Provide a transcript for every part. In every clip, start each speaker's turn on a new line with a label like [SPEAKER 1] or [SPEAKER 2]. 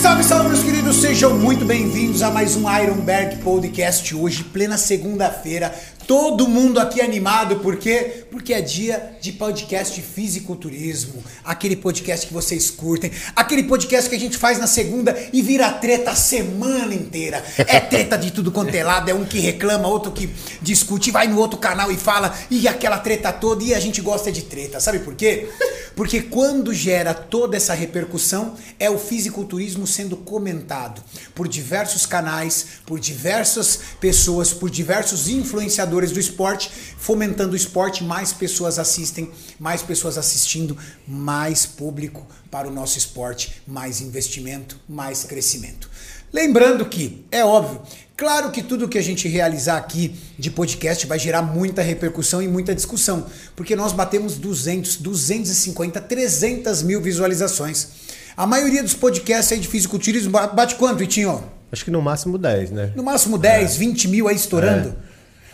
[SPEAKER 1] Salve, salve, meus queridos! Sejam muito bem-vindos a mais um Ironberg Podcast hoje, plena segunda-feira. Todo mundo aqui animado, por quê? Porque é dia de podcast de fisiculturismo, aquele podcast que vocês curtem, aquele podcast que a gente faz na segunda e vira treta a semana inteira. É treta de tudo quanto é lado, é um que reclama, outro que discute, vai no outro canal e fala, e aquela treta toda, e a gente gosta de treta, sabe por quê? Porque quando gera toda essa repercussão, é o fisiculturismo sendo comentado por diversos canais, por diversas pessoas, por diversos influenciadores do esporte, fomentando o esporte, mais pessoas assistem, mais pessoas assistindo, mais público para o nosso esporte, mais investimento, mais crescimento. Lembrando que, é óbvio, claro que tudo que a gente realizar aqui de podcast vai gerar muita repercussão e muita discussão, porque nós batemos 200, 250, 300 mil visualizações. A maioria dos podcasts aí de fisiculturismo bate quanto, Itinho?
[SPEAKER 2] Acho que no máximo 10, né?
[SPEAKER 1] No máximo 10, 20 mil aí estourando.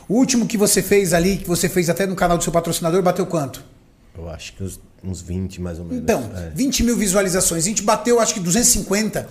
[SPEAKER 1] O último que você fez ali, que você fez até no canal do seu patrocinador, bateu quanto?
[SPEAKER 2] Eu acho que uns, uns 20 mais ou menos.
[SPEAKER 1] Então,
[SPEAKER 2] É.
[SPEAKER 1] 20 mil visualizações. A gente bateu, acho que 250.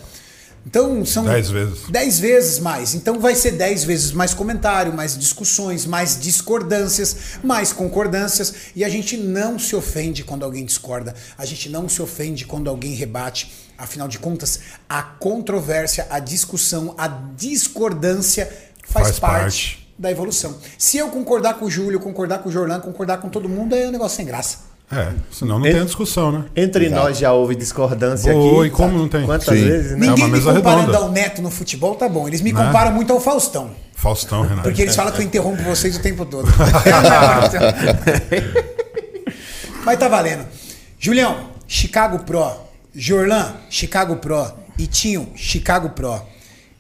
[SPEAKER 1] Então, são.
[SPEAKER 3] 10 vezes.
[SPEAKER 1] 10 vezes mais. Então, vai ser 10 vezes mais comentário, mais discussões, mais discordâncias, mais concordâncias. E a gente não se ofende quando alguém discorda. A gente não se ofende quando alguém rebate. Afinal de contas, a controvérsia, a discussão, a discordância faz,
[SPEAKER 3] Faz
[SPEAKER 1] parte.
[SPEAKER 3] parte.
[SPEAKER 1] Da evolução. Se eu concordar com o Júlio, concordar com o Jorlan, concordar com todo mundo, é um negócio sem graça.
[SPEAKER 3] É, senão não tem a discussão, né?
[SPEAKER 2] Entre nós já houve discordância
[SPEAKER 3] Ô,
[SPEAKER 2] aqui.
[SPEAKER 3] e como não tem?
[SPEAKER 2] Quantas
[SPEAKER 3] Sim.
[SPEAKER 2] vezes, né?
[SPEAKER 3] É
[SPEAKER 1] Ninguém
[SPEAKER 3] uma
[SPEAKER 1] me
[SPEAKER 3] mesa
[SPEAKER 1] comparando
[SPEAKER 3] redonda.
[SPEAKER 1] ao Neto no futebol, tá bom. Eles me
[SPEAKER 3] Né? É,
[SPEAKER 1] comparam muito ao Faustão.
[SPEAKER 3] Faustão, Renato.
[SPEAKER 1] Porque eles falam que eu interrompo vocês o tempo todo. Mas tá valendo. Julião, Chicago Pro. Jorlan, Chicago Pro. E Tinho, Chicago Pro.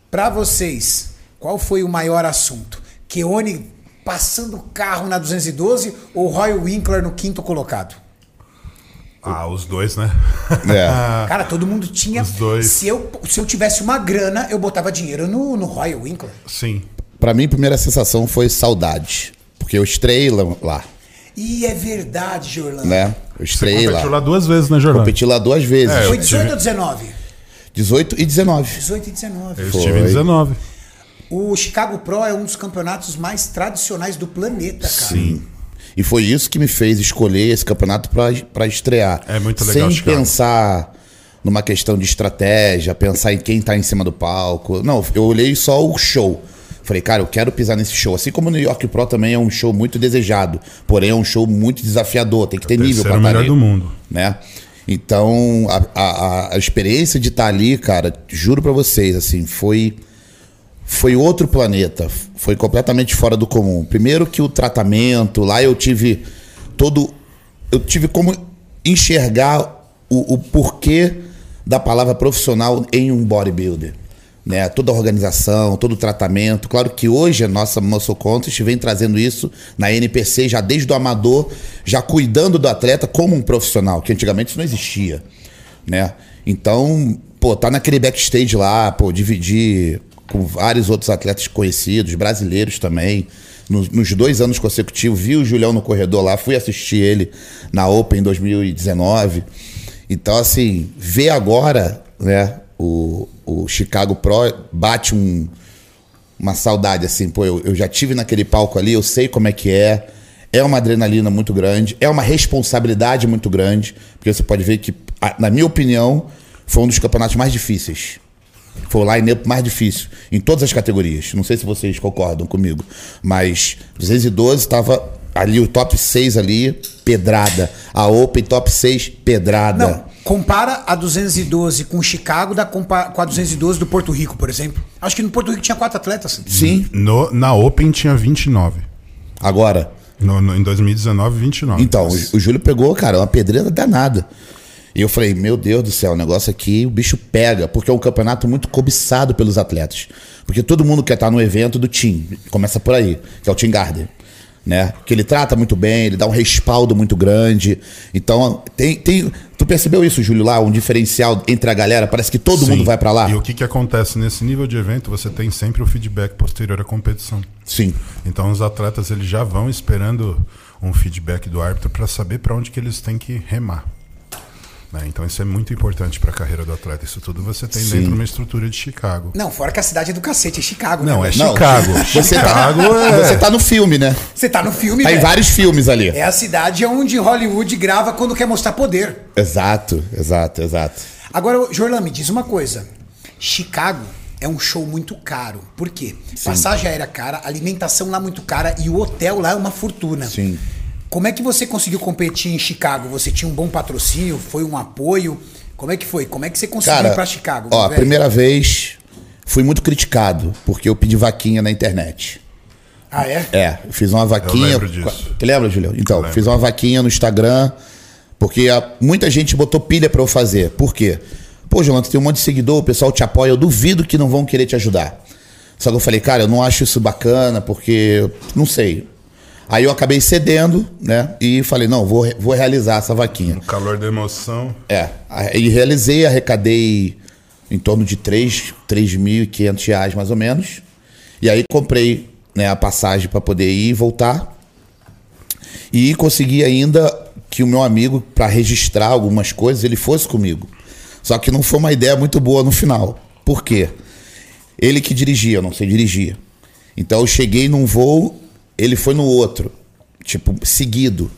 [SPEAKER 1] Pra vocês, qual foi o maior assunto? Keone passando o carro na 212 ou Roy Winkler no quinto colocado?
[SPEAKER 3] Ah, os dois, né?
[SPEAKER 4] É.
[SPEAKER 1] Cara, todo mundo tinha.
[SPEAKER 3] Ah, Os dois.
[SPEAKER 1] Se eu, se eu tivesse uma grana, eu botava dinheiro no, no Roy Winkler.
[SPEAKER 3] Sim.
[SPEAKER 4] Pra mim, a primeira sensação foi saudade. Porque eu estrei lá- lá,
[SPEAKER 1] E é verdade, Jorlan.
[SPEAKER 4] né? Eu estrei lá.
[SPEAKER 3] Competiu lá duas vezes, né, Jornal?
[SPEAKER 4] Competi lá duas vezes.
[SPEAKER 3] É,
[SPEAKER 1] Foi
[SPEAKER 3] eu
[SPEAKER 1] 18
[SPEAKER 3] tive-
[SPEAKER 1] ou 19?
[SPEAKER 4] 18 e 19.
[SPEAKER 1] 18 e 19.
[SPEAKER 3] Eu estive em
[SPEAKER 4] Foi.
[SPEAKER 3] 19.
[SPEAKER 1] O Chicago Pro é um dos campeonatos mais tradicionais do planeta, cara.
[SPEAKER 3] Sim.
[SPEAKER 4] E foi isso que me fez escolher esse campeonato pra pra estrear.
[SPEAKER 3] É muito legal,
[SPEAKER 4] Sem
[SPEAKER 3] Chicago.
[SPEAKER 4] pensar numa questão de estratégia, pensar em quem tá em cima do palco. Não, eu olhei só o show. Falei, cara, eu quero pisar nesse show. Assim como o New York Pro também é um show muito desejado. Porém, é um show muito desafiador. Tem que ter nível
[SPEAKER 3] É Terceiro
[SPEAKER 4] pra tá
[SPEAKER 3] melhor
[SPEAKER 4] estar
[SPEAKER 3] do mundo.
[SPEAKER 4] né? Então, a, a, a experiência de estar ali, cara, juro pra vocês, assim, foi foi outro planeta, foi completamente fora do comum. Primeiro que o tratamento, lá eu tive todo eu tive como enxergar o, o porquê da palavra profissional em um bodybuilder. Né? Toda a organização, todo o tratamento. Claro que hoje a nossa Muscle Contest vem trazendo isso na NPC já desde o amador, já cuidando do atleta como um profissional, que antigamente isso não existia. Né? Então, pô, tá naquele backstage lá, pô, dividir com vários outros atletas conhecidos, brasileiros também. Nos, nos dois anos consecutivos, vi o Julião no corredor lá, fui assistir ele na Open em 2019. Então, assim, ver agora, né, o, o Chicago Pro bate um, uma saudade, assim, pô, eu, eu já tive naquele palco ali, eu sei como é que é. É uma adrenalina muito grande, é uma responsabilidade muito grande, porque você pode ver que, a- na minha opinião, foi um dos campeonatos mais difíceis. Foi o line-up mais difícil, em todas as categorias. Não sei se vocês concordam comigo, mas 212 estava ali, o top 6 ali, pedrada. A Open top 6, pedrada.
[SPEAKER 1] Não, compara a 212 com o Chicago da compa- com a 212 do Porto Rico, por exemplo. Acho que no Porto Rico tinha quatro atletas.
[SPEAKER 4] Sim,
[SPEAKER 3] No, na Open tinha 29.
[SPEAKER 4] agora.
[SPEAKER 3] No, no, em 2019, 29.
[SPEAKER 4] Então,
[SPEAKER 3] Nossa.
[SPEAKER 4] o, o Júlio pegou, cara, uma pedreira danada. E eu falei, meu Deus do céu, o negócio aqui, o bicho pega, porque é um campeonato muito cobiçado pelos atletas. Porque todo mundo quer estar no evento do Team, começa por aí, que é o Team Garden. Né? Que ele trata muito bem, ele dá um respaldo muito grande. Então, tem. tem tu percebeu isso, Júlio, lá? Um diferencial entre a galera? Parece que todo
[SPEAKER 3] Sim.
[SPEAKER 4] mundo vai pra lá.
[SPEAKER 3] E o que, que acontece nesse nível de evento? Você tem sempre o feedback posterior à competição.
[SPEAKER 4] Sim.
[SPEAKER 3] Então os atletas eles já vão esperando um feedback do árbitro para saber para onde que eles têm que remar. né? Então isso é muito importante para a carreira do atleta. Isso tudo você tem
[SPEAKER 4] Sim.
[SPEAKER 3] dentro de uma estrutura de Chicago.
[SPEAKER 1] Não, fora que a cidade é do cacete, é Chicago.
[SPEAKER 3] Não,
[SPEAKER 1] né?
[SPEAKER 3] é
[SPEAKER 1] velho?
[SPEAKER 4] Não,
[SPEAKER 3] Chicago.
[SPEAKER 4] Você tá,
[SPEAKER 3] Chicago é...
[SPEAKER 4] você tá no filme, né?
[SPEAKER 1] Você tá no filme,
[SPEAKER 4] Tá em
[SPEAKER 1] velho.
[SPEAKER 4] vários filmes ali.
[SPEAKER 1] É a cidade onde Hollywood grava quando quer mostrar poder.
[SPEAKER 4] Exato, exato, exato.
[SPEAKER 1] Agora, Jorlan, me diz uma coisa. Chicago é um show muito caro. Por quê? Passagem aérea cara, alimentação lá muito cara e o hotel lá é uma fortuna.
[SPEAKER 4] Sim.
[SPEAKER 1] Como é que você conseguiu competir em Chicago? Você tinha um bom patrocínio? Foi um apoio? Como é que foi? Como é que você conseguiu
[SPEAKER 4] Cara,
[SPEAKER 1] ir pra Chicago?
[SPEAKER 4] ó, a
[SPEAKER 1] velho?
[SPEAKER 4] primeira vez fui muito criticado porque eu pedi vaquinha na internet.
[SPEAKER 1] Ah, é?
[SPEAKER 4] É, eu fiz uma vaquinha.
[SPEAKER 3] lembro disso.
[SPEAKER 4] Tu lembra, Julião? Então,
[SPEAKER 3] lembro.
[SPEAKER 4] fiz uma vaquinha no Instagram, porque a- muita gente botou pilha pra eu fazer. Por quê? Pô, Julião, tu tem um monte de seguidor, o pessoal te apoia, eu duvido que não vão querer te ajudar. Só que eu falei, cara, eu não acho isso bacana, porque não sei. Aí eu acabei cedendo, né? E falei, não, vou, re- vou realizar essa vaquinha.
[SPEAKER 3] O um calor da emoção.
[SPEAKER 4] É, e realizei, arrecadei em torno de 3, 3.500 reais mais ou menos. E aí comprei né, a passagem para poder ir e voltar. E consegui ainda que o meu amigo, para registrar algumas coisas, ele fosse comigo. Só que não foi uma ideia muito boa no final. Por quê? Ele que dirigia, eu não sei dirigir. Então eu cheguei num voo, ele foi no outro, tipo, seguido.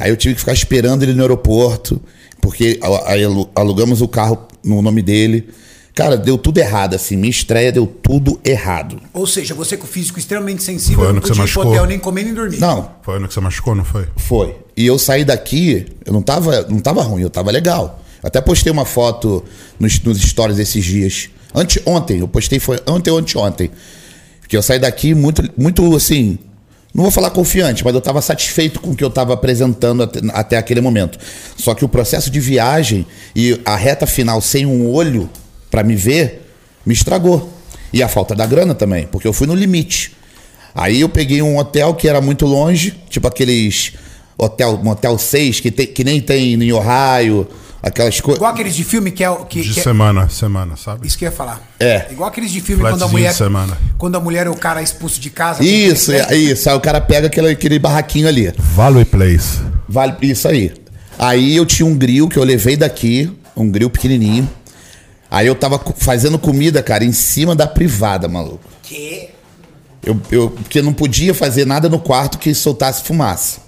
[SPEAKER 4] Aí eu tive que ficar esperando ele no aeroporto, porque a- aí alu- alugamos o carro no nome dele. Cara, deu tudo errado, assim, minha estreia deu tudo errado.
[SPEAKER 1] Ou seja, você com o físico extremamente sensível,
[SPEAKER 3] Foi ano
[SPEAKER 1] não
[SPEAKER 3] que você
[SPEAKER 1] podia ir pro
[SPEAKER 3] machucou.
[SPEAKER 1] hotel, nem comer, nem dormir.
[SPEAKER 4] Não,
[SPEAKER 3] Foi ano que você machucou, não foi?
[SPEAKER 4] Foi. E eu saí daqui, eu não tava, não tava ruim, eu tava legal. Até postei uma foto nos, nos stories esses dias. Ante, ontem, eu postei, foi ontem ou anteontem. Que eu saí daqui muito, muito assim. Não vou falar confiante, mas eu tava satisfeito com o que eu tava apresentando até, até aquele momento. Só que o processo de viagem e a reta final sem um olho pra me ver me estragou. E a falta da grana também, porque eu fui no limite. Aí eu peguei um hotel que era muito longe, tipo aqueles hotel, motel 6 que, tem, que nem tem em Ohio, aquelas coisas.
[SPEAKER 1] Igual aqueles de filme que é. o- Que,
[SPEAKER 3] De
[SPEAKER 1] que é-
[SPEAKER 3] semana, semana, sabe?
[SPEAKER 1] Isso que eu ia falar.
[SPEAKER 4] É.
[SPEAKER 1] Igual aqueles de filme quando a
[SPEAKER 3] Flatzinho
[SPEAKER 1] mulher.
[SPEAKER 3] de semana.
[SPEAKER 1] Quando a mulher ou o cara é expulso de casa.
[SPEAKER 4] Isso,
[SPEAKER 1] tem-
[SPEAKER 4] é, isso. Aí o cara pega aquele, aquele barraquinho ali.
[SPEAKER 3] Valley Place.
[SPEAKER 4] Vale isso aí. Aí eu tinha um grill que eu levei daqui, um grill pequenininho. Aí eu tava co- fazendo comida, cara, em cima da privada, maluco.
[SPEAKER 1] Que.
[SPEAKER 4] Eu, eu, porque eu não podia fazer nada no quarto que soltasse fumaça.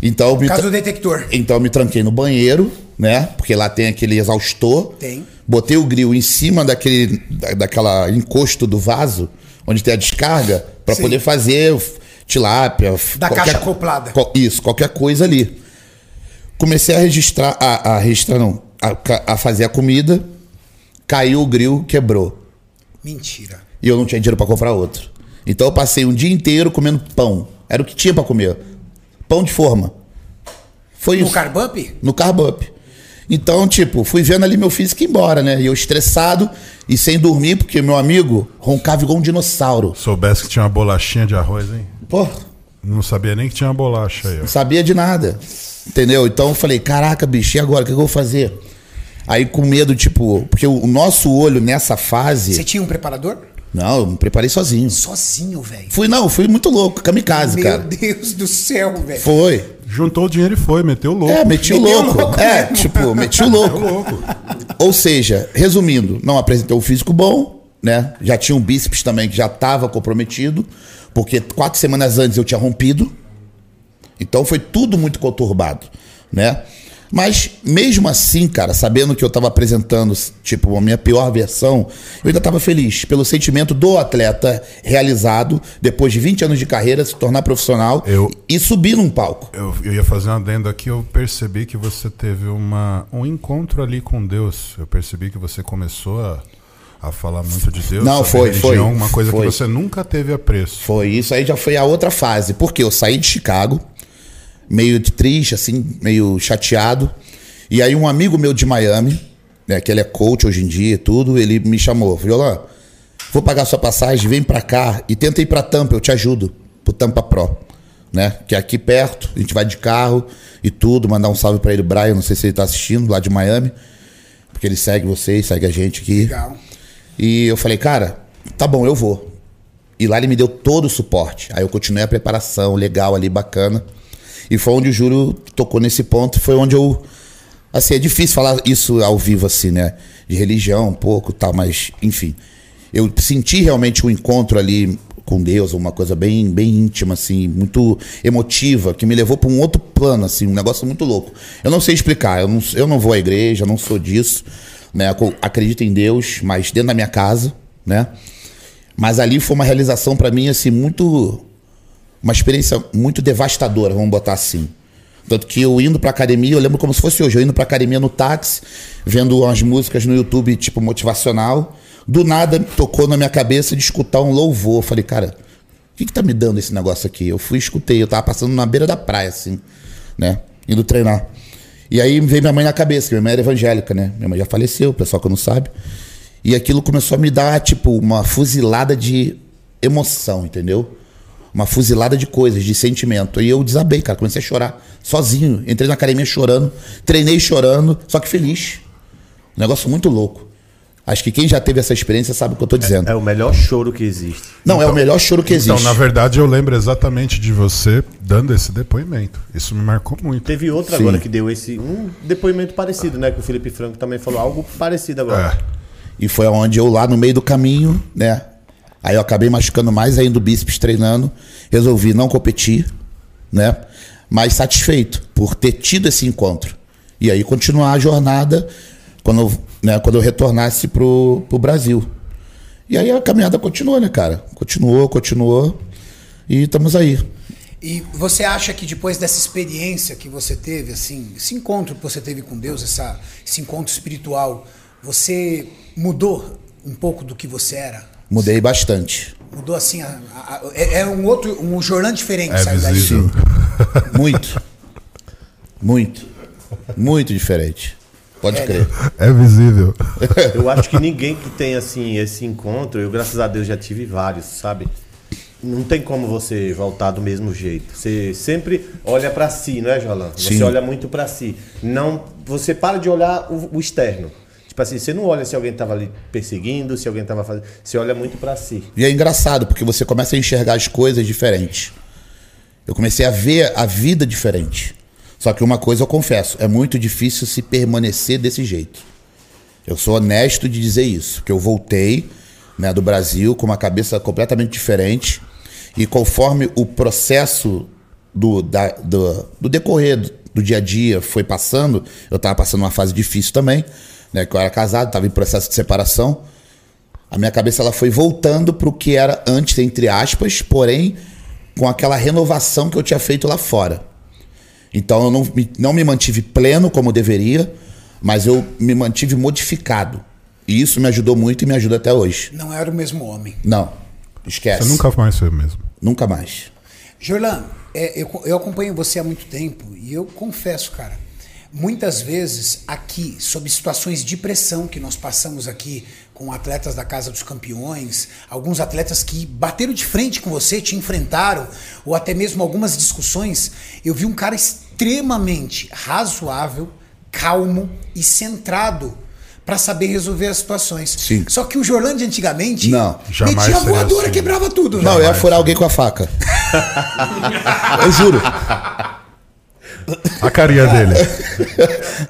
[SPEAKER 4] Então, eu me-
[SPEAKER 3] tá-
[SPEAKER 1] Caso do detector.
[SPEAKER 4] Então eu me tranquei no banheiro, né? Porque lá tem aquele exaustor.
[SPEAKER 1] Tem.
[SPEAKER 4] Botei o grill em cima daquele da- daquela encosto do vaso, onde tem a descarga, pra
[SPEAKER 1] Sim.
[SPEAKER 4] poder fazer f- tilápia. f-
[SPEAKER 1] Da caixa acoplada.
[SPEAKER 4] co- isso, qualquer coisa ali. Comecei a registrar, a, a registrar não, a, ca- a fazer a comida, caiu o grill, quebrou.
[SPEAKER 1] Mentira.
[SPEAKER 4] E eu não tinha dinheiro pra comprar outro. Então eu passei um dia inteiro comendo pão. Era o que tinha pra comer. Pão de forma. Foi
[SPEAKER 1] No
[SPEAKER 4] isso
[SPEAKER 1] car bump?
[SPEAKER 4] no carbup. Então, tipo, fui vendo ali meu físico ir embora, né? E eu estressado e sem dormir, porque meu amigo roncava igual um dinossauro.
[SPEAKER 3] Soubesse que tinha uma bolachinha de arroz, hein?
[SPEAKER 4] Pô,
[SPEAKER 3] Não sabia nem que tinha uma bolacha aí, ó.
[SPEAKER 4] não sabia de nada. Entendeu? Então eu falei, caraca, bicho, e agora? O que, que eu vou fazer? Aí com medo, tipo, porque o nosso olho nessa fase.
[SPEAKER 1] Você tinha um preparador?
[SPEAKER 4] Não, eu me preparei sozinho.
[SPEAKER 1] Sozinho, velho.
[SPEAKER 4] Fui, não, fui muito louco, kamikaze,
[SPEAKER 1] Meu
[SPEAKER 4] cara.
[SPEAKER 1] Deus do céu, velho.
[SPEAKER 4] Foi.
[SPEAKER 3] Juntou o dinheiro e foi, meteu o louco.
[SPEAKER 4] É, meti o
[SPEAKER 1] Meteu o
[SPEAKER 4] louco.
[SPEAKER 1] louco
[SPEAKER 4] É,
[SPEAKER 1] mesmo.
[SPEAKER 4] tipo, meti o louco. Ou seja, resumindo, não apresentou um físico bom, né? Já tinha um bíceps também que já estava comprometido, porque quatro semanas antes eu tinha rompido. Então foi tudo muito conturbado, né? Mas mesmo assim, cara, sabendo que eu tava apresentando, tipo, a minha pior versão, eu ainda tava feliz pelo sentimento do atleta realizado, depois de 20 anos de carreira, se tornar profissional
[SPEAKER 3] Eu-
[SPEAKER 4] e subir num palco.
[SPEAKER 3] Eu, eu ia fazer uma adendo aqui, eu percebi que você teve uma, um encontro ali com Deus. Eu percebi que você começou a, a falar muito de Deus.
[SPEAKER 4] Não,
[SPEAKER 3] sobre
[SPEAKER 4] foi, foi,
[SPEAKER 3] Uma coisa
[SPEAKER 4] foi.
[SPEAKER 3] que você nunca teve a preço.
[SPEAKER 4] Foi, isso aí já foi a outra fase, porque eu saí de Chicago, meio triste, assim, meio chateado. E aí um amigo meu de Miami, né, que ele é coach hoje em dia e tudo, ele me chamou, Violan, vou pagar sua passagem, vem pra cá e tenta ir pra Tampa, eu te ajudo, pro Tampa Pro, né, que é aqui perto, a gente vai de carro e tudo, mandar um salve pra ele, Brian, não sei se ele tá assistindo, lá de Miami, porque ele segue vocês, segue a gente aqui.
[SPEAKER 1] Legal.
[SPEAKER 4] E eu falei, cara, tá bom, eu vou. E lá ele me deu todo o suporte. Aí eu continuei a preparação, legal ali, bacana. E foi onde o Júlio tocou nesse ponto, foi onde eu Assim, é difícil falar isso ao vivo, assim, né? De religião, um pouco tal, mas, enfim. Eu senti realmente um encontro ali com Deus, uma coisa bem, bem íntima, assim, muito emotiva, que me levou para um outro plano, assim, um negócio muito louco. Eu não sei explicar, eu não, eu não vou à igreja, não sou disso, né? Ac- Acredito em Deus, mas dentro da minha casa, né? Mas ali foi uma realização para mim, assim, muito. Uma experiência muito devastadora, vamos botar assim. Tanto que eu indo pra academia, eu lembro como se fosse hoje, eu indo pra academia no táxi, vendo umas músicas no YouTube, tipo, motivacional. Do nada tocou na minha cabeça de escutar um louvor. Eu falei, cara, o que, que tá me dando esse negócio aqui? Eu fui e escutei, eu tava passando na beira da praia, assim, né? Indo treinar. E aí veio minha mãe na cabeça, que minha mãe era evangélica, né? Minha mãe já faleceu, o pessoal que não sabe. E aquilo começou a me dar, tipo, uma fuzilada de emoção, entendeu? Uma fuzilada de coisas, de sentimento. E eu desabei, cara. Comecei a chorar sozinho. Entrei na academia chorando, treinei chorando, só que feliz. Um negócio muito louco. Acho que quem já teve essa experiência sabe o que eu tô dizendo.
[SPEAKER 2] É o melhor choro que existe.
[SPEAKER 4] Não, é o melhor choro que existe.
[SPEAKER 3] Então, na verdade, eu lembro exatamente de você dando esse depoimento. Isso me marcou muito.
[SPEAKER 2] Teve outro
[SPEAKER 4] Sim.
[SPEAKER 2] agora que deu esse um depoimento parecido, né? Que o Felipe Franco também falou algo parecido agora.
[SPEAKER 3] É.
[SPEAKER 4] E foi onde eu lá no meio do caminho, né? Aí eu acabei machucando mais ainda o bíceps treinando. Resolvi não competir, né? Mas satisfeito por ter tido esse encontro. E aí continuar a jornada quando eu, né, quando eu retornasse pro, pro Brasil. E aí a caminhada continuou, né, cara? Continuou, continuou. E estamos aí.
[SPEAKER 1] E você acha que depois dessa experiência que você teve, assim, esse encontro que você teve com Deus, essa, esse encontro espiritual, você mudou um pouco do que você era?
[SPEAKER 4] Mudei bastante.
[SPEAKER 1] Mudou assim, a- a- a- é, é um outro, um jornal diferente,
[SPEAKER 3] É
[SPEAKER 1] sabe? daí?
[SPEAKER 3] visível.
[SPEAKER 4] Muito. Muito. Muito diferente. Pode crer.
[SPEAKER 3] É visível.
[SPEAKER 2] Eu acho que ninguém que tem assim esse encontro, eu graças a Deus já tive vários, sabe? Não tem como você voltar do mesmo jeito. Você sempre olha pra si, não é, Jolan? Você
[SPEAKER 4] Sim.
[SPEAKER 2] olha muito pra si. Não, você para de olhar o, o externo. Tipo assim, você não olha se alguém tava ali perseguindo, se alguém tava fazendo, você olha muito pra si.
[SPEAKER 4] E é engraçado, porque você começa a enxergar as coisas diferentes. Eu comecei a ver a vida diferente. Só que uma coisa eu confesso, é muito difícil se permanecer desse jeito. Eu sou honesto de dizer isso, que eu voltei né, do Brasil com uma cabeça completamente diferente e conforme o processo do, da- do, do decorrer do, do dia a dia foi passando, eu estava passando uma fase difícil também, né, que eu era casado, estava em processo de separação, a minha cabeça ela foi voltando pro que era antes, entre aspas, porém com aquela renovação que eu tinha feito lá fora. Então eu não me, não me mantive pleno como deveria, mas eu me mantive modificado. E isso me ajudou muito e me ajuda até hoje.
[SPEAKER 1] Não era o mesmo homem.
[SPEAKER 4] Não, esquece.
[SPEAKER 3] Você nunca mais foi o mesmo.
[SPEAKER 4] Nunca mais.
[SPEAKER 1] Jorlan, é, eu, eu acompanho você há muito tempo e eu confesso, cara, muitas vezes aqui, sob situações de pressão que nós passamos aqui com atletas da Casa dos Campeões, alguns atletas que bateram de frente com você, te enfrentaram, ou até mesmo algumas discussões, eu vi um cara extremamente razoável, calmo e centrado pra saber resolver as situações.
[SPEAKER 4] Sim.
[SPEAKER 1] Só que o Jorlan de antigamente
[SPEAKER 4] Não,
[SPEAKER 3] jamais
[SPEAKER 1] metia a
[SPEAKER 3] seria
[SPEAKER 1] voadora,
[SPEAKER 3] assim.
[SPEAKER 1] quebrava tudo.
[SPEAKER 4] Não,
[SPEAKER 1] velho.
[SPEAKER 4] eu ia furar alguém com a faca. eu juro.
[SPEAKER 3] A carinha dele.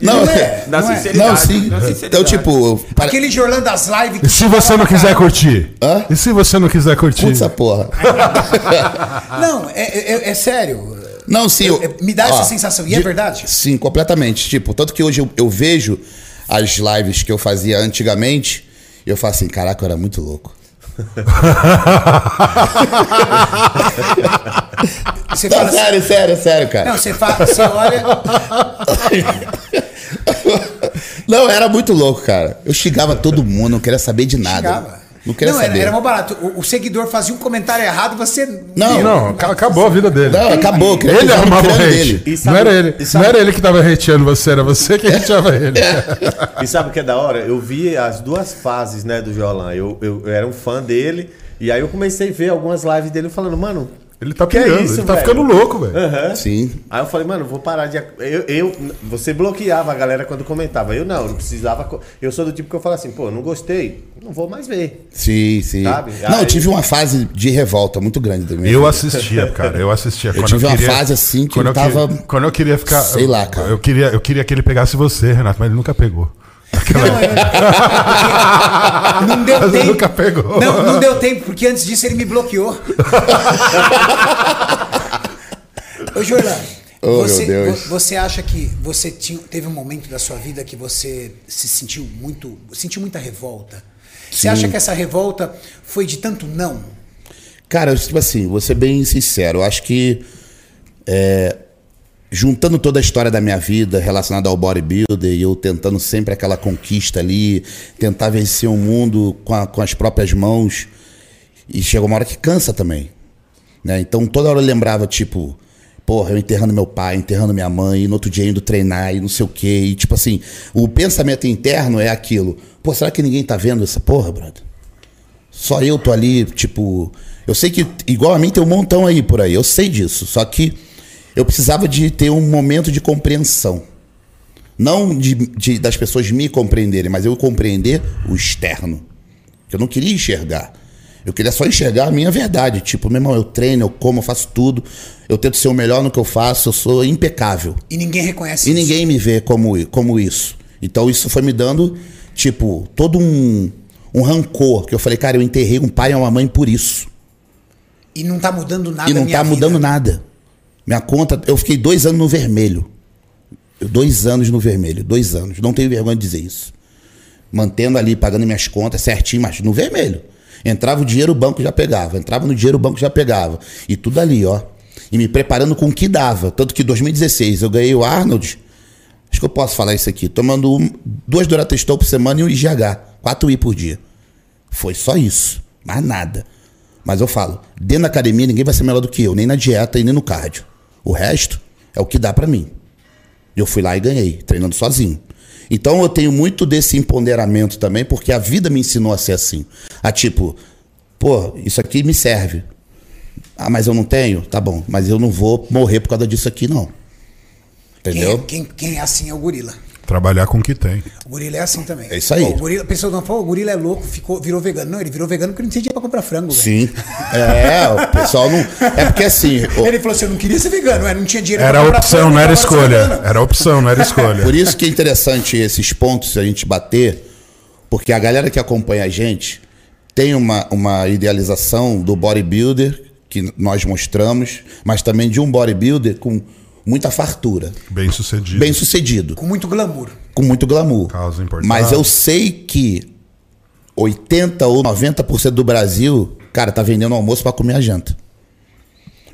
[SPEAKER 4] Não,
[SPEAKER 1] não é.
[SPEAKER 5] Na
[SPEAKER 1] Não é.
[SPEAKER 5] sinceridade.
[SPEAKER 4] não sim.
[SPEAKER 5] na
[SPEAKER 4] Então,
[SPEAKER 5] sinceridade.
[SPEAKER 4] tipo, para...
[SPEAKER 1] Aquele Jorlan das lives
[SPEAKER 3] E se você não quiser curtir?
[SPEAKER 4] Hã?
[SPEAKER 3] E se você não quiser curtir?
[SPEAKER 4] Putz, essa porra.
[SPEAKER 1] Não, é, é- é- é sério.
[SPEAKER 4] Não, sim.
[SPEAKER 1] Eu-
[SPEAKER 4] eu-
[SPEAKER 1] eu- É, me dá
[SPEAKER 4] ó,
[SPEAKER 1] essa sensação. E é verdade?
[SPEAKER 4] Sim, completamente. Tipo, tanto que hoje eu, eu vejo as lives que eu fazia antigamente, e eu falo assim, caraca, eu era muito louco.
[SPEAKER 1] Você
[SPEAKER 4] Não,
[SPEAKER 1] fala assim,
[SPEAKER 4] Ah, tá sério, Ah, sério, sério,
[SPEAKER 1] não,
[SPEAKER 4] cara.
[SPEAKER 1] você fala, você olha.
[SPEAKER 4] Não, eu era muito louco, cara. Eu xingava todo mundo, não queria saber de nada.
[SPEAKER 1] Chegava.
[SPEAKER 4] Não queria
[SPEAKER 1] não, era,
[SPEAKER 4] saber.
[SPEAKER 1] era mó barato. O, o seguidor fazia um comentário errado, você.
[SPEAKER 4] Não, não,
[SPEAKER 3] Não, ca- acabou a vida dele.
[SPEAKER 4] acabou. eu queria
[SPEAKER 3] Ele
[SPEAKER 4] usar o
[SPEAKER 3] arrumava um o
[SPEAKER 4] crânio
[SPEAKER 3] hate.
[SPEAKER 2] E
[SPEAKER 3] Não
[SPEAKER 2] sabe-
[SPEAKER 3] era ele.
[SPEAKER 2] e
[SPEAKER 3] Não
[SPEAKER 2] sabe- É.
[SPEAKER 3] era ele que tava hateando você, era você que hateava ele.
[SPEAKER 2] E sabe o que é da hora? Eu vi as duas fases, né, do Jolan. Eu, eu, eu era um fã dele. E aí eu comecei a ver algumas lives dele falando, mano,
[SPEAKER 3] Ele tá
[SPEAKER 2] Que é
[SPEAKER 3] pirando,
[SPEAKER 2] isso,
[SPEAKER 3] ele tá
[SPEAKER 2] velho?
[SPEAKER 3] ficando louco, velho.
[SPEAKER 4] Sim.
[SPEAKER 2] Aí eu falei, mano, vou parar de. ac- Eu, eu- você bloqueava a galera quando comentava. Eu não, eu precisava. co- Eu sou do tipo que eu falo assim, pô, não gostei, não vou mais ver.
[SPEAKER 4] Sim, sim.
[SPEAKER 2] Sabe?
[SPEAKER 4] Não,
[SPEAKER 2] Aí-
[SPEAKER 4] eu tive uma fase de revolta muito grande também.
[SPEAKER 3] Eu assistia, cara, eu assistia. Quando
[SPEAKER 4] tive uma fase assim que
[SPEAKER 3] quando
[SPEAKER 4] eu
[SPEAKER 3] que-
[SPEAKER 4] tava-
[SPEAKER 3] quando eu queria ficar.
[SPEAKER 4] Sei lá, cara.
[SPEAKER 3] Eu queria, eu queria que ele pegasse você, Renato, mas ele nunca pegou.
[SPEAKER 1] Não, é- não deu
[SPEAKER 3] Mas
[SPEAKER 1] tempo.
[SPEAKER 3] nunca pegou.
[SPEAKER 1] Não, não deu tempo, porque antes disso ele me bloqueou. Ô, Jorlan,
[SPEAKER 4] Oh, meu
[SPEAKER 1] você,
[SPEAKER 4] Deus.
[SPEAKER 1] vo- você acha que você tinha- teve um momento da sua vida que você se sentiu muito. sentiu muita revolta? Você acha que essa revolta foi de tanto não?
[SPEAKER 4] Cara, eu, tipo assim, vou ser bem sincero. Eu acho que. é, juntando toda a história da minha vida relacionada ao bodybuilder e eu tentando sempre aquela conquista ali, tentar vencer o mundo com, a- com as próprias mãos. E chegou uma hora que cansa também. né? Então toda hora eu lembrava, tipo, porra, eu enterrando meu pai, enterrando minha mãe, e no outro dia indo treinar e não sei o quê. E tipo assim, o pensamento interno é aquilo. Pô, será que ninguém tá vendo essa porra, brother? Só eu tô ali, tipo. Eu sei que, igual a mim, tem um montão aí por aí. Eu sei disso. Só que eu precisava de ter um momento de compreensão. Não de, de- das pessoas me compreenderem, mas eu compreender o externo. Eu não queria enxergar. Eu queria só enxergar a minha verdade. Tipo, meu irmão, eu treino, eu como, eu faço tudo. Eu tento ser o melhor no que eu faço, eu sou impecável.
[SPEAKER 1] E ninguém reconhece
[SPEAKER 4] E
[SPEAKER 1] isso.
[SPEAKER 4] ninguém me vê como, como isso. Então isso foi me dando, tipo, todo um, um rancor. Que eu falei, cara, eu enterrei um pai e uma mãe por isso.
[SPEAKER 1] E não tá mudando nada
[SPEAKER 4] e
[SPEAKER 1] a
[SPEAKER 4] não
[SPEAKER 1] minha
[SPEAKER 4] tá
[SPEAKER 1] vida.
[SPEAKER 4] mudando nada. Minha conta, eu fiquei dois anos no vermelho. Eu- Dois anos no vermelho, dois anos. Não tenho vergonha de dizer isso. Mantendo ali, pagando minhas contas certinho, mas no vermelho. Entrava o dinheiro, o banco já pegava. Entrava no dinheiro, o banco já pegava. E tudo ali, ó. E me preparando com o que dava. Tanto que em 2016 eu ganhei o Arnold. Acho que eu posso falar isso aqui. Tomando um, duas Dorateston por semana e um IGH. Quatro I por dia. Foi só isso. Mais nada. Mas eu falo, dentro da academia ninguém vai ser melhor do que eu, nem na dieta e nem no cardio. O resto é o que dá pra mim. E eu fui lá e ganhei, treinando sozinho. Então eu tenho muito desse empoderamento também, porque a vida me ensinou a ser assim. A tipo, pô, isso aqui me serve. Ah, mas eu não tenho? Tá bom, mas eu não vou morrer por causa disso aqui, não.
[SPEAKER 1] Quem,
[SPEAKER 4] Entendeu?
[SPEAKER 1] quem- quem é assim é o gorila.
[SPEAKER 3] Trabalhar com o que tem.
[SPEAKER 1] O gorila é assim também.
[SPEAKER 4] É isso aí.
[SPEAKER 1] Pô, o gorila, a pessoa não fala, o gorila é louco, ficou, virou vegano. Não, ele virou vegano porque não tinha dinheiro pra comprar frango. velho.
[SPEAKER 4] Sim. É, o pessoal não. É porque assim. o-
[SPEAKER 1] Ele falou assim: eu não queria ser vegano, mas não tinha dinheiro
[SPEAKER 3] Era
[SPEAKER 1] pra comprar
[SPEAKER 3] opção,
[SPEAKER 1] frango,
[SPEAKER 3] não era
[SPEAKER 1] agora sou
[SPEAKER 3] escolha.
[SPEAKER 1] vegano.
[SPEAKER 3] Era opção, não era escolha.
[SPEAKER 4] Por isso que é interessante esses pontos a gente bater, porque a galera que acompanha a gente tem uma, uma idealização do bodybuilder que nós mostramos, mas também de um bodybuilder com muita fartura,
[SPEAKER 3] Bem sucedido.
[SPEAKER 4] bem sucedido,
[SPEAKER 1] Com muito glamour.
[SPEAKER 4] com muito glamour.
[SPEAKER 3] Causa importada.
[SPEAKER 4] Mas eu sei que 80 ou 90% do Brasil, cara, tá vendendo almoço para comer a janta.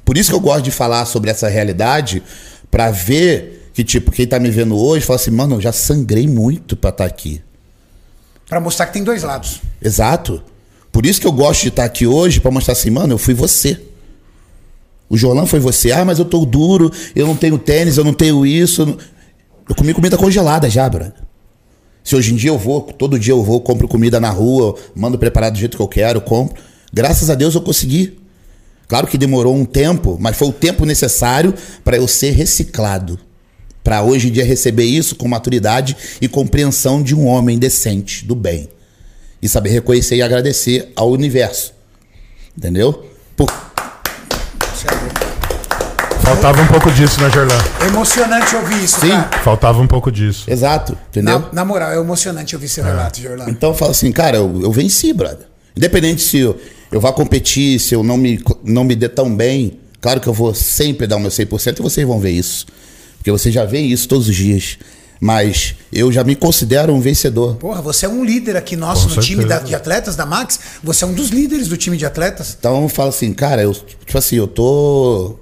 [SPEAKER 4] Por isso que eu gosto de falar sobre essa realidade, pra ver que, tipo, quem tá me vendo hoje fala assim, mano, eu já sangrei muito pra estar aqui.
[SPEAKER 1] Pra mostrar que tem dois lados.
[SPEAKER 4] Exato. Por isso que eu gosto de estar aqui hoje, pra mostrar assim, mano, eu fui você. O Jorlan foi você. Ah, mas eu tô duro, eu não tenho tênis, eu não tenho isso. eu não- Eu comi comida congelada já, brother. Se hoje em dia eu vou, todo dia eu vou, compro comida na rua, mando preparar do jeito que eu quero, compro. Graças a Deus eu consegui. Claro que demorou um tempo, mas foi o tempo necessário para eu ser reciclado. Para hoje em dia receber isso com maturidade e compreensão de um homem decente, do bem. E saber reconhecer e agradecer ao universo. Entendeu? Por-
[SPEAKER 3] Faltava um pouco disso, né, Jorlan?
[SPEAKER 1] É emocionante ouvir isso,
[SPEAKER 4] Sim.
[SPEAKER 1] cara.
[SPEAKER 3] Faltava um pouco disso.
[SPEAKER 4] Exato, entendeu?
[SPEAKER 1] Na, na moral, é emocionante ouvir seu relato, Jorlan.
[SPEAKER 4] Então eu falo assim, cara, eu, eu venci, brother. Independente se eu, eu vá competir, se eu não me, não me dê tão bem, claro que eu vou sempre dar o meu 100% e vocês vão ver isso. Porque vocês já veem isso todos os dias. Mas eu já me considero um vencedor.
[SPEAKER 1] Porra, você é um líder aqui nosso
[SPEAKER 3] Com
[SPEAKER 1] no time
[SPEAKER 3] certeza.
[SPEAKER 1] da- de atletas da Max. Você é um dos líderes do time de atletas.
[SPEAKER 4] Então eu falo assim, cara, eu, tipo assim, eu tô.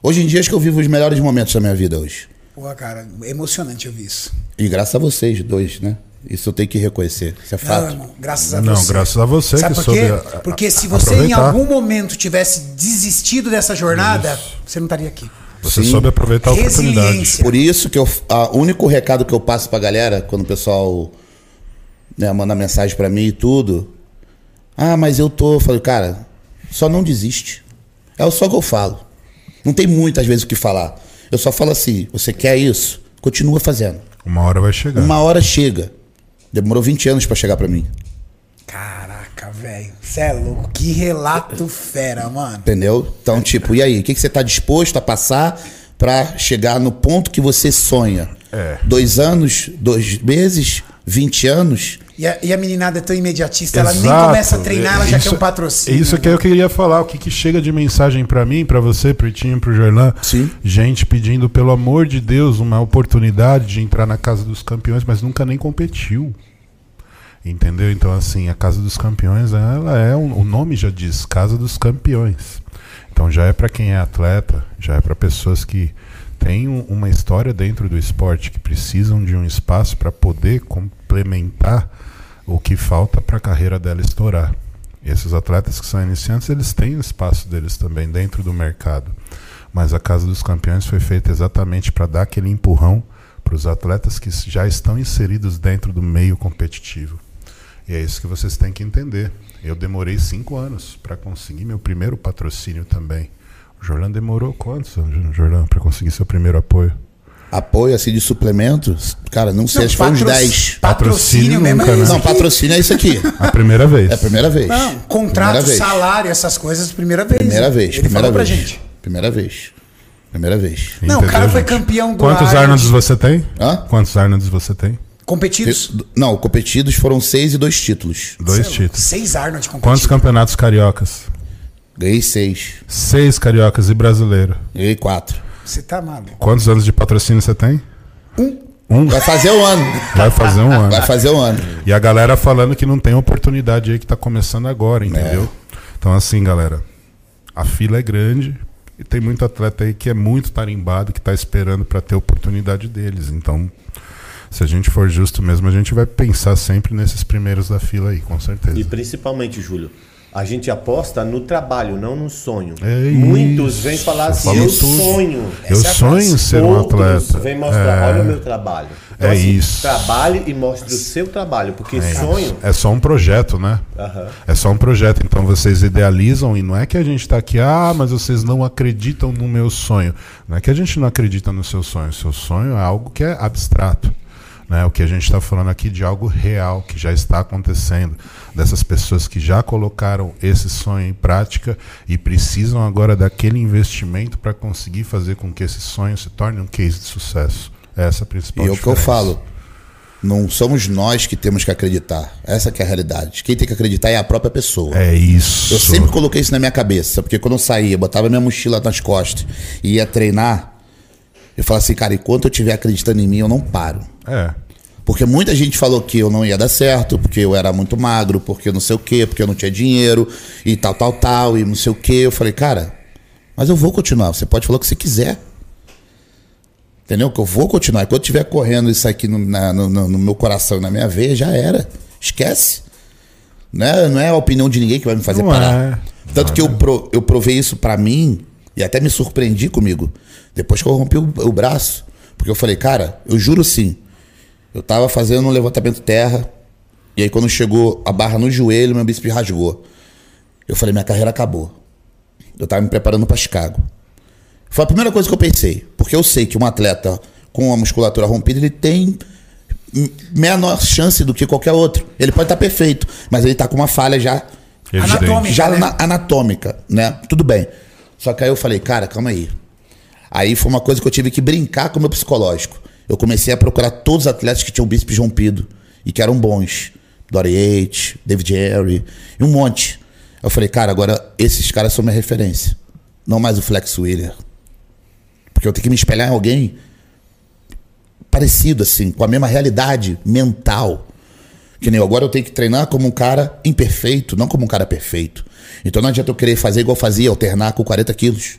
[SPEAKER 4] Hoje em dia acho que eu vivo os melhores momentos da minha vida hoje.
[SPEAKER 1] Porra, cara, é emocionante ouvir isso.
[SPEAKER 4] E graças a vocês dois, né? Isso eu tenho que reconhecer. Isso é
[SPEAKER 1] Não,
[SPEAKER 4] fato.
[SPEAKER 1] irmão, graças a
[SPEAKER 3] Não,
[SPEAKER 1] você.
[SPEAKER 3] graças a você
[SPEAKER 1] Sabe
[SPEAKER 3] que
[SPEAKER 1] por quê?
[SPEAKER 3] soube a- a-
[SPEAKER 1] Porque se
[SPEAKER 3] a-
[SPEAKER 1] você em
[SPEAKER 3] aproveitar.
[SPEAKER 1] algum momento tivesse desistido dessa jornada, você não estaria aqui.
[SPEAKER 3] Você
[SPEAKER 4] Sim.
[SPEAKER 3] soube aproveitar a oportunidade.
[SPEAKER 1] Resiliência.
[SPEAKER 4] Por isso que eu, a o único recado que eu passo pra galera, quando o pessoal né, manda mensagem pra mim e tudo, ah, mas eu tô, eu falo, cara, só não desiste. É só o que eu falo. Não tem muitas vezes o que falar. Eu só falo assim: você quer isso? Continua fazendo.
[SPEAKER 3] Uma hora vai chegar.
[SPEAKER 4] Uma hora chega. Demorou 20 anos pra chegar pra mim.
[SPEAKER 1] Caraca, velho. Você é louco. Que relato fera, mano.
[SPEAKER 4] Entendeu? Então, tipo, e aí? O que, que você tá disposto a passar pra chegar no ponto que você sonha?
[SPEAKER 3] É.
[SPEAKER 4] Dois anos, dois meses, 20 anos?
[SPEAKER 1] E a, e a meninada é tão imediatista, ela nem
[SPEAKER 3] Exato.
[SPEAKER 1] começa a treinar, ela já
[SPEAKER 3] Isso- é
[SPEAKER 1] quer um patrocínio.
[SPEAKER 3] Isso que eu queria falar, o que, que chega de mensagem pra mim, pra você, pro Itinho, pro Jorlan.
[SPEAKER 4] Sim.
[SPEAKER 3] Gente pedindo, pelo amor de Deus, uma oportunidade de entrar na Casa dos Campeões, mas nunca nem competiu. Entendeu? Então, assim, a Casa dos Campeões, ela é. um- o nome já diz, Casa dos Campeões. Então, já é pra quem é atleta, já é pra pessoas que têm um- uma história dentro do esporte, que precisam de um espaço pra poder complementar o que falta pra carreira dela estourar. E esses atletas que são iniciantes, eles têm o espaço deles também dentro do mercado. Mas a Casa dos Campeões foi feita exatamente para dar aquele empurrão para os atletas que já estão inseridos dentro do meio competitivo. E é isso que vocês têm que entender. Eu demorei cinco anos para conseguir meu primeiro patrocínio também. O Jorlan demorou quantos anos, Jorlan, para conseguir seu primeiro apoio?
[SPEAKER 4] Apoio assim de suplemento? Cara, não sei, acho que foi uns
[SPEAKER 1] patro-
[SPEAKER 4] 10.
[SPEAKER 1] é Patrocínio
[SPEAKER 3] Patrocínio
[SPEAKER 1] mesmo.
[SPEAKER 3] nunca,
[SPEAKER 1] é
[SPEAKER 3] né?
[SPEAKER 1] isso
[SPEAKER 4] Não,
[SPEAKER 1] aqui.
[SPEAKER 4] patrocínio é isso aqui.
[SPEAKER 3] A primeira vez.
[SPEAKER 4] É a primeira vez.
[SPEAKER 1] Não, contrato,
[SPEAKER 4] Primeira vez.
[SPEAKER 1] salário, essas coisas, primeira vez.
[SPEAKER 4] Primeira vez.
[SPEAKER 1] Ele
[SPEAKER 4] primeira
[SPEAKER 1] falou pra
[SPEAKER 4] vez.
[SPEAKER 1] gente.
[SPEAKER 4] Primeira vez. Primeira vez.
[SPEAKER 1] Não, o
[SPEAKER 3] Entendeu,
[SPEAKER 1] cara foi
[SPEAKER 3] gente?
[SPEAKER 1] campeão do
[SPEAKER 3] Quantos
[SPEAKER 1] Iron-
[SPEAKER 3] Arnolds você tem?
[SPEAKER 4] Hã?
[SPEAKER 3] Quantos Arnolds você tem?
[SPEAKER 1] Competidos.
[SPEAKER 4] Eu- não, competidos foram seis e dois títulos.
[SPEAKER 3] Dois
[SPEAKER 1] Sei lá,
[SPEAKER 3] títulos.
[SPEAKER 1] Seis Arnold
[SPEAKER 3] Quantos
[SPEAKER 1] competidos.
[SPEAKER 3] campeonatos cariocas?
[SPEAKER 4] Ganhei seis.
[SPEAKER 3] Seis cariocas e brasileiro.
[SPEAKER 4] Ganhei quatro.
[SPEAKER 1] Você tá maluco.
[SPEAKER 3] Quantos anos de patrocínio você tem? Um. Um?
[SPEAKER 4] Vai fazer um ano.
[SPEAKER 3] Vai fazer um ano.
[SPEAKER 4] Vai fazer um ano.
[SPEAKER 3] E a galera falando que não tem oportunidade aí que tá começando agora, entendeu?
[SPEAKER 2] É.
[SPEAKER 3] Então assim, galera, a fila é grande e tem muito atleta aí que é muito tarimbado, que tá esperando pra ter oportunidade deles. Então, se a gente for justo mesmo, a gente vai pensar sempre nesses primeiros da fila aí, com certeza.
[SPEAKER 2] E principalmente, Júlio, a gente aposta no trabalho, não no sonho.
[SPEAKER 3] É
[SPEAKER 2] Muitos
[SPEAKER 3] isso,
[SPEAKER 2] vêm falar assim,
[SPEAKER 3] falou
[SPEAKER 2] eu
[SPEAKER 3] tudo.
[SPEAKER 2] sonho.
[SPEAKER 3] Eu
[SPEAKER 1] Essa é a
[SPEAKER 3] sonho em
[SPEAKER 1] frase.
[SPEAKER 3] ser um
[SPEAKER 2] Outros
[SPEAKER 3] atleta.
[SPEAKER 2] vêm mostrar,
[SPEAKER 3] É.
[SPEAKER 2] olha o meu trabalho. Então, assim,
[SPEAKER 3] É isso.
[SPEAKER 2] Trabalhe e mostre o seu trabalho, porque sonho...
[SPEAKER 3] É só um projeto, né? É só um projeto. Então vocês idealizam e não é que a gente tá aqui, ah, mas vocês não acreditam no meu sonho. Não é que a gente não acredita no seu sonho. Seu sonho é algo que é abstrato. Né? O que a gente está falando aqui de algo real que já está acontecendo, dessas pessoas que já colocaram esse sonho em prática e precisam agora daquele investimento para conseguir fazer com que esse sonho se torne um case de sucesso. Essa é a principal
[SPEAKER 4] E é o que eu
[SPEAKER 3] diferença.
[SPEAKER 4] falo. Não somos nós que temos que acreditar. Essa que é a realidade. Quem tem que acreditar é a própria pessoa.
[SPEAKER 3] É isso.
[SPEAKER 4] Eu sempre coloquei isso na minha cabeça, porque quando eu saía, botava minha mochila nas costas e ia treinar, eu falava assim, cara, enquanto eu estiver acreditando em mim, eu não paro.
[SPEAKER 3] É.
[SPEAKER 4] Porque muita gente falou que eu não ia dar certo, porque eu era muito magro, porque eu não sei o quê, porque eu não tinha dinheiro e tal, tal, tal, e não sei o quê. Eu falei, cara, mas eu vou continuar. Você pode falar o que você quiser. Entendeu? Que eu vou continuar. Enquanto tiver correndo isso aqui no, na- no- no- no meu coração e na minha veia, já era. Esquece. Não é, não é a opinião de ninguém que vai me fazer
[SPEAKER 3] Não
[SPEAKER 4] parar.
[SPEAKER 3] é.
[SPEAKER 4] Tanto que eu, pro- eu provei isso pra mim e até me surpreendi comigo. Depois que eu rompi o, o braço. Porque eu falei, cara, eu juro sim. Eu tava fazendo um levantamento terra. E aí quando chegou a barra no joelho, meu bíceps rasgou. Eu falei, minha carreira acabou. Eu tava me preparando pra Chicago. Foi a primeira coisa que eu pensei, porque eu sei que um atleta com a musculatura rompida, ele tem m- menor chance do que qualquer outro. Ele pode estar perfeito, mas ele tá com uma falha já,
[SPEAKER 3] Evidente.
[SPEAKER 1] Anatômica.
[SPEAKER 4] já
[SPEAKER 1] né?
[SPEAKER 4] ana- anatômica, né? Tudo bem. Só que aí eu falei, cara, calma aí. Aí foi uma coisa que eu tive que brincar com o meu psicológico. Eu comecei a procurar todos os atletas que tinham bíceps rompido e que eram bons. Dory Yates, David Jerry, e um monte. Eu falei, cara, agora esses caras são minha referência. Não mais o Flex Wheeler. Porque eu tenho que me espelhar em alguém parecido, assim, com a mesma realidade mental. Que nem eu, agora eu tenho que treinar como um cara imperfeito, não como um cara perfeito. Então não adianta eu querer fazer igual eu fazia, alternar com 40 quilos.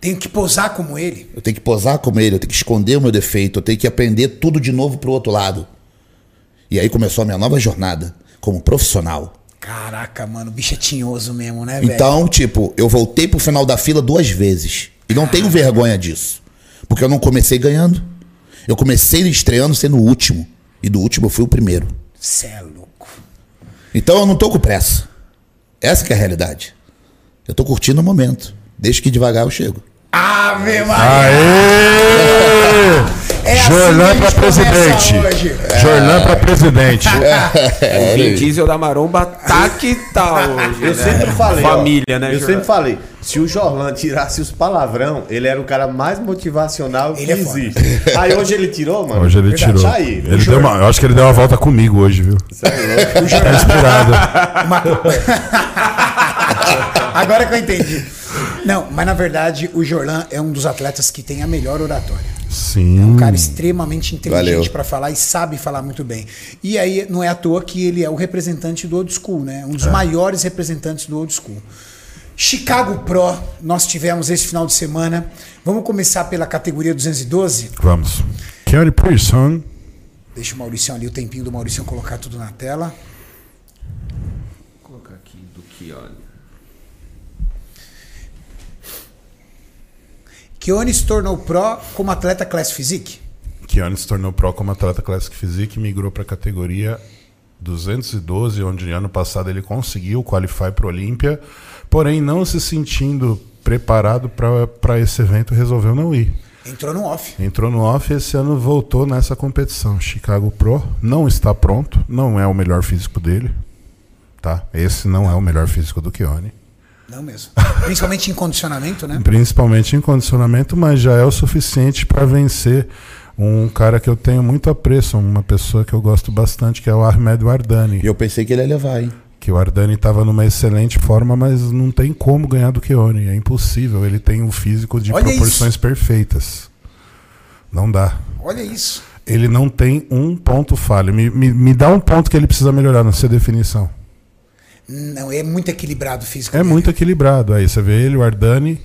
[SPEAKER 1] Tem que posar como ele.
[SPEAKER 4] Eu tenho que posar como ele, eu tenho que esconder o meu defeito, eu tenho que aprender tudo de novo pro outro lado. E aí começou a minha nova jornada como profissional.
[SPEAKER 1] Caraca, mano, o bicho é tinhoso mesmo, né, velho?
[SPEAKER 4] Então, tipo, eu voltei pro final da fila duas vezes. E não tenho vergonha disso. Porque eu não comecei ganhando. Eu comecei estreando sendo o último. E do último eu fui o primeiro.
[SPEAKER 1] Cê é louco.
[SPEAKER 4] Então eu não tô com pressa. Essa que é a realidade. Eu tô curtindo o momento. Deixa que devagar eu chego.
[SPEAKER 1] Ave Maria!
[SPEAKER 3] Aê!
[SPEAKER 1] É assim
[SPEAKER 3] Jornal
[SPEAKER 1] que a gente
[SPEAKER 3] pra presidente.
[SPEAKER 1] começa hoje. É.
[SPEAKER 3] Jornal pra presidente.
[SPEAKER 4] É,
[SPEAKER 5] o Vin É Diesel da Maromba tá que tá hoje.
[SPEAKER 2] Eu
[SPEAKER 5] né?
[SPEAKER 2] sempre falei. ó,
[SPEAKER 5] Família, né?
[SPEAKER 2] Eu
[SPEAKER 5] Jordan?
[SPEAKER 2] sempre falei. Se o Jorlan tirasse os palavrão, ele era o cara mais motivacional que
[SPEAKER 1] Ele é foda.
[SPEAKER 2] existe. Aí hoje ele tirou, mano.
[SPEAKER 3] Então, Hoje ele
[SPEAKER 2] Verdade,
[SPEAKER 3] tirou.
[SPEAKER 1] tá
[SPEAKER 2] Aí,
[SPEAKER 3] Ele deu uma, eu acho que ele deu uma volta comigo hoje, viu?
[SPEAKER 1] é
[SPEAKER 3] Tá inspirado.
[SPEAKER 1] Agora que eu entendi. Não, mas na verdade o Jorlan é um dos atletas que tem a melhor oratória.
[SPEAKER 3] Sim.
[SPEAKER 1] Um cara extremamente inteligente
[SPEAKER 4] Valeu.
[SPEAKER 1] pra falar e sabe falar muito bem. E aí não é à toa que ele é o representante do old school, né? Um dos
[SPEAKER 3] É.
[SPEAKER 1] maiores representantes do old school. Chicago Pro, nós tivemos esse final de semana. Vamos começar pela categoria 212?
[SPEAKER 3] Vamos. Kerry Pearson.
[SPEAKER 1] Deixa o Maurício ali, o tempinho do Maurício colocar tudo na tela.
[SPEAKER 5] Vou colocar aqui do que olha.
[SPEAKER 1] Keone se tornou Pro como atleta Class Physique.
[SPEAKER 3] Keane se tornou pro como atleta Classic Physique e migrou para a categoria 212, onde ano passado ele conseguiu qualificar para o Olímpia, porém não se sentindo preparado para esse evento, resolveu não ir.
[SPEAKER 1] Entrou no off.
[SPEAKER 3] Entrou no off e esse ano voltou nessa competição. Chicago Pro não está pronto, não é o melhor físico dele. Tá? Esse não é o melhor físico do Keone.
[SPEAKER 1] Não mesmo. Principalmente em condicionamento, né?
[SPEAKER 3] Principalmente em condicionamento, mas já é o suficiente para vencer um cara que eu tenho muito apreço, uma pessoa que eu gosto bastante, que é o Ahmed
[SPEAKER 4] E
[SPEAKER 3] Wardani.
[SPEAKER 4] eu pensei que ele ia levar, hein?
[SPEAKER 3] Que o Wardani estava numa excelente forma, mas não tem como ganhar do Keone. É impossível. Ele tem um físico de
[SPEAKER 1] Olha
[SPEAKER 3] proporções perfeitas. Não dá.
[SPEAKER 1] Olha isso.
[SPEAKER 3] Ele não tem um ponto falho. Me, me, me dá um ponto que ele precisa melhorar na sua definição.
[SPEAKER 1] Não, é muito equilibrado físico.
[SPEAKER 3] É muito equilibrado. Aí você vê ele, o Ardani.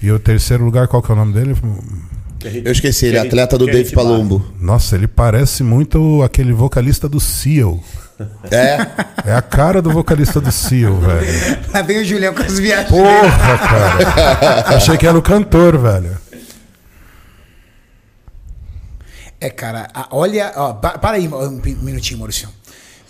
[SPEAKER 3] E o terceiro lugar, qual que é o nome dele?
[SPEAKER 4] Eu esqueci, ele é atleta do Dave Palumbo.
[SPEAKER 3] Nossa, ele parece muito aquele vocalista do Seal.
[SPEAKER 4] É,
[SPEAKER 3] É a cara do vocalista do Seal, velho.
[SPEAKER 1] Lá vem o Julião com as viagens.
[SPEAKER 3] Porra, cara. Achei que era o cantor, velho.
[SPEAKER 1] É, cara, a- olha. Ó, pa- para aí um pi- minutinho, Maurício.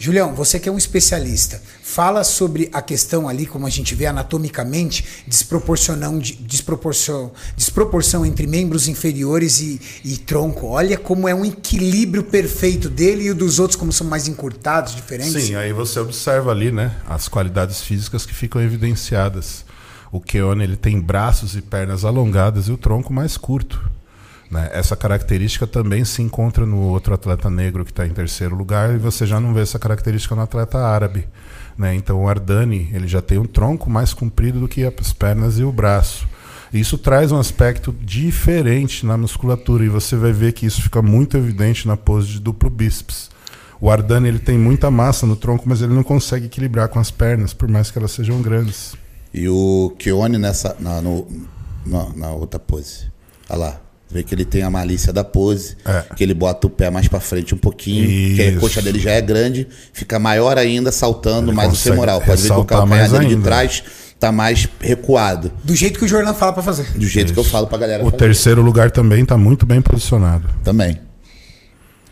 [SPEAKER 1] Julião, você que é um especialista, fala sobre a questão ali, como a gente vê anatomicamente, desproporcionão de- desproporção, desproporção entre membros inferiores e, e tronco. Olha como é um equilíbrio perfeito dele e o dos outros, como são mais encurtados, diferentes.
[SPEAKER 3] Sim, é. aí você observa ali, né, as qualidades físicas que ficam evidenciadas. O Keone, ele tem braços e pernas alongadas e o tronco mais curto. Né? Essa característica também se encontra no outro atleta negro que está em terceiro lugar e você já não vê essa característica no atleta árabe. Né? Então o Ardani ele já tem um tronco mais comprido do que as pernas e o braço. Isso traz um aspecto diferente na musculatura e você vai ver que isso fica muito evidente na pose de duplo bíceps. O Ardani ele tem muita massa no tronco, mas ele não consegue equilibrar com as pernas, por mais que elas sejam grandes.
[SPEAKER 4] e o Keone nessa, na, no- na- na outra pose. Olha lá. Vê que ele tem a malícia da pose,
[SPEAKER 3] É.
[SPEAKER 4] que ele bota o pé mais pra frente um pouquinho, que
[SPEAKER 3] Isso.
[SPEAKER 4] a coxa dele já é grande, fica maior ainda, saltando
[SPEAKER 3] Ele
[SPEAKER 4] mais o
[SPEAKER 3] consegue
[SPEAKER 4] femoral. Pode ver que o
[SPEAKER 3] ressaltar
[SPEAKER 4] calcanhar
[SPEAKER 3] mais
[SPEAKER 4] dele de
[SPEAKER 3] ainda.
[SPEAKER 4] trás tá mais recuado,
[SPEAKER 1] Do jeito que o Jordan fala pra fazer.
[SPEAKER 4] do jeito que eu falo pra galera.
[SPEAKER 3] O
[SPEAKER 4] fazer.
[SPEAKER 3] terceiro lugar também está muito bem posicionado.
[SPEAKER 4] Também.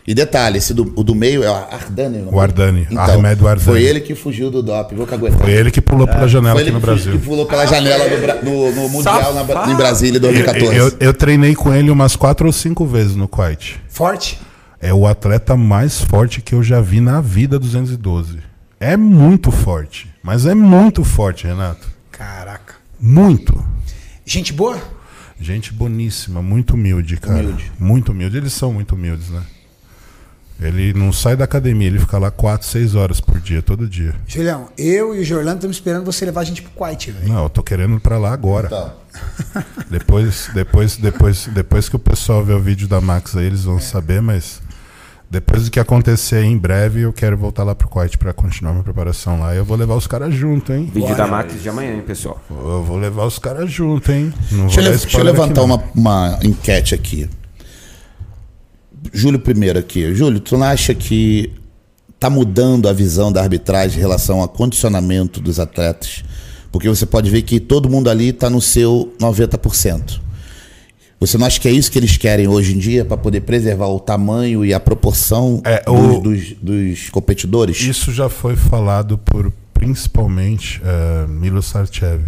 [SPEAKER 4] E detalhe, esse do, o do meio é o Ardani. não é?
[SPEAKER 3] O Ardani, Ahmed Ardani.
[SPEAKER 4] Foi ele que fugiu do DOP, vou caguetar.
[SPEAKER 3] Foi ele que pulou pela janela
[SPEAKER 4] É, Foi
[SPEAKER 3] aqui
[SPEAKER 4] ele
[SPEAKER 3] no
[SPEAKER 4] que,
[SPEAKER 3] Brasil.
[SPEAKER 4] que pulou pela janela no, Bra- no- no Mundial na, Bra-
[SPEAKER 5] Safado.
[SPEAKER 4] em Brasília em
[SPEAKER 3] Eu,
[SPEAKER 4] 2014.
[SPEAKER 3] eu- eu treinei com ele umas quatro ou cinco vezes no Kuwait.
[SPEAKER 1] Forte.
[SPEAKER 3] É o atleta mais forte que eu já vi na vida 212. É muito forte, mas é muito forte, Renato.
[SPEAKER 1] Caraca.
[SPEAKER 3] Muito.
[SPEAKER 1] Gente boa?
[SPEAKER 3] Gente boníssima, muito humilde, cara.
[SPEAKER 4] Humilde.
[SPEAKER 3] Muito humilde. Eles são muito humildes, né? Ele não sai da academia, ele fica lá 4, 6 horas por dia, todo dia.
[SPEAKER 1] Julião, eu e o Jorlan estamos esperando você levar a gente pro Kuwait, velho.
[SPEAKER 3] Não, eu tô querendo ir pra lá agora.
[SPEAKER 4] Então,
[SPEAKER 3] Depois, depois, depois, depois que o pessoal ver o vídeo da Max aí, eles
[SPEAKER 4] É.
[SPEAKER 3] vão saber, mas depois do que acontecer aí em breve, eu quero voltar lá pro Kuwait pra continuar minha preparação lá. E eu vou levar os caras junto, hein?
[SPEAKER 5] Vídeo da Max de amanhã, hein, pessoal.
[SPEAKER 3] Eu vou levar os caras junto, hein? Não vou
[SPEAKER 4] deixa, eu,
[SPEAKER 3] dar
[SPEAKER 4] le- deixa eu
[SPEAKER 3] spoiler aqui,
[SPEAKER 4] levantar
[SPEAKER 3] não.
[SPEAKER 4] uma, uma enquete aqui. Júlio primeiro aqui. Júlio, tu não acha que tá mudando a visão da arbitragem em relação ao condicionamento dos atletas? Porque você pode ver que todo mundo ali está no seu 90%. Você não acha que é isso que eles querem hoje em dia para poder preservar o tamanho e a proporção
[SPEAKER 3] É,
[SPEAKER 4] dos-
[SPEAKER 3] o-
[SPEAKER 4] dos, dos competidores?
[SPEAKER 3] Isso já foi falado por principalmente eh, Milo Sarchev.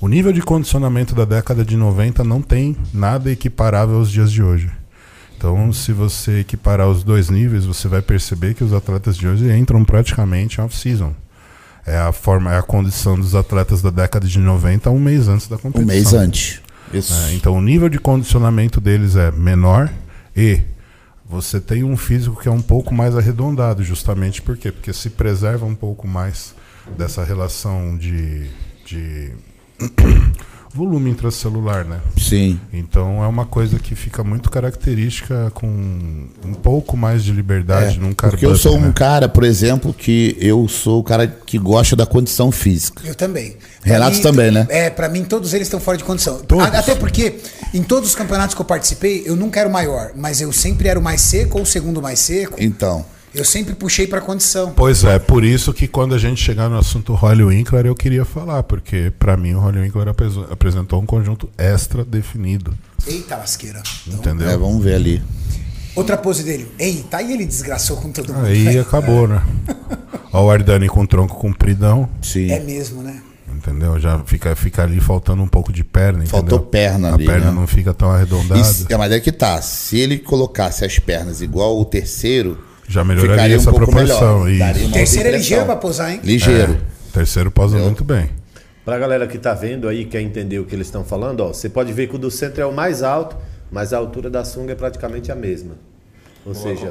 [SPEAKER 3] O nível de condicionamento da década de 90 não tem nada equiparável aos dias de hoje. Então, se você equiparar os dois níveis, você vai perceber que os atletas de hoje entram praticamente off-season. É a forma, é a condição dos atletas da década de 90 um mês antes da competição.
[SPEAKER 4] Um mês antes. Isso.
[SPEAKER 3] né? Então o nível de condicionamento deles é menor e você tem um físico que é um pouco mais arredondado, justamente por quê? Porque se preserva um pouco mais dessa relação de, de volume intracelular, né?
[SPEAKER 4] Sim.
[SPEAKER 3] Então é uma coisa que fica muito característica com um pouco mais de liberdade num né? cara.
[SPEAKER 4] Porque eu sou um cara, por exemplo, que eu sou o cara que gosta da condição física.
[SPEAKER 1] Eu também.
[SPEAKER 4] Renato
[SPEAKER 1] Pra
[SPEAKER 4] também, né?
[SPEAKER 1] É, pra mim todos eles estão fora de condição. A- Até porque em todos os campeonatos que eu participei, eu nunca era o maior, mas eu sempre era o mais seco ou o segundo mais seco.
[SPEAKER 4] Então,
[SPEAKER 1] Eu sempre puxei pra condição.
[SPEAKER 3] Pois é, por isso que quando a gente chegar no assunto Holly Winkler, eu queria falar, porque pra mim o Holly Winkler apres- apresentou um conjunto extra definido,
[SPEAKER 1] Eita lasqueira. Então,
[SPEAKER 3] entendeu?
[SPEAKER 4] é, vamos ver ali.
[SPEAKER 1] outra pose dele. Eita, aí ele desgraçou com todo mundo.
[SPEAKER 3] É, Aí acabou, né? Ó o Ardani com o tronco compridão,
[SPEAKER 4] Sim.
[SPEAKER 1] É mesmo, né?
[SPEAKER 3] entendeu? Já fica, fica ali faltando um pouco de perna, entendeu?
[SPEAKER 4] Faltou perna
[SPEAKER 3] A
[SPEAKER 4] ali,
[SPEAKER 3] perna
[SPEAKER 4] né?
[SPEAKER 3] não fica tão arredondada.
[SPEAKER 4] E se- é, mas é que tá. Se ele colocasse as pernas igual o terceiro, um
[SPEAKER 3] Já melhoraria essa proporção, isso.
[SPEAKER 4] Daria uma
[SPEAKER 1] Terceiro é
[SPEAKER 4] outra
[SPEAKER 1] ligeiro pra
[SPEAKER 4] impressão.
[SPEAKER 1] posar, hein?
[SPEAKER 4] Ligeiro.
[SPEAKER 3] É, Terceiro posa muito bem.
[SPEAKER 2] Pra galera que tá vendo aí, quer entender o que eles estão falando, ó, você pode ver que o do centro é o mais alto, mas a altura da sunga é praticamente a mesma. Ou seja,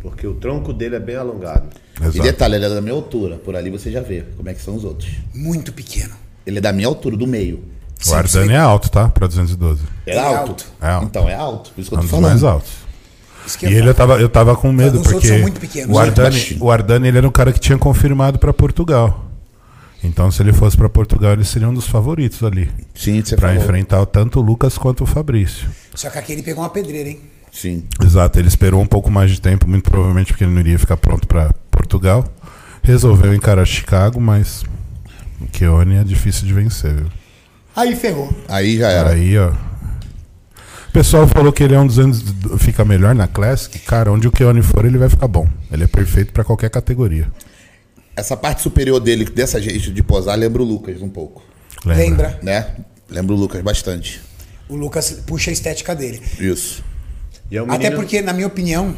[SPEAKER 2] porque o tronco dele é bem alongado.
[SPEAKER 4] E
[SPEAKER 3] Exato.
[SPEAKER 4] detalhe, ele é da minha altura. Por ali você já vê como é que são os outros.
[SPEAKER 1] Muito pequeno.
[SPEAKER 4] Ele é da minha altura, do meio.
[SPEAKER 3] O Ardani é alto, tá? Pra 212.
[SPEAKER 4] Ele é
[SPEAKER 1] Ele é
[SPEAKER 4] alto.
[SPEAKER 1] alto.
[SPEAKER 3] É alto.
[SPEAKER 4] Então é alto. Por isso que
[SPEAKER 3] É
[SPEAKER 4] eu
[SPEAKER 3] um
[SPEAKER 4] tô
[SPEAKER 3] dos
[SPEAKER 4] falando.
[SPEAKER 3] mais altos.
[SPEAKER 1] Isso que eu
[SPEAKER 3] E
[SPEAKER 1] ia
[SPEAKER 3] ele eu
[SPEAKER 1] falar.
[SPEAKER 3] tava, eu tava com medo,
[SPEAKER 1] Os outros
[SPEAKER 3] porque
[SPEAKER 1] são muito pequenos,
[SPEAKER 3] o,
[SPEAKER 1] muito
[SPEAKER 3] Ardani,
[SPEAKER 4] baixinho.
[SPEAKER 3] o Ardani ele era um cara que tinha confirmado para Portugal. Então, se ele fosse para Portugal, ele seria um dos favoritos ali.
[SPEAKER 4] Sim, você
[SPEAKER 3] Para
[SPEAKER 4] falou.
[SPEAKER 3] enfrentar tanto o Lucas quanto o Fabrício.
[SPEAKER 1] Só que aqui ele pegou uma pedreira, hein?
[SPEAKER 4] Sim.
[SPEAKER 3] Exato, ele esperou um pouco mais de tempo, muito provavelmente porque ele não iria ficar pronto para Portugal. Resolveu encarar Chicago, mas o Keone é difícil de vencer, viu?
[SPEAKER 1] Aí ferrou.
[SPEAKER 4] Aí já
[SPEAKER 1] É.
[SPEAKER 4] era.
[SPEAKER 3] Aí, ó. O pessoal falou que ele é um dos anos. Fica melhor na Classic. Cara, onde o Keone for, ele vai ficar bom. Ele é perfeito pra qualquer categoria.
[SPEAKER 4] Essa parte superior dele, dessa jeito de posar, lembra o Lucas um pouco.
[SPEAKER 1] Lembra?
[SPEAKER 4] Né? Lembra o Lucas bastante.
[SPEAKER 1] O Lucas puxa a estética dele.
[SPEAKER 4] Isso.
[SPEAKER 2] E é um
[SPEAKER 1] Até
[SPEAKER 2] menino-
[SPEAKER 1] porque, na minha opinião,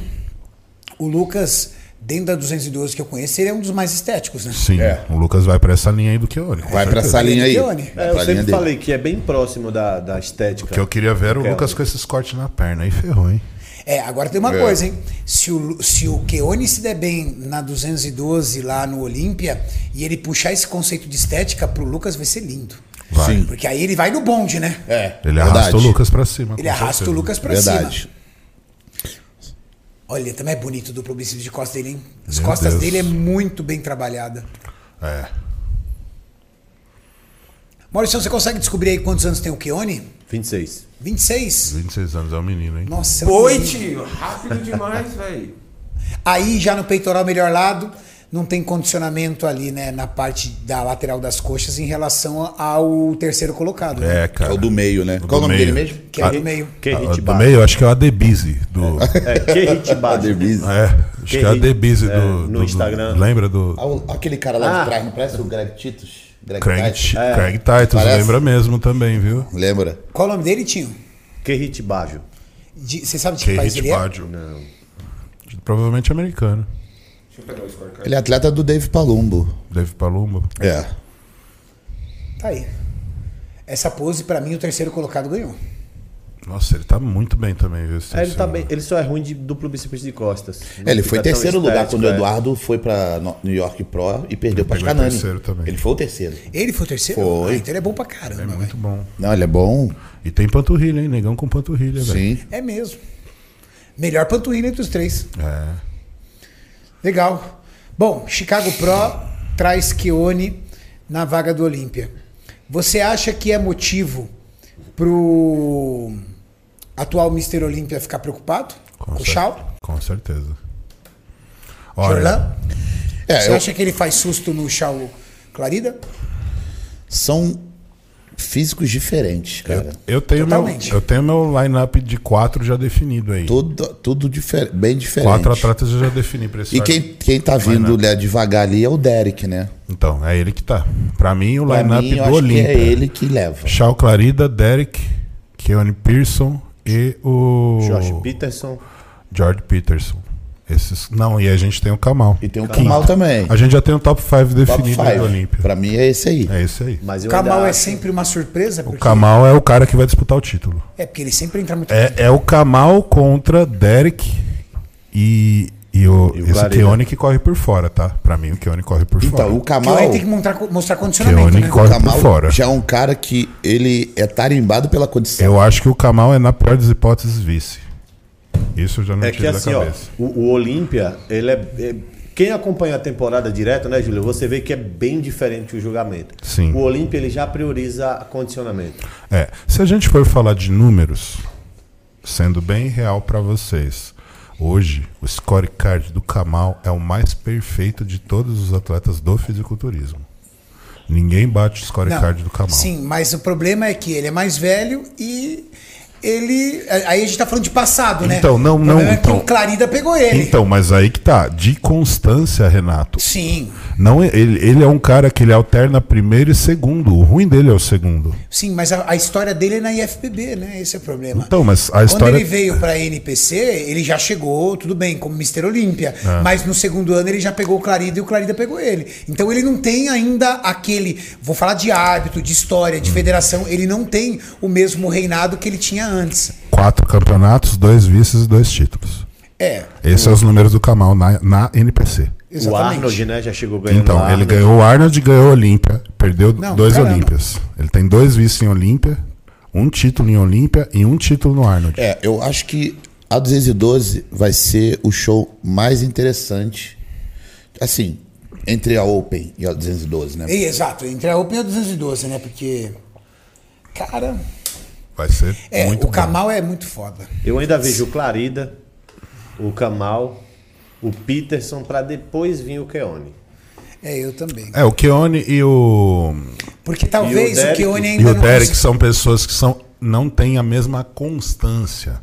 [SPEAKER 1] o Lucas, dentro da 212 que eu conheço, ele é um dos mais estéticos, né?
[SPEAKER 3] Sim.
[SPEAKER 4] É.
[SPEAKER 3] O Lucas vai pra essa linha aí do Keone. com
[SPEAKER 4] Vai pra
[SPEAKER 3] certeza.
[SPEAKER 4] essa linha aí.
[SPEAKER 1] Leone.
[SPEAKER 4] Vai
[SPEAKER 2] É, eu
[SPEAKER 4] pra linha
[SPEAKER 2] sempre
[SPEAKER 4] dele.
[SPEAKER 2] falei que é bem próximo da, da estética.
[SPEAKER 3] O que eu queria ver era o
[SPEAKER 2] Keone.
[SPEAKER 3] Lucas com esses cortes na perna. Aí ferrou, hein?
[SPEAKER 1] É, agora tem uma
[SPEAKER 4] É.
[SPEAKER 1] coisa, hein? Se o, Lu- se o Keone se der bem na 212 lá no Olímpia e ele puxar esse conceito de estética pro Lucas vai ser lindo.
[SPEAKER 3] Vai.
[SPEAKER 4] Sim.
[SPEAKER 1] Porque aí ele vai no bonde, né?
[SPEAKER 4] É.
[SPEAKER 3] Ele
[SPEAKER 4] verdade.
[SPEAKER 3] arrasta o Lucas pra cima.
[SPEAKER 1] Ele
[SPEAKER 3] com
[SPEAKER 1] arrasta
[SPEAKER 3] certeza.
[SPEAKER 1] o Lucas pra
[SPEAKER 4] Verdade.
[SPEAKER 1] cima. Olha, também é bonito do publicista de costas dele, hein? As
[SPEAKER 3] Meu
[SPEAKER 1] costas
[SPEAKER 3] Deus.
[SPEAKER 1] dele é muito bem trabalhada.
[SPEAKER 3] É.
[SPEAKER 1] Maurício, você consegue descobrir aí quantos anos tem o Keone?
[SPEAKER 2] 26.
[SPEAKER 1] 26?
[SPEAKER 3] 26 anos é um menino, hein?
[SPEAKER 1] Nossa, é um
[SPEAKER 5] Oi,
[SPEAKER 1] menino.
[SPEAKER 5] tio, rápido demais, velho.
[SPEAKER 1] Aí já no peitoral melhor lado, não tem condicionamento ali, né, na parte da lateral das coxas em relação ao terceiro colocado. né?
[SPEAKER 3] É,
[SPEAKER 4] É
[SPEAKER 3] cara.
[SPEAKER 4] o do meio, né?
[SPEAKER 3] O
[SPEAKER 4] Qual o
[SPEAKER 3] do
[SPEAKER 4] nome dele
[SPEAKER 3] meio.
[SPEAKER 4] mesmo?
[SPEAKER 1] Que é o do
[SPEAKER 3] Ah,
[SPEAKER 1] meio.
[SPEAKER 2] Que
[SPEAKER 3] Ah,
[SPEAKER 2] hit
[SPEAKER 3] do
[SPEAKER 2] baixo.
[SPEAKER 3] meio, acho que é o Adebise. Do...
[SPEAKER 2] É, que hit baixo.
[SPEAKER 4] Adebise.
[SPEAKER 3] É, acho que é o Adebise
[SPEAKER 2] É,
[SPEAKER 3] do,
[SPEAKER 2] no
[SPEAKER 3] do- do-
[SPEAKER 2] Instagram.
[SPEAKER 3] Lembra do.
[SPEAKER 4] Ah, o- Aquele cara
[SPEAKER 2] Ah.
[SPEAKER 4] lá de trás, não parece o Greg Titus? Greg
[SPEAKER 3] Craig,
[SPEAKER 4] Titus?
[SPEAKER 3] Craig Titus,
[SPEAKER 4] Parece.
[SPEAKER 3] lembra mesmo também, viu?
[SPEAKER 4] Lembra?
[SPEAKER 1] Qual o nome dele, Tinho?
[SPEAKER 2] Que hit baixo. Ah,
[SPEAKER 1] De- Você sabe de que,
[SPEAKER 3] Que
[SPEAKER 1] país ele é?
[SPEAKER 3] Hitbard. Provavelmente americano.
[SPEAKER 5] Deixa eu pegar o scorecard.
[SPEAKER 4] Ele é atleta do Dave Palumbo.
[SPEAKER 3] Dave Palumbo.
[SPEAKER 4] É.
[SPEAKER 1] Tá aí. Essa pose, pra mim, o terceiro colocado ganhou.
[SPEAKER 3] Nossa, ele tá muito bem também, viu? esse
[SPEAKER 2] É, ele, tá
[SPEAKER 3] terceiro.
[SPEAKER 2] bem, ele só é ruim de duplo bíceps de costas. Não
[SPEAKER 4] É, ele
[SPEAKER 2] fica
[SPEAKER 4] foi
[SPEAKER 2] tão
[SPEAKER 4] terceiro lugar
[SPEAKER 2] estético,
[SPEAKER 4] quando o
[SPEAKER 2] é.
[SPEAKER 4] Eduardo foi pra No- New York Pro e perdeu pra
[SPEAKER 3] pegou em
[SPEAKER 4] Scanani.
[SPEAKER 3] terceiro também.
[SPEAKER 4] Ele foi o terceiro.
[SPEAKER 1] Ele foi o terceiro?
[SPEAKER 4] Foi.
[SPEAKER 1] Ah, então ele é bom pra caramba,
[SPEAKER 3] É
[SPEAKER 1] velho.
[SPEAKER 3] muito bom.
[SPEAKER 4] Não, ele é bom.
[SPEAKER 3] E tem panturrilha, hein? Negão com panturrilha, velho.
[SPEAKER 4] Sim.
[SPEAKER 1] É mesmo. Melhor panturrilha entre os três.
[SPEAKER 3] É.
[SPEAKER 1] Legal. Bom, Chicago Pro traz Keone na vaga do Olímpia. Você acha que é motivo pro atual Mr. Olímpia ficar preocupado? Com o
[SPEAKER 3] cer-
[SPEAKER 1] Shaw?
[SPEAKER 3] Com certeza.
[SPEAKER 1] Jorlan?
[SPEAKER 4] É,
[SPEAKER 1] Você
[SPEAKER 4] eu-
[SPEAKER 1] acha que ele faz susto no Shaw Clarida?
[SPEAKER 4] são físicos diferentes,
[SPEAKER 3] É.
[SPEAKER 4] cara.
[SPEAKER 3] eu tenho, meu,
[SPEAKER 1] Totalmente.
[SPEAKER 3] eu tenho meu line-up de quatro já definido aí.
[SPEAKER 4] Tudo, tudo difer- bem diferente.
[SPEAKER 3] Quatro atletas eu já defini pra esse
[SPEAKER 4] E
[SPEAKER 3] ar-
[SPEAKER 4] quem, quem tá vindo né, devagar ali é o Derek, né?
[SPEAKER 3] Então, é ele que tá. Pra mim, o
[SPEAKER 4] Pra
[SPEAKER 3] line-up
[SPEAKER 4] mim, eu
[SPEAKER 3] do
[SPEAKER 4] acho que
[SPEAKER 3] Olímpia.
[SPEAKER 4] é ele que leva.
[SPEAKER 3] Shao Clarida, Derek, Keone Pearson e o
[SPEAKER 2] Josh Peterson.
[SPEAKER 3] George Peterson. Esses... Não, e a gente tem o Kamal.
[SPEAKER 4] E tem o Kamal também.
[SPEAKER 3] A gente já tem o top 5
[SPEAKER 4] Top
[SPEAKER 3] definido do
[SPEAKER 4] 5.
[SPEAKER 3] Olímpia.
[SPEAKER 4] Pra mim é esse aí.
[SPEAKER 3] É isso aí.
[SPEAKER 2] Mas eu
[SPEAKER 1] O Kamal
[SPEAKER 2] ainda
[SPEAKER 1] é
[SPEAKER 2] acho-
[SPEAKER 1] sempre uma surpresa, porque,
[SPEAKER 3] O Kamal é o cara que vai disputar o título.
[SPEAKER 1] é porque ele sempre entra muito
[SPEAKER 3] É, é o Kamal contra Derek e, e o,
[SPEAKER 2] E o
[SPEAKER 3] esse
[SPEAKER 2] Clarida.
[SPEAKER 3] Keone que corre por fora, tá? Pra mim, o Keone corre por fora.
[SPEAKER 4] Então, o
[SPEAKER 1] Porque
[SPEAKER 4] Kamal,
[SPEAKER 1] aí tem que montar- mostrar
[SPEAKER 3] Keone
[SPEAKER 1] condicionamento, né?
[SPEAKER 3] corre por
[SPEAKER 4] Kamal
[SPEAKER 3] fora.
[SPEAKER 4] já é um cara que ele é tarimbado pela condição.
[SPEAKER 3] Eu acho que o Kamal é, na pior das hipóteses, vice. Isso eu já não
[SPEAKER 2] É que
[SPEAKER 3] tiro da
[SPEAKER 2] assim, ó,
[SPEAKER 3] cabeça.
[SPEAKER 2] o, o Olímpia, ele é, é- Quem acompanha a temporada direto, né, Júlio? Você vê que é bem diferente o julgamento.
[SPEAKER 3] Sim.
[SPEAKER 2] O Olímpia, ele já prioriza condicionamento.
[SPEAKER 3] É, se a gente for falar de números, sendo bem real pra vocês, hoje o scorecard do Kamal é o mais perfeito de todos os atletas do fisiculturismo. Ninguém bate o
[SPEAKER 1] Não,
[SPEAKER 3] scorecard do Kamal.
[SPEAKER 1] Sim, mas o problema é que ele é mais velho e ele. Aí a gente tá falando de passado, né?
[SPEAKER 3] Então, não,
[SPEAKER 1] O
[SPEAKER 3] não,
[SPEAKER 1] problema é que
[SPEAKER 3] então.
[SPEAKER 1] o Clarida pegou ele.
[SPEAKER 3] Então, mas aí que tá, de constância, Renato.
[SPEAKER 1] Sim,
[SPEAKER 3] Não, ele, ele é um cara que ele alterna primeiro e segundo. O ruim dele é o segundo.
[SPEAKER 1] sim, mas a, a história dele é na IFBB, né? Esse é o problema.
[SPEAKER 3] Então, mas a
[SPEAKER 1] Quando
[SPEAKER 3] história.
[SPEAKER 1] ele veio pra NPC, ele já chegou, tudo bem, como Mr. Olímpia.
[SPEAKER 3] É.
[SPEAKER 1] Mas no segundo ano ele já pegou o Clarida e o Clarida pegou ele. Então ele não tem ainda aquele. Vou falar de árbitro, de história,
[SPEAKER 3] Hum.
[SPEAKER 1] de federação. Ele não tem o mesmo reinado que ele tinha antes.
[SPEAKER 3] Quatro campeonatos, dois vices e dois títulos.
[SPEAKER 1] É,
[SPEAKER 3] Esses são os números do Kamal na, na NPC.
[SPEAKER 1] exatamente.
[SPEAKER 2] O Arnold, né, já chegou ganhando.
[SPEAKER 3] então,
[SPEAKER 2] o Arnold.
[SPEAKER 3] ele ganhou o Arnold e ganhou a Olímpia. Perdeu
[SPEAKER 1] Não,
[SPEAKER 3] dois
[SPEAKER 1] caramba.
[SPEAKER 3] Olímpias. Ele tem dois vices em Olímpia, um título em Olímpia e um título no Arnold.
[SPEAKER 4] É, eu acho que a 212 vai ser o show mais interessante. Assim, entre a Open e a 212, né?
[SPEAKER 1] Ei, exato, entre a Open e a 212, né? Porque. Cara,
[SPEAKER 3] Vai ser
[SPEAKER 1] é,
[SPEAKER 3] muito
[SPEAKER 1] o
[SPEAKER 3] bom.
[SPEAKER 1] Kamal é muito foda.
[SPEAKER 2] Eu ainda vejo o Clarida, o Kamal, o Peterson, pra depois vir o Keone.
[SPEAKER 1] É, eu também.
[SPEAKER 3] É, o Keone e o,
[SPEAKER 1] Porque talvez o
[SPEAKER 2] Derek-
[SPEAKER 1] Keone ainda
[SPEAKER 3] e o
[SPEAKER 1] não
[SPEAKER 3] Derek
[SPEAKER 1] consiga-
[SPEAKER 3] são pessoas que são, não têm a mesma constância.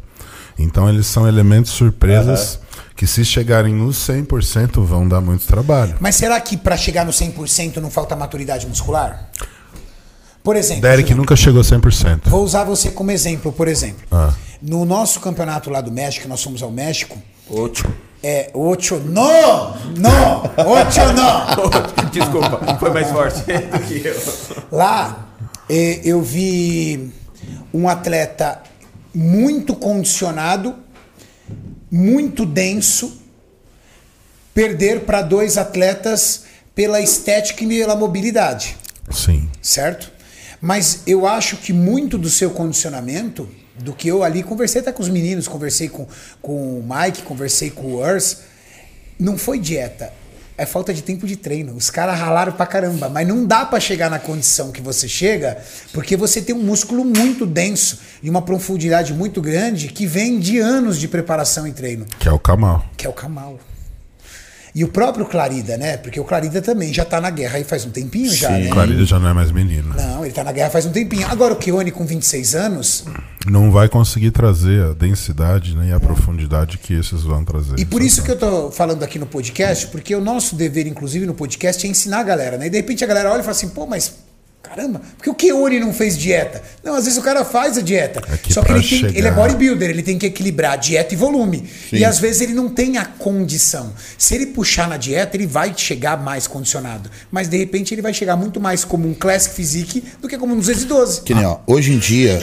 [SPEAKER 3] Então, eles são elementos surpresas que, se chegarem nos 100%, vão dar muito trabalho.
[SPEAKER 1] Mas será que pra chegar no 100% não falta maturidade muscular? Por exemplo,
[SPEAKER 3] Derek nunca chegou 100%.
[SPEAKER 1] vou usar você como exemplo, por exemplo.
[SPEAKER 3] Ah.
[SPEAKER 1] No nosso campeonato lá do México, nós fomos ao México,
[SPEAKER 5] Ocho.
[SPEAKER 1] é ocho no, no, ocho no.
[SPEAKER 5] Desculpa, foi mais forte do que eu.
[SPEAKER 1] Lá eh, eu vi um atleta muito condicionado, muito denso, perder para dois atletas pela estética e pela mobilidade,
[SPEAKER 3] Sim.
[SPEAKER 1] certo? Mas eu acho que muito do seu condicionamento, do que eu ali conversei até com os meninos, conversei com, com o Mike, conversei com o Urs, não foi dieta. É falta de tempo de treino. Os caras ralaram pra caramba, mas não dá pra chegar na condição que você chega, porque você tem um músculo muito denso e uma profundidade muito grande que vem de anos de preparação e treino
[SPEAKER 3] Que é o Kamal.
[SPEAKER 1] que é o Kamal. E o próprio Clarida, né? Porque o Clarida também já tá na guerra aí faz um tempinho já, né?
[SPEAKER 3] O Clarido já não é mais menino.
[SPEAKER 1] Não, ele tá na guerra faz um tempinho. Agora o Keone com 26 anos,
[SPEAKER 3] Não vai conseguir trazer a densidade né, e a profundidade que esses vão trazer.
[SPEAKER 1] e por isso que eu tô falando aqui no podcast, porque o nosso dever, inclusive, no podcast, é ensinar a galera, né? E de repente a galera olha e fala assim, pô, mas caramba, por que o Keone não fez dieta? Não, às vezes o cara faz a dieta.
[SPEAKER 3] É que
[SPEAKER 1] só que
[SPEAKER 3] pra
[SPEAKER 1] ele, tem-
[SPEAKER 3] chegar-
[SPEAKER 1] ele é bodybuilder, ele tem que equilibrar dieta e volume. E às vezes ele não tem a condição. Se ele puxar na dieta, ele vai chegar mais condicionado. Mas de repente ele vai chegar muito mais como um Classic Physique do que como um 212.
[SPEAKER 4] Que nem, ó, hoje em dia.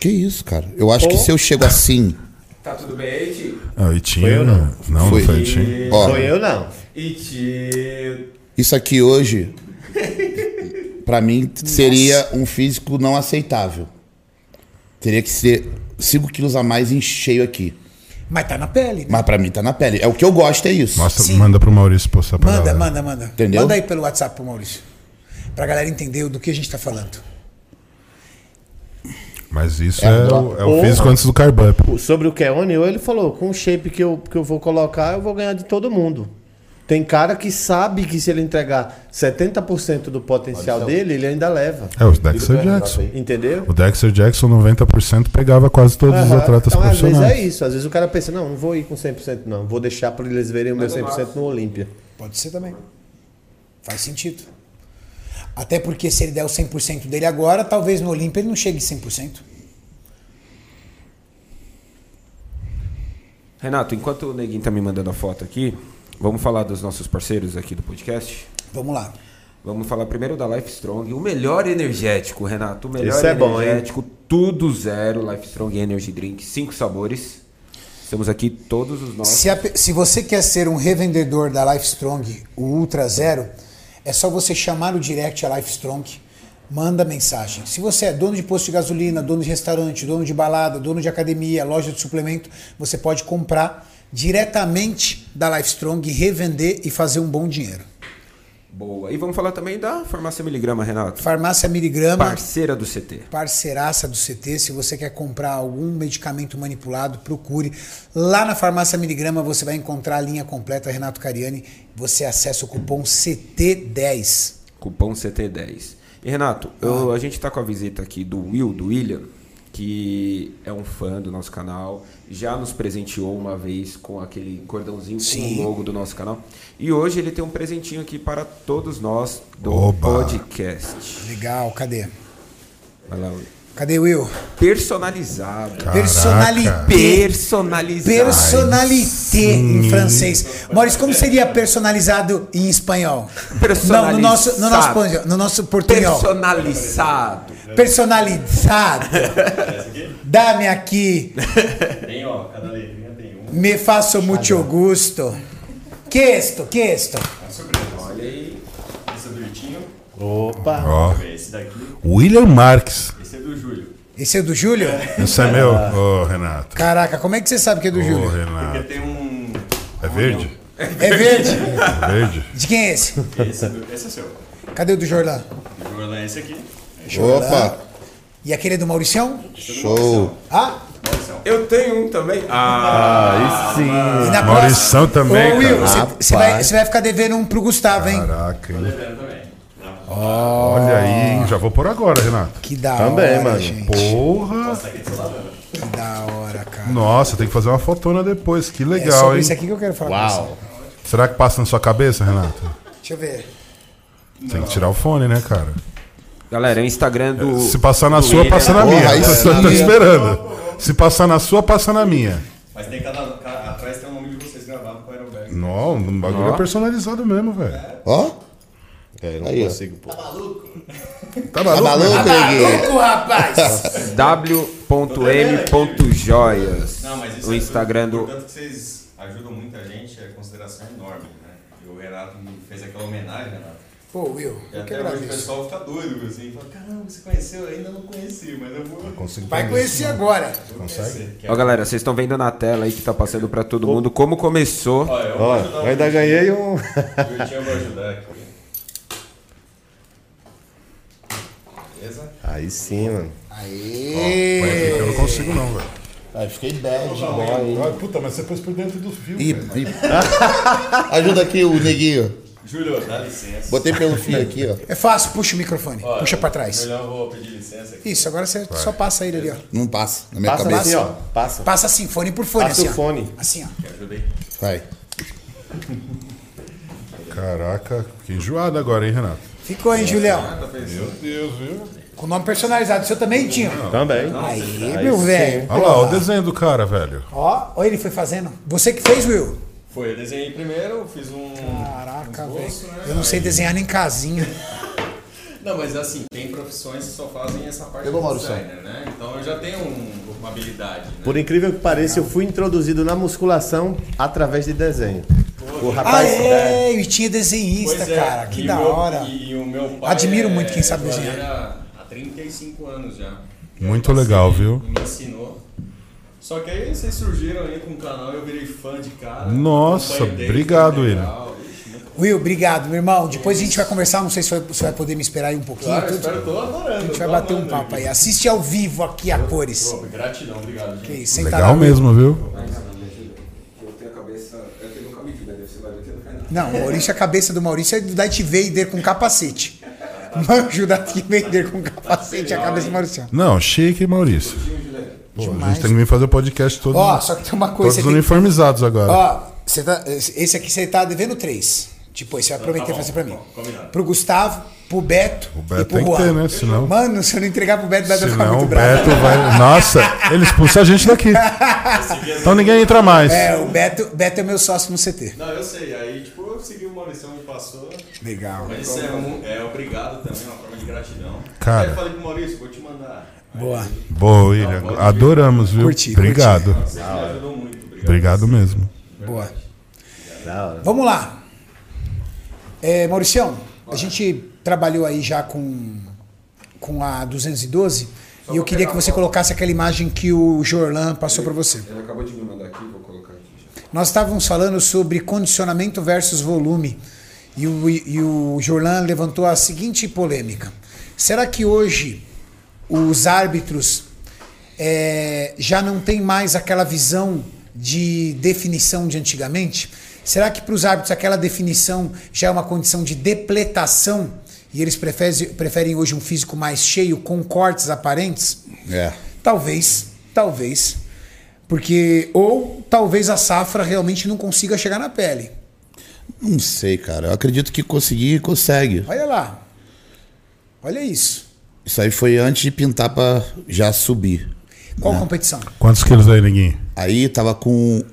[SPEAKER 4] Que isso, cara? Eu acho que se eu chego assim.
[SPEAKER 5] Tá tudo bem aí, tio?
[SPEAKER 3] Ah, e tinha.
[SPEAKER 2] Foi eu, não.
[SPEAKER 3] Não,
[SPEAKER 4] Foi.
[SPEAKER 3] não foi tinha.
[SPEAKER 4] Ó,
[SPEAKER 2] Sou eu, não.
[SPEAKER 5] E tio.
[SPEAKER 4] isso aqui hoje. pra mim seria um físico não aceitável. Teria que ser 5 quilos a mais em cheio aqui.
[SPEAKER 1] Mas tá na pele. né?
[SPEAKER 4] Mas pra mim tá na pele. É o que eu gosto, é isso.
[SPEAKER 3] Mostra,
[SPEAKER 1] Sim.
[SPEAKER 3] manda pro Maurício postar pra
[SPEAKER 1] Manda,
[SPEAKER 3] galera.
[SPEAKER 1] manda, manda.
[SPEAKER 4] Entendeu?
[SPEAKER 1] Manda aí pelo WhatsApp pro Maurício. Pra galera entender do que a gente tá falando.
[SPEAKER 3] Mas isso é, o, é o
[SPEAKER 2] Ou-
[SPEAKER 3] físico antes do Carbump.
[SPEAKER 2] O- Sobre o Keone, eu- ele falou, com o shape que eu, que eu vou colocar, eu vou ganhar de todo mundo. Tem cara que sabe que se ele entregar 70% do potencial dele, ele ainda leva.
[SPEAKER 3] É, o Dexter Jackson.
[SPEAKER 2] Entendeu?
[SPEAKER 3] O Dexter Jackson, 90%, pegava quase todos os
[SPEAKER 2] Aham.
[SPEAKER 3] atletas
[SPEAKER 2] então, às vezes
[SPEAKER 3] profissionais.
[SPEAKER 2] é isso. Às vezes o cara pensa, não, não vou ir com 100% não. Vou deixar para eles verem o meu 100% no Olímpia.
[SPEAKER 1] Pode ser também. Faz sentido. Até porque se ele der o 100% dele agora, talvez no Olímpia ele não chegue 100%.
[SPEAKER 5] Renato, enquanto o Neguinho tá me mandando a foto aqui, vamos falar dos nossos parceiros aqui do podcast?
[SPEAKER 1] Vamos lá.
[SPEAKER 5] Vamos falar primeiro da Life Strong, o melhor energético, Renato, o melhor
[SPEAKER 2] Esse é bom, hein?
[SPEAKER 5] energético, tudo zero, Life Strong Energy Drink, cinco sabores. Estamos aqui todos os nossos.
[SPEAKER 1] Se, a pe- se você quer ser um revendedor da Life Strong, o Ultra Zero, é só você chamar o direct a Life Strong, manda mensagem. Se você é dono de posto de gasolina, dono de restaurante, dono de balada, dono de academia, loja de suplemento, você pode comprar diretamente da Life Strong, revender e fazer um bom dinheiro.
[SPEAKER 5] Boa. E vamos falar também da farmácia miligrama, Renato.
[SPEAKER 1] Farmácia Miligrama.
[SPEAKER 5] Parceira do CT.
[SPEAKER 1] parceiraça do CT. Se você quer comprar algum medicamento manipulado, procure. Lá na farmácia Miligrama você vai encontrar a linha completa Renato Cariani. Você acessa o cupom CT10.
[SPEAKER 5] Cupom CT10. E Renato,
[SPEAKER 3] Ah.
[SPEAKER 5] eu- a gente está com a visita aqui do Will, do William, que é um fã do nosso canal, já nos presenteou uma vez com aquele cordãozinho com
[SPEAKER 1] Sim.
[SPEAKER 5] o logo do nosso canal. E hoje ele tem um presentinho aqui para todos nós do
[SPEAKER 3] Oba.
[SPEAKER 5] podcast.
[SPEAKER 1] Legal, cadê?
[SPEAKER 5] Vai lá, Will.
[SPEAKER 1] Cadê Will?
[SPEAKER 5] Personalizado.
[SPEAKER 1] Personalité.
[SPEAKER 5] Personalizado.
[SPEAKER 1] Personalité em francês. Maurício, como seria personalizado em espanhol? Não, no nosso, no nosso,
[SPEAKER 5] Personalizado.
[SPEAKER 1] no nosso portunhol.
[SPEAKER 5] Personalizado.
[SPEAKER 1] personalizado. Dá-me aqui.
[SPEAKER 6] Tem, ó, cada letrinha tem um.
[SPEAKER 1] Me faço muito gusto. Que esto, que esto.
[SPEAKER 6] É um sobrevivente. Olha aí. Esse é do Itinho.
[SPEAKER 2] Opa!
[SPEAKER 3] Ó,
[SPEAKER 6] Esse daqui.
[SPEAKER 3] William Marques.
[SPEAKER 6] Esse é do Júlio.
[SPEAKER 1] Esse é do Júlio?
[SPEAKER 3] Esse é meu. Ô, Renato.
[SPEAKER 1] Caraca, como é que você sabe que é do
[SPEAKER 3] Ô,
[SPEAKER 1] Júlio?
[SPEAKER 6] Porque
[SPEAKER 3] Renato.
[SPEAKER 6] tem um.
[SPEAKER 3] É verde?
[SPEAKER 1] É verde?
[SPEAKER 3] É verde?
[SPEAKER 1] De quem é esse?
[SPEAKER 6] Esse é, do- esse é seu. O
[SPEAKER 1] Cadê o do Jordan?
[SPEAKER 6] Júlio é esse aqui.
[SPEAKER 4] Opa,
[SPEAKER 1] E aquele é do Mauricião?
[SPEAKER 4] show.
[SPEAKER 1] Ah,
[SPEAKER 5] Eu tenho um também. Ah,
[SPEAKER 2] Aí sim!
[SPEAKER 1] e na próxima.
[SPEAKER 3] Maurição também,
[SPEAKER 1] Ô, Will,
[SPEAKER 3] cara.
[SPEAKER 1] você
[SPEAKER 4] Rapaz.
[SPEAKER 1] vai, cê vai ficar devendo um pro Gustavo, hein?
[SPEAKER 3] Caraca, hein?
[SPEAKER 6] Pera também.
[SPEAKER 3] Olha aí,
[SPEAKER 1] Ah.
[SPEAKER 3] hein? Já vou por agora, Renato.
[SPEAKER 1] Que da
[SPEAKER 2] Também,
[SPEAKER 1] hora,
[SPEAKER 2] mano.
[SPEAKER 1] gente.
[SPEAKER 3] Porra!
[SPEAKER 1] Que da hora, cara.
[SPEAKER 3] Nossa, tem que fazer uma fotona depois. Que
[SPEAKER 1] É
[SPEAKER 3] legal,
[SPEAKER 1] sobre
[SPEAKER 3] hein?
[SPEAKER 1] isso aqui que eu quero falar com
[SPEAKER 2] Uau!
[SPEAKER 3] Será que passa na sua cabeça, Renato?
[SPEAKER 1] você. Deixa eu ver.
[SPEAKER 3] Tem que tirar o fone, né, cara?
[SPEAKER 5] galera, é o Instagram do.
[SPEAKER 3] Se passar na
[SPEAKER 5] do
[SPEAKER 3] sua,
[SPEAKER 5] William.
[SPEAKER 3] passa na
[SPEAKER 4] Porra,
[SPEAKER 3] minha.
[SPEAKER 4] aí
[SPEAKER 3] Eu
[SPEAKER 4] sim.
[SPEAKER 3] tô, tô esperando. Se passar na sua, passa na minha.
[SPEAKER 6] Mas tem cada. ca- atrás tem o nome de vocês gravado com o Aeroberg.
[SPEAKER 3] Não, o bagulho
[SPEAKER 5] Ó.
[SPEAKER 3] é personalizado mesmo, velho.
[SPEAKER 4] Ó,
[SPEAKER 2] É, eu não
[SPEAKER 4] Aí, ó.
[SPEAKER 2] consigo, pô.
[SPEAKER 3] Tá
[SPEAKER 4] tá
[SPEAKER 3] maluco?
[SPEAKER 4] maluco, neguinho?
[SPEAKER 1] Maluco, rapaz!
[SPEAKER 5] w.m.joias.
[SPEAKER 6] Não, mas isso
[SPEAKER 5] O
[SPEAKER 6] é
[SPEAKER 5] Instagram
[SPEAKER 6] tudo-
[SPEAKER 5] do.
[SPEAKER 6] Portanto, que vocês ajudam muita gente, é consideração enorme, né? E o Renato me fez aquela homenagem, Renato.
[SPEAKER 1] Pô, Will,
[SPEAKER 6] E
[SPEAKER 1] eu
[SPEAKER 6] É até
[SPEAKER 1] quero
[SPEAKER 6] hoje o
[SPEAKER 1] agradecer.
[SPEAKER 6] pessoal fica doido, assim. Fala, caramba, você conheceu? Eu ainda não conheci, mas eu vou.
[SPEAKER 3] Consigo
[SPEAKER 1] Vai
[SPEAKER 3] fazer
[SPEAKER 1] conhecer agora.
[SPEAKER 6] vou conhecer. Que é-
[SPEAKER 5] Ó, galera, vocês estão vendo na tela aí que tá passando pra todo mundo como começou.
[SPEAKER 6] Ó, eu vou ajudar
[SPEAKER 2] Ó,
[SPEAKER 6] o
[SPEAKER 2] eu ainda
[SPEAKER 6] Júlio.
[SPEAKER 2] ganhei um.
[SPEAKER 6] O Júlio vai ajudar aqui. Beleza?
[SPEAKER 2] Aí sim, mano.
[SPEAKER 3] isso.
[SPEAKER 1] É.
[SPEAKER 3] Põe aqui, que Eu não consigo, não, velho.
[SPEAKER 4] Aí fiquei bad.
[SPEAKER 3] Ah, Puta, mas você pôs por dentro do fio.
[SPEAKER 4] Ih,
[SPEAKER 3] velho.
[SPEAKER 4] ih. Ajuda aqui o neguinho.
[SPEAKER 6] Júlio, dá licença.
[SPEAKER 4] Botei pelo fio aqui, ó.
[SPEAKER 1] É fácil, puxa o microfone.
[SPEAKER 6] Ó,
[SPEAKER 1] puxa pra trás.
[SPEAKER 6] Melhor eu vou pedir licença aqui.
[SPEAKER 1] Isso, agora você só passa ele ali, ó.
[SPEAKER 4] Não passa na minha
[SPEAKER 2] Passa
[SPEAKER 4] cabeça.
[SPEAKER 2] assim, ó. Passa.
[SPEAKER 1] Passa assim, fone por fone,
[SPEAKER 2] Passa
[SPEAKER 1] assim,
[SPEAKER 2] o
[SPEAKER 1] ó.
[SPEAKER 2] fone.
[SPEAKER 1] Assim, ó.
[SPEAKER 6] Que ajudei.
[SPEAKER 4] Vai.
[SPEAKER 3] Caraca, fiquei enjoado agora, hein, Renato?
[SPEAKER 1] Ficou, hein, Julião?
[SPEAKER 3] Meu Deus, viu?
[SPEAKER 1] Com nome personalizado. O seu também tinha.
[SPEAKER 2] Também.
[SPEAKER 1] Aí,
[SPEAKER 2] Aí
[SPEAKER 1] meu
[SPEAKER 2] sim.
[SPEAKER 1] velho.
[SPEAKER 3] Olha lá, o desenho do cara, velho.
[SPEAKER 1] Ó, olha ele foi fazendo. Você que fez, Will.
[SPEAKER 6] Foi, eu desenhei primeiro, fiz um.
[SPEAKER 1] Caraca,
[SPEAKER 6] um esboço, né?
[SPEAKER 1] velho. Eu não sei desenhar nem casinha.
[SPEAKER 6] Não, mas assim, tem profissões que só fazem essa parte
[SPEAKER 4] Eu vou,
[SPEAKER 6] do
[SPEAKER 4] Maurício.
[SPEAKER 6] designer, né? Então eu já tenho um- uma habilidade, né?
[SPEAKER 2] Por incrível que pareça, eu fui introduzido na musculação através de desenho. O
[SPEAKER 1] Ah,
[SPEAKER 2] rapaz. é,
[SPEAKER 1] é, e tinha desenhista,
[SPEAKER 6] Pois é,
[SPEAKER 1] cara. Que
[SPEAKER 6] e
[SPEAKER 1] da
[SPEAKER 6] o meu-
[SPEAKER 1] hora.
[SPEAKER 6] E, e o meu pai
[SPEAKER 1] Admiro muito quem sabe
[SPEAKER 6] joalheiro
[SPEAKER 1] desenhar.
[SPEAKER 6] Há 35 anos já. Assim,
[SPEAKER 3] Muito legal, viu?
[SPEAKER 6] Me ensinou. Só que aí vocês surgiram aí com o canal, eu virei fã de cara.
[SPEAKER 3] Nossa,
[SPEAKER 6] Acompanho desde
[SPEAKER 3] obrigado,
[SPEAKER 6] que é
[SPEAKER 3] ele.
[SPEAKER 6] legal, ixi, muito-
[SPEAKER 1] Will, obrigado, meu irmão. Depois a gente vai conversar. Não sei se vai- você vai poder me esperar aí um pouquinho.
[SPEAKER 6] Claro, eu
[SPEAKER 1] tudo.
[SPEAKER 6] espero, tô adorando.
[SPEAKER 1] a gente vai bater um papo aí. Assiste ao vivo aqui a cores.
[SPEAKER 6] Gratidão, obrigado, gente.
[SPEAKER 1] Que isso, senta lá,
[SPEAKER 3] Legal
[SPEAKER 1] Will.
[SPEAKER 3] mesmo, viu?
[SPEAKER 5] Eu tenho a cabeça. Eu tenho nunca medido, deve ser barulho, não faz nada.
[SPEAKER 1] Não, Maurício, a cabeça do Maurício é do Darth Vader com capacete. Manjo Darth Vader com capacete, a cabeça do Maurício.
[SPEAKER 3] Não, chique, Maurício. Pô, a
[SPEAKER 1] Demais.
[SPEAKER 3] gente tem que vir fazer o podcast todo.
[SPEAKER 1] Ó, só que tem uma coisa.
[SPEAKER 3] todos
[SPEAKER 1] Você tem... que-
[SPEAKER 3] uniformizados agora.
[SPEAKER 1] Ó, você tá- esse aqui você tá devendo três. Tipo, você vai prometer
[SPEAKER 6] tá bom,
[SPEAKER 1] fazer pra mim.
[SPEAKER 6] bom, combinado.
[SPEAKER 1] Pro Gustavo, pro Beto,
[SPEAKER 3] O Beto
[SPEAKER 1] e pro
[SPEAKER 3] tem que
[SPEAKER 1] Juan.
[SPEAKER 3] ter, né? Senão-
[SPEAKER 1] Mano, se eu não entregar pro Beto, o Beto vai ficar
[SPEAKER 3] Senão
[SPEAKER 1] muito
[SPEAKER 3] o
[SPEAKER 1] bravo.
[SPEAKER 3] Beto vai. Nossa, ele expulsa a gente daqui. Então ninguém entra mais.
[SPEAKER 1] É, o Beto, Beto é meu sócio no CT.
[SPEAKER 6] Não, eu sei. Aí, tipo, eu segui o Maurício, me passou.
[SPEAKER 1] Legal.
[SPEAKER 6] Mas isso é, um- é obrigado também, uma forma de gratidão.
[SPEAKER 3] Cara.
[SPEAKER 6] Aí eu falei pro Maurício, vou te mandar. Aí
[SPEAKER 1] Boa.
[SPEAKER 3] Boa, William. Adoramos, viu?
[SPEAKER 1] Curti,
[SPEAKER 3] Obrigado.
[SPEAKER 6] Você me ajudou muito. Obrigado.
[SPEAKER 3] Obrigado mesmo.
[SPEAKER 1] Boa.
[SPEAKER 2] Da hora.
[SPEAKER 1] Vamos lá. É, Mauricião, a gente trabalhou aí já com, com a 212 e eu
[SPEAKER 5] vou
[SPEAKER 1] queria
[SPEAKER 5] pegar
[SPEAKER 1] que você
[SPEAKER 5] uma foto.
[SPEAKER 1] colocasse aquela imagem que o Jorlan passou para você.
[SPEAKER 5] Ele acabou de me mandar aqui, vou colocar aqui já.
[SPEAKER 1] Nós estávamos falando sobre condicionamento versus volume e o, e o Jorlan levantou a seguinte polêmica: será que hoje os árbitros eh, já não têm mais aquela visão de definição de antigamente? Será que para os árbitros aquela definição já é uma condição de depletação e eles prefeze- preferem hoje um físico mais cheio, com cortes aparentes?
[SPEAKER 4] É.
[SPEAKER 1] Talvez, talvez. Porque, ou talvez a safra realmente não consiga chegar na pele.
[SPEAKER 4] Não sei, cara. Eu acredito que conseguir, consegue.
[SPEAKER 1] Olha lá. Olha isso.
[SPEAKER 4] Isso aí foi antes de pintar pra já subir.
[SPEAKER 1] Qual competição?
[SPEAKER 3] Quantos quilos aí, Neguinho?
[SPEAKER 4] Aí tava com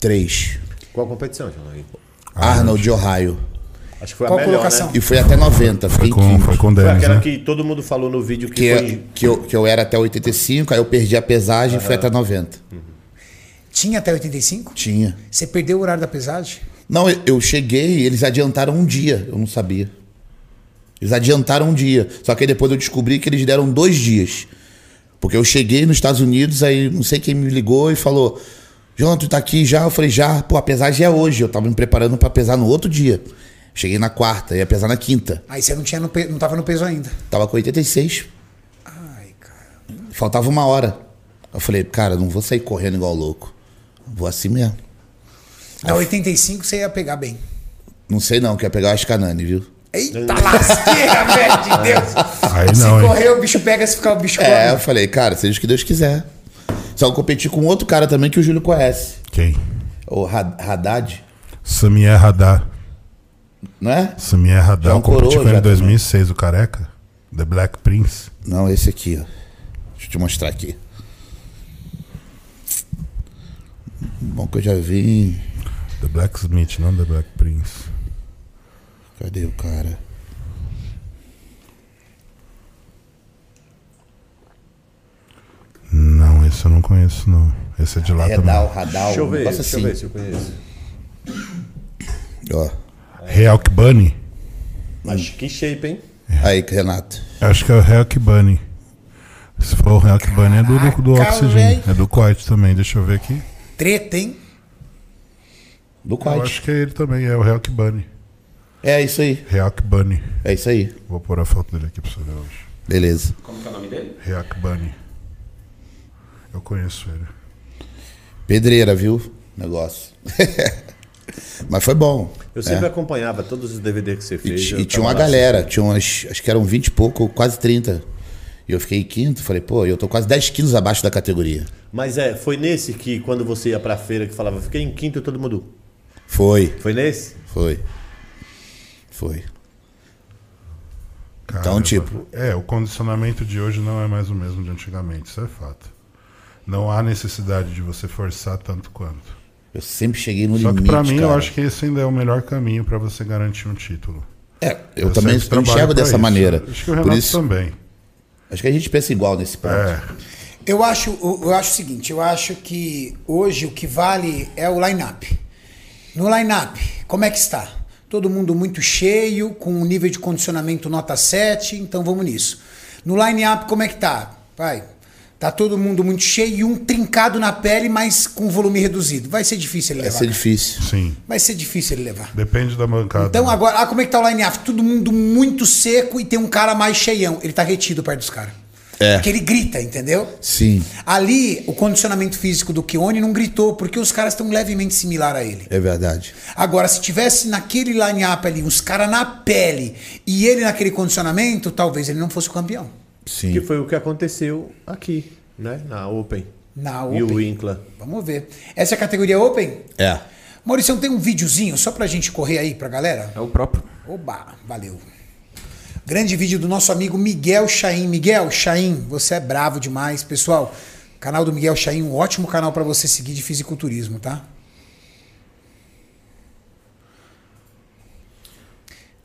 [SPEAKER 4] 8-3.
[SPEAKER 2] Qual competição, João?
[SPEAKER 3] Ah,
[SPEAKER 4] Arnold de Ohio.
[SPEAKER 2] Acho que foi
[SPEAKER 1] Qual
[SPEAKER 2] a melhor,
[SPEAKER 1] colocação?
[SPEAKER 2] né?
[SPEAKER 4] E foi até 90.
[SPEAKER 3] Foi
[SPEAKER 4] Fiquei em
[SPEAKER 3] com,
[SPEAKER 4] quinto.
[SPEAKER 3] foi com o
[SPEAKER 2] Foi
[SPEAKER 3] Denis,
[SPEAKER 2] aquela
[SPEAKER 3] né?
[SPEAKER 2] que todo mundo falou no vídeo que,
[SPEAKER 4] Que, é
[SPEAKER 2] foi... né?
[SPEAKER 4] que, eu, que eu era até 85, aí eu perdi a pesagem e fui até 90.
[SPEAKER 1] Tinha até 85?
[SPEAKER 4] Tinha.
[SPEAKER 1] Você perdeu o horário da pesagem?
[SPEAKER 4] Não, eu, eu cheguei e eles adiantaram um dia. Eu não sabia. Eles adiantaram um dia. Só que aí depois eu descobri que eles deram dois dias. Porque eu cheguei nos Estados Unidos, aí não sei quem me ligou e falou: João, tu tá aqui já? Eu falei: já, pô, a pesagem é hoje. Eu tava me preparando pra pesar no outro dia. Cheguei na quarta, ia pesar na quinta.
[SPEAKER 1] Aí você não, tinha no pe... não tava no peso ainda.
[SPEAKER 4] Tava com 86.
[SPEAKER 1] Ai, cara.
[SPEAKER 4] Faltava uma hora. Eu falei, cara, não vou sair correndo igual louco. Vou assim mesmo.
[SPEAKER 1] Da 85 você ia pegar bem.
[SPEAKER 4] Não sei não, quer pegar o Canani, viu?
[SPEAKER 1] Eita lasqueira, velho de Deus.
[SPEAKER 3] Aí
[SPEAKER 1] Se
[SPEAKER 3] não, hein?
[SPEAKER 1] correr, o bicho pega, se ficar o bicho
[SPEAKER 4] É, eu
[SPEAKER 1] come.
[SPEAKER 4] falei, cara, seja o que Deus quiser. Só que eu competi com outro cara também que o Júlio conhece.
[SPEAKER 3] Quem?
[SPEAKER 4] O Had- Haddad,
[SPEAKER 3] Samir Radar.
[SPEAKER 4] não é?
[SPEAKER 3] Samir Radar.
[SPEAKER 4] Já
[SPEAKER 3] Eu competi
[SPEAKER 4] coroa
[SPEAKER 3] com ele
[SPEAKER 4] já
[SPEAKER 3] em 2006, o Careca. The Black Prince.
[SPEAKER 4] Não, esse aqui, ó. Deixa eu te mostrar aqui. Bom que eu já vi.
[SPEAKER 3] The Black Smith, não The Black Prince.
[SPEAKER 4] Cadê o cara?
[SPEAKER 3] Não, esse eu não conheço, não. Esse é de lá
[SPEAKER 4] Redal,
[SPEAKER 3] também.
[SPEAKER 4] Radal.
[SPEAKER 2] Deixa eu ver,
[SPEAKER 4] negócio
[SPEAKER 2] deixa eu ver
[SPEAKER 4] assim.
[SPEAKER 2] se eu conheço.
[SPEAKER 4] Ó.
[SPEAKER 3] Real Bunny?
[SPEAKER 2] Acho que shape, hein?
[SPEAKER 3] É.
[SPEAKER 4] Aí, Renato.
[SPEAKER 3] Acho que é o Real Bunny. Se for o Real Bunny, é do, do, do
[SPEAKER 1] Caraca,
[SPEAKER 3] Oxygen.
[SPEAKER 1] velho.
[SPEAKER 3] É do corte também, deixa eu ver aqui.
[SPEAKER 1] Treta, hein?
[SPEAKER 4] Do
[SPEAKER 3] Eu
[SPEAKER 4] Quad.
[SPEAKER 3] acho que é ele também, é o Real Bunny.
[SPEAKER 4] É isso aí.
[SPEAKER 3] Real Bunny.
[SPEAKER 4] É isso aí.
[SPEAKER 3] Vou pôr a foto dele aqui pra você ver hoje.
[SPEAKER 4] Beleza.
[SPEAKER 5] Como que é o nome dele?
[SPEAKER 3] Real Bunny. Eu conheço ele.
[SPEAKER 4] Pedreira, viu? Negócio. Mas foi bom. É.
[SPEAKER 2] Eu sempre acompanhava todos os DVD que você
[SPEAKER 4] E,
[SPEAKER 2] fez.
[SPEAKER 4] ti-
[SPEAKER 2] eu
[SPEAKER 3] tá
[SPEAKER 4] e
[SPEAKER 2] tava
[SPEAKER 4] tinha uma
[SPEAKER 2] lá
[SPEAKER 4] galera, tinha umas, acho que eram 20 e pouco, quase 30. E eu fiquei em quinto, falei, pô, eu tô quase 10 quilos abaixo da categoria.
[SPEAKER 2] Mas é, foi nesse que quando você ia pra feira que falava, fiquei em quinto todo mundo.
[SPEAKER 4] Foi,
[SPEAKER 2] Foi nesse?
[SPEAKER 4] foi. Foi.
[SPEAKER 3] Caramba.
[SPEAKER 4] tipo-
[SPEAKER 3] É, o condicionamento de hoje não é mais o mesmo de antigamente, isso é fato. Não há necessidade de você forçar tanto quanto.
[SPEAKER 4] Eu sempre cheguei no
[SPEAKER 3] Só
[SPEAKER 4] limite.
[SPEAKER 3] que pra mim, eu
[SPEAKER 4] cara.
[SPEAKER 3] acho que esse ainda é o melhor caminho pra você garantir um título.
[SPEAKER 4] É, eu,
[SPEAKER 3] Eu
[SPEAKER 4] também
[SPEAKER 3] sempre trabalho
[SPEAKER 4] enxergo
[SPEAKER 3] pra
[SPEAKER 4] dessa
[SPEAKER 3] isso.
[SPEAKER 4] maneira.
[SPEAKER 3] Acho que o
[SPEAKER 4] Por
[SPEAKER 3] Renato
[SPEAKER 4] isso,
[SPEAKER 3] também.
[SPEAKER 4] acho que a gente pensa igual nesse ponto.
[SPEAKER 3] É,
[SPEAKER 1] Eu acho, eu eu acho o seguinte, eu acho que hoje o que vale é o line-up. No line-up, como é que está? Todo mundo muito cheio, com um nível de condicionamento nota 7, então vamos nisso. No line-up, como é que tá? Vai. Tá todo mundo muito cheio e um trincado na pele, mas com um volume reduzido. Vai ser difícil ele
[SPEAKER 4] Vai
[SPEAKER 1] levar.
[SPEAKER 4] ser difícil.
[SPEAKER 3] sim.
[SPEAKER 1] Vai ser difícil ele levar.
[SPEAKER 3] Depende da bancada.
[SPEAKER 1] Então
[SPEAKER 3] né?
[SPEAKER 1] agora, ah, como é que tá o line-up? Todo mundo muito seco e tem um cara mais cheião. Ele tá retido perto dos caras.
[SPEAKER 4] É.
[SPEAKER 1] Porque ele grita, entendeu?
[SPEAKER 4] Sim,
[SPEAKER 1] Ali, o condicionamento físico do Kione não gritou, porque os caras estão levemente similar a ele.
[SPEAKER 4] é verdade.
[SPEAKER 1] Agora, se tivesse naquele line-up ali, uns caras na pele, e ele naquele condicionamento, talvez ele não fosse o campeão.
[SPEAKER 4] Sim.
[SPEAKER 2] Que foi o que aconteceu aqui, né? Na Open.
[SPEAKER 1] Na
[SPEAKER 2] E o
[SPEAKER 1] Open.
[SPEAKER 2] Winkler.
[SPEAKER 1] Vamos ver. Essa é a categoria Open?
[SPEAKER 4] É.
[SPEAKER 1] Maurício, tem um videozinho só pra gente correr aí pra galera?
[SPEAKER 5] É o próprio.
[SPEAKER 1] Oba, valeu. Grande vídeo do nosso amigo Miguel Chaim. Miguel Chaim, você é bravo demais, pessoal. Canal do Miguel Chaim, um ótimo canal pra você seguir de fisiculturismo, tá?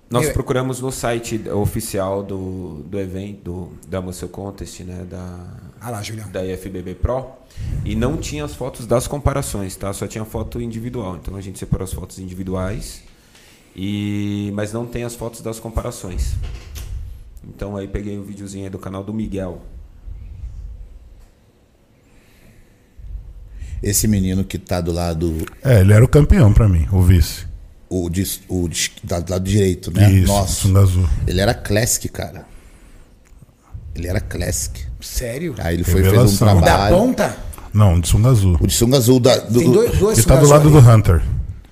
[SPEAKER 5] Nós
[SPEAKER 1] Eu-
[SPEAKER 5] procuramos no site oficial do, do evento, do, da Muscle Contest, né? Da,
[SPEAKER 1] Ah lá, Julião.
[SPEAKER 5] da IFBB Pro e não tinha as fotos das comparações, tá? Só tinha foto individual. Então a gente separou as fotos individuais e mas não tem as fotos das comparações. Então aí peguei o videozinho aí do canal do Miguel.
[SPEAKER 4] Esse menino que tá do lado,
[SPEAKER 3] É, ele era o campeão pra mim, o vice.
[SPEAKER 4] o, dis- o dis- tá do lado direito, né?
[SPEAKER 3] Isso, um
[SPEAKER 4] Nossa.
[SPEAKER 3] Sunga Azul.
[SPEAKER 4] Ele era classic, cara. Ele era classic.
[SPEAKER 1] Sério?
[SPEAKER 4] Aí ele foi fez um
[SPEAKER 3] Revelação.
[SPEAKER 1] Da
[SPEAKER 4] trabalho.
[SPEAKER 1] ponta?
[SPEAKER 3] Não, de sunga azul.
[SPEAKER 4] O é de sunga azul da- do,
[SPEAKER 1] Tem dois, dois
[SPEAKER 3] Ele tá do
[SPEAKER 1] sungas
[SPEAKER 3] lado
[SPEAKER 1] ali.
[SPEAKER 3] do Hunter.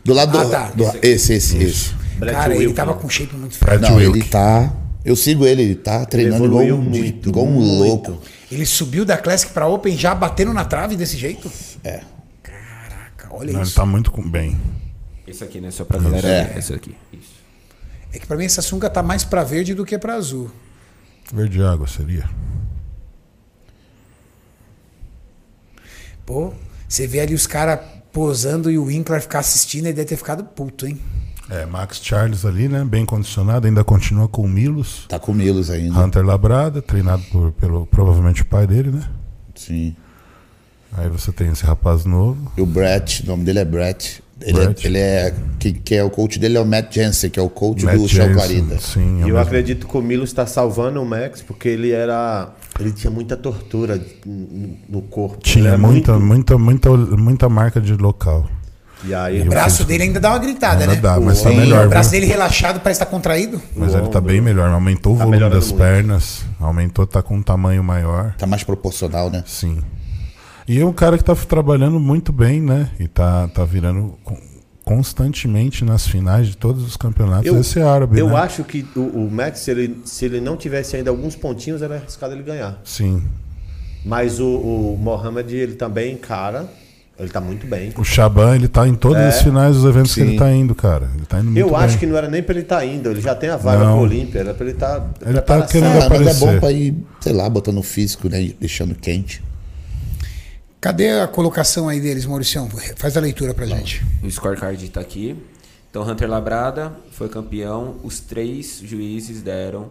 [SPEAKER 4] do lado
[SPEAKER 1] Ah,
[SPEAKER 4] do,
[SPEAKER 1] tá.
[SPEAKER 4] do- esse, esse, esse.
[SPEAKER 2] Brett
[SPEAKER 1] Cara, ele
[SPEAKER 2] Wilkin.
[SPEAKER 1] tava com um shape muito feio.
[SPEAKER 3] Fred
[SPEAKER 4] Não,
[SPEAKER 3] Wilk.
[SPEAKER 4] ele tá. Eu sigo ele, ele tá treinando igual
[SPEAKER 2] evoluiu
[SPEAKER 4] um, de-
[SPEAKER 2] muito,
[SPEAKER 4] igual um
[SPEAKER 2] muito.
[SPEAKER 4] louco.
[SPEAKER 1] Ele subiu da Classic pra Open já batendo na trave desse jeito?
[SPEAKER 4] É.
[SPEAKER 1] Caraca, olha
[SPEAKER 3] Não, ele
[SPEAKER 1] isso.
[SPEAKER 3] tá muito com- bem.
[SPEAKER 5] Esse aqui, né? Só pra galera
[SPEAKER 4] É.
[SPEAKER 5] ver. Esse aqui. Isso.
[SPEAKER 1] É que pra mim essa sunga tá mais pra verde do que pra azul.
[SPEAKER 3] Verde água seria.
[SPEAKER 1] Pô, você vê ali os caras posando e o Winkler ficar assistindo, ele deve ter ficado puto, hein?
[SPEAKER 3] É, Max Charles ali, né? Bem condicionado, ainda continua com o Milos.
[SPEAKER 4] Tá com Milos ainda.
[SPEAKER 3] Hunter Labrada, treinado por, pelo provavelmente o pai dele, né?
[SPEAKER 4] Sim.
[SPEAKER 3] Aí você tem esse rapaz novo.
[SPEAKER 4] E o Brett, o nome dele é Brett. Ele,
[SPEAKER 3] Brett.
[SPEAKER 4] É, ele é. Quem que é o coach dele é o Matt Jensen, que é o coach
[SPEAKER 3] Matt
[SPEAKER 4] do Shell
[SPEAKER 3] Jensen,
[SPEAKER 4] Clarita.
[SPEAKER 3] Sim, é o
[SPEAKER 2] E eu
[SPEAKER 3] mesmo.
[SPEAKER 2] acredito que o Milo está salvando o Max porque ele era. Ele tinha muita tortura no no corpo. Ele
[SPEAKER 3] Tinha
[SPEAKER 2] era
[SPEAKER 3] muita, muita, muita, muita marca de local.
[SPEAKER 2] E aí,
[SPEAKER 1] O braço
[SPEAKER 3] fiz-
[SPEAKER 1] dele ainda dá uma gritada,
[SPEAKER 3] Ainda
[SPEAKER 1] né?
[SPEAKER 3] dá, mas tá
[SPEAKER 1] Sim,
[SPEAKER 3] melhor,
[SPEAKER 1] O braço
[SPEAKER 3] viu?
[SPEAKER 1] dele relaxado parece estar contraído.
[SPEAKER 3] Mas ele tá bem melhor, aumentou o
[SPEAKER 2] Tá
[SPEAKER 3] volume
[SPEAKER 2] melhorando
[SPEAKER 3] das
[SPEAKER 2] muito.
[SPEAKER 3] pernas, aumentou, tá com um tamanho maior.
[SPEAKER 4] Tá mais proporcional, né?
[SPEAKER 3] Sim. E é um cara que tá trabalhando muito bem, né? E tá, tá virando con- constantemente nas finais de todos os campeonatos
[SPEAKER 2] Eu-
[SPEAKER 3] esse árabe,
[SPEAKER 2] eu
[SPEAKER 3] né?
[SPEAKER 2] acho que o, o Max, se ele, se ele não tivesse ainda alguns pontinhos, era arriscado ele ganhar.
[SPEAKER 3] Sim.
[SPEAKER 2] Mas o, o Mohamed, ele também encara. Ele tá muito bem.
[SPEAKER 3] O Shaban, ele tá em todos os finais dos eventos que ele tá indo, cara. Ele tá indo muito
[SPEAKER 2] É, eu
[SPEAKER 3] bem.
[SPEAKER 2] acho que não era nem pra ele estar indo, ele já tem a vaga
[SPEAKER 3] Não.
[SPEAKER 2] pro Olímpia, era pra ele estar.
[SPEAKER 3] Ele tá querendo
[SPEAKER 4] Ah, mas é
[SPEAKER 3] aparecer.
[SPEAKER 4] bom pra ir, sei lá, botando o físico, né? e Deixando quente.
[SPEAKER 1] Cadê a colocação aí deles, Mauricião? Faz a leitura pra gente.
[SPEAKER 5] O scorecard tá aqui. Então, Hunter Labrada foi campeão. Os três juízes deram,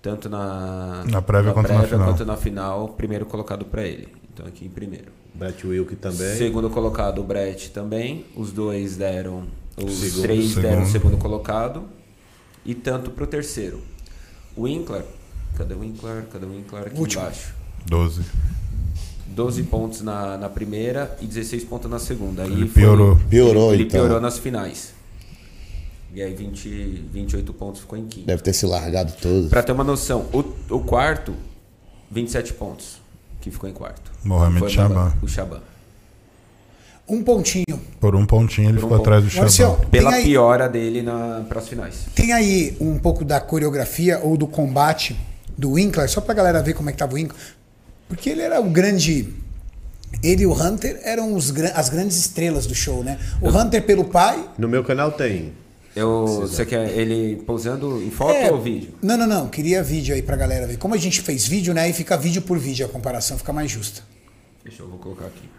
[SPEAKER 5] tanto na,
[SPEAKER 3] Na prévia quanto na final.
[SPEAKER 5] quanto na final, primeiro colocado para ele. Então, aqui em primeiro.
[SPEAKER 2] Brett Wilk também.
[SPEAKER 5] Segundo colocado, o Brett também. Os dois deram. Os
[SPEAKER 2] Segundo,
[SPEAKER 5] três
[SPEAKER 3] segundo.
[SPEAKER 5] deram o segundo colocado. E tanto pro terceiro. O Winkler. Cadê o Winkler? Cadê o Winkler? Aqui
[SPEAKER 1] Último.
[SPEAKER 5] embaixo.
[SPEAKER 3] 12.
[SPEAKER 5] 12 pontos na, na primeira e 16 pontos na segunda. Aí
[SPEAKER 3] Ele piorou.
[SPEAKER 4] Piorou,
[SPEAKER 5] ele
[SPEAKER 4] então.
[SPEAKER 5] piorou nas finais. E aí 20, 28 pontos ficou em quinto.
[SPEAKER 4] Deve ter se largado todo.
[SPEAKER 5] Pra ter uma noção, o, o quarto, 27 pontos. Que ficou em quarto.
[SPEAKER 3] Mohamed
[SPEAKER 5] Foi o
[SPEAKER 3] Shaban.
[SPEAKER 5] Baba- O Shaban.
[SPEAKER 1] Um pontinho.
[SPEAKER 3] Por um pontinho ele
[SPEAKER 5] Por um
[SPEAKER 3] ficou
[SPEAKER 5] ponto.
[SPEAKER 3] atrás do
[SPEAKER 1] Maurício,
[SPEAKER 3] Shaban.
[SPEAKER 5] Pela
[SPEAKER 1] tem aí-
[SPEAKER 5] piora dele na, pras finais.
[SPEAKER 1] Tem aí um pouco da coreografia ou do combate do Winkler, só pra galera ver como é que tava o Winkler. Porque ele era o grande. Ele e o Hunter eram os gran- as grandes estrelas do show, né? O Hunter pelo pai.
[SPEAKER 2] No meu canal tem.
[SPEAKER 5] Eu, você quer ele pousando em foto
[SPEAKER 1] É,
[SPEAKER 5] ou vídeo?
[SPEAKER 1] Não, não, não. Queria vídeo aí pra galera ver. Como a gente fez vídeo, né? Aí fica vídeo por vídeo, a comparação fica mais justa.
[SPEAKER 5] Deixa eu vou colocar aqui.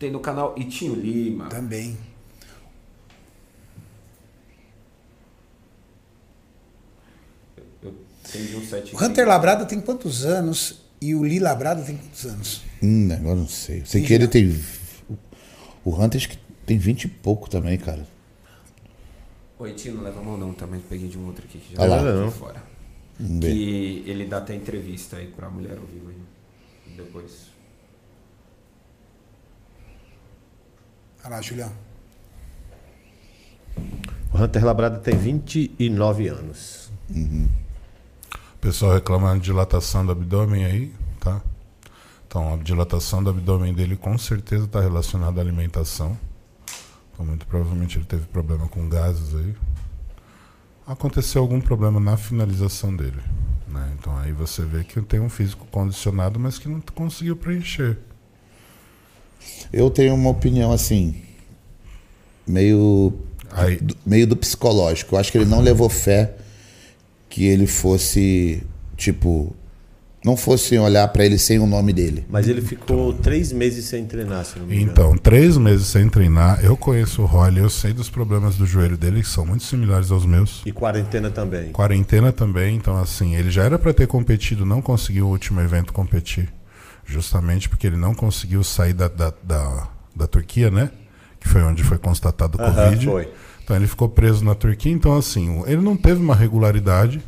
[SPEAKER 5] Tem no canal Itinho Lima.
[SPEAKER 1] Também.
[SPEAKER 5] Eu tenho de um site.
[SPEAKER 1] O Hunter Labrada tem quantos anos? E o Lee Labrada tem quantos anos?
[SPEAKER 4] Hum, agora não sei. Eu Sei que ele tem. O Hunter acho que tem 20 e pouco também, cara.
[SPEAKER 5] O Itinho não leva a mão não, também peguei de um outro aqui que já
[SPEAKER 4] Ah lá.
[SPEAKER 5] tá
[SPEAKER 2] Não.
[SPEAKER 5] aqui fora.
[SPEAKER 4] Vamos ver.
[SPEAKER 5] Que ele dá até entrevista aí pra mulher ao vivo aí. Depois.
[SPEAKER 1] Olha lá, Julião.
[SPEAKER 2] O Hunter Labrada tem 29 anos.
[SPEAKER 3] O pessoal reclamando de dilatação do abdômen aí, tá? Então, a dilatação do abdômen dele com certeza está relacionada à alimentação. Então, muito provavelmente ele teve problema com gases aí. Aconteceu algum problema na finalização dele. Né? Então, aí você vê que tem um físico condicionado, mas que não conseguiu preencher.
[SPEAKER 4] Eu tenho uma opinião assim. meio,
[SPEAKER 3] Aí-
[SPEAKER 4] do, meio do psicológico. Eu acho que ele não levou fé que ele fosse, tipo, não fosse olhar pra ele sem o nome dele.
[SPEAKER 2] Mas ele ficou três meses sem treinar, se não me engano.
[SPEAKER 3] Então, três meses sem treinar, eu conheço o Rolly, eu sei dos problemas do joelho dele, que são muito similares aos meus.
[SPEAKER 2] E quarentena também.
[SPEAKER 3] Quarentena também, então assim, ele já era pra ter competido, não conseguiu o último evento competir. Justamente porque ele não conseguiu sair da, da, da, da Turquia, né? Que foi onde foi constatado o
[SPEAKER 2] Aham,
[SPEAKER 3] Covid.
[SPEAKER 2] foi.
[SPEAKER 3] Então ele ficou preso na Turquia, então assim, o- ele não teve uma regularidade,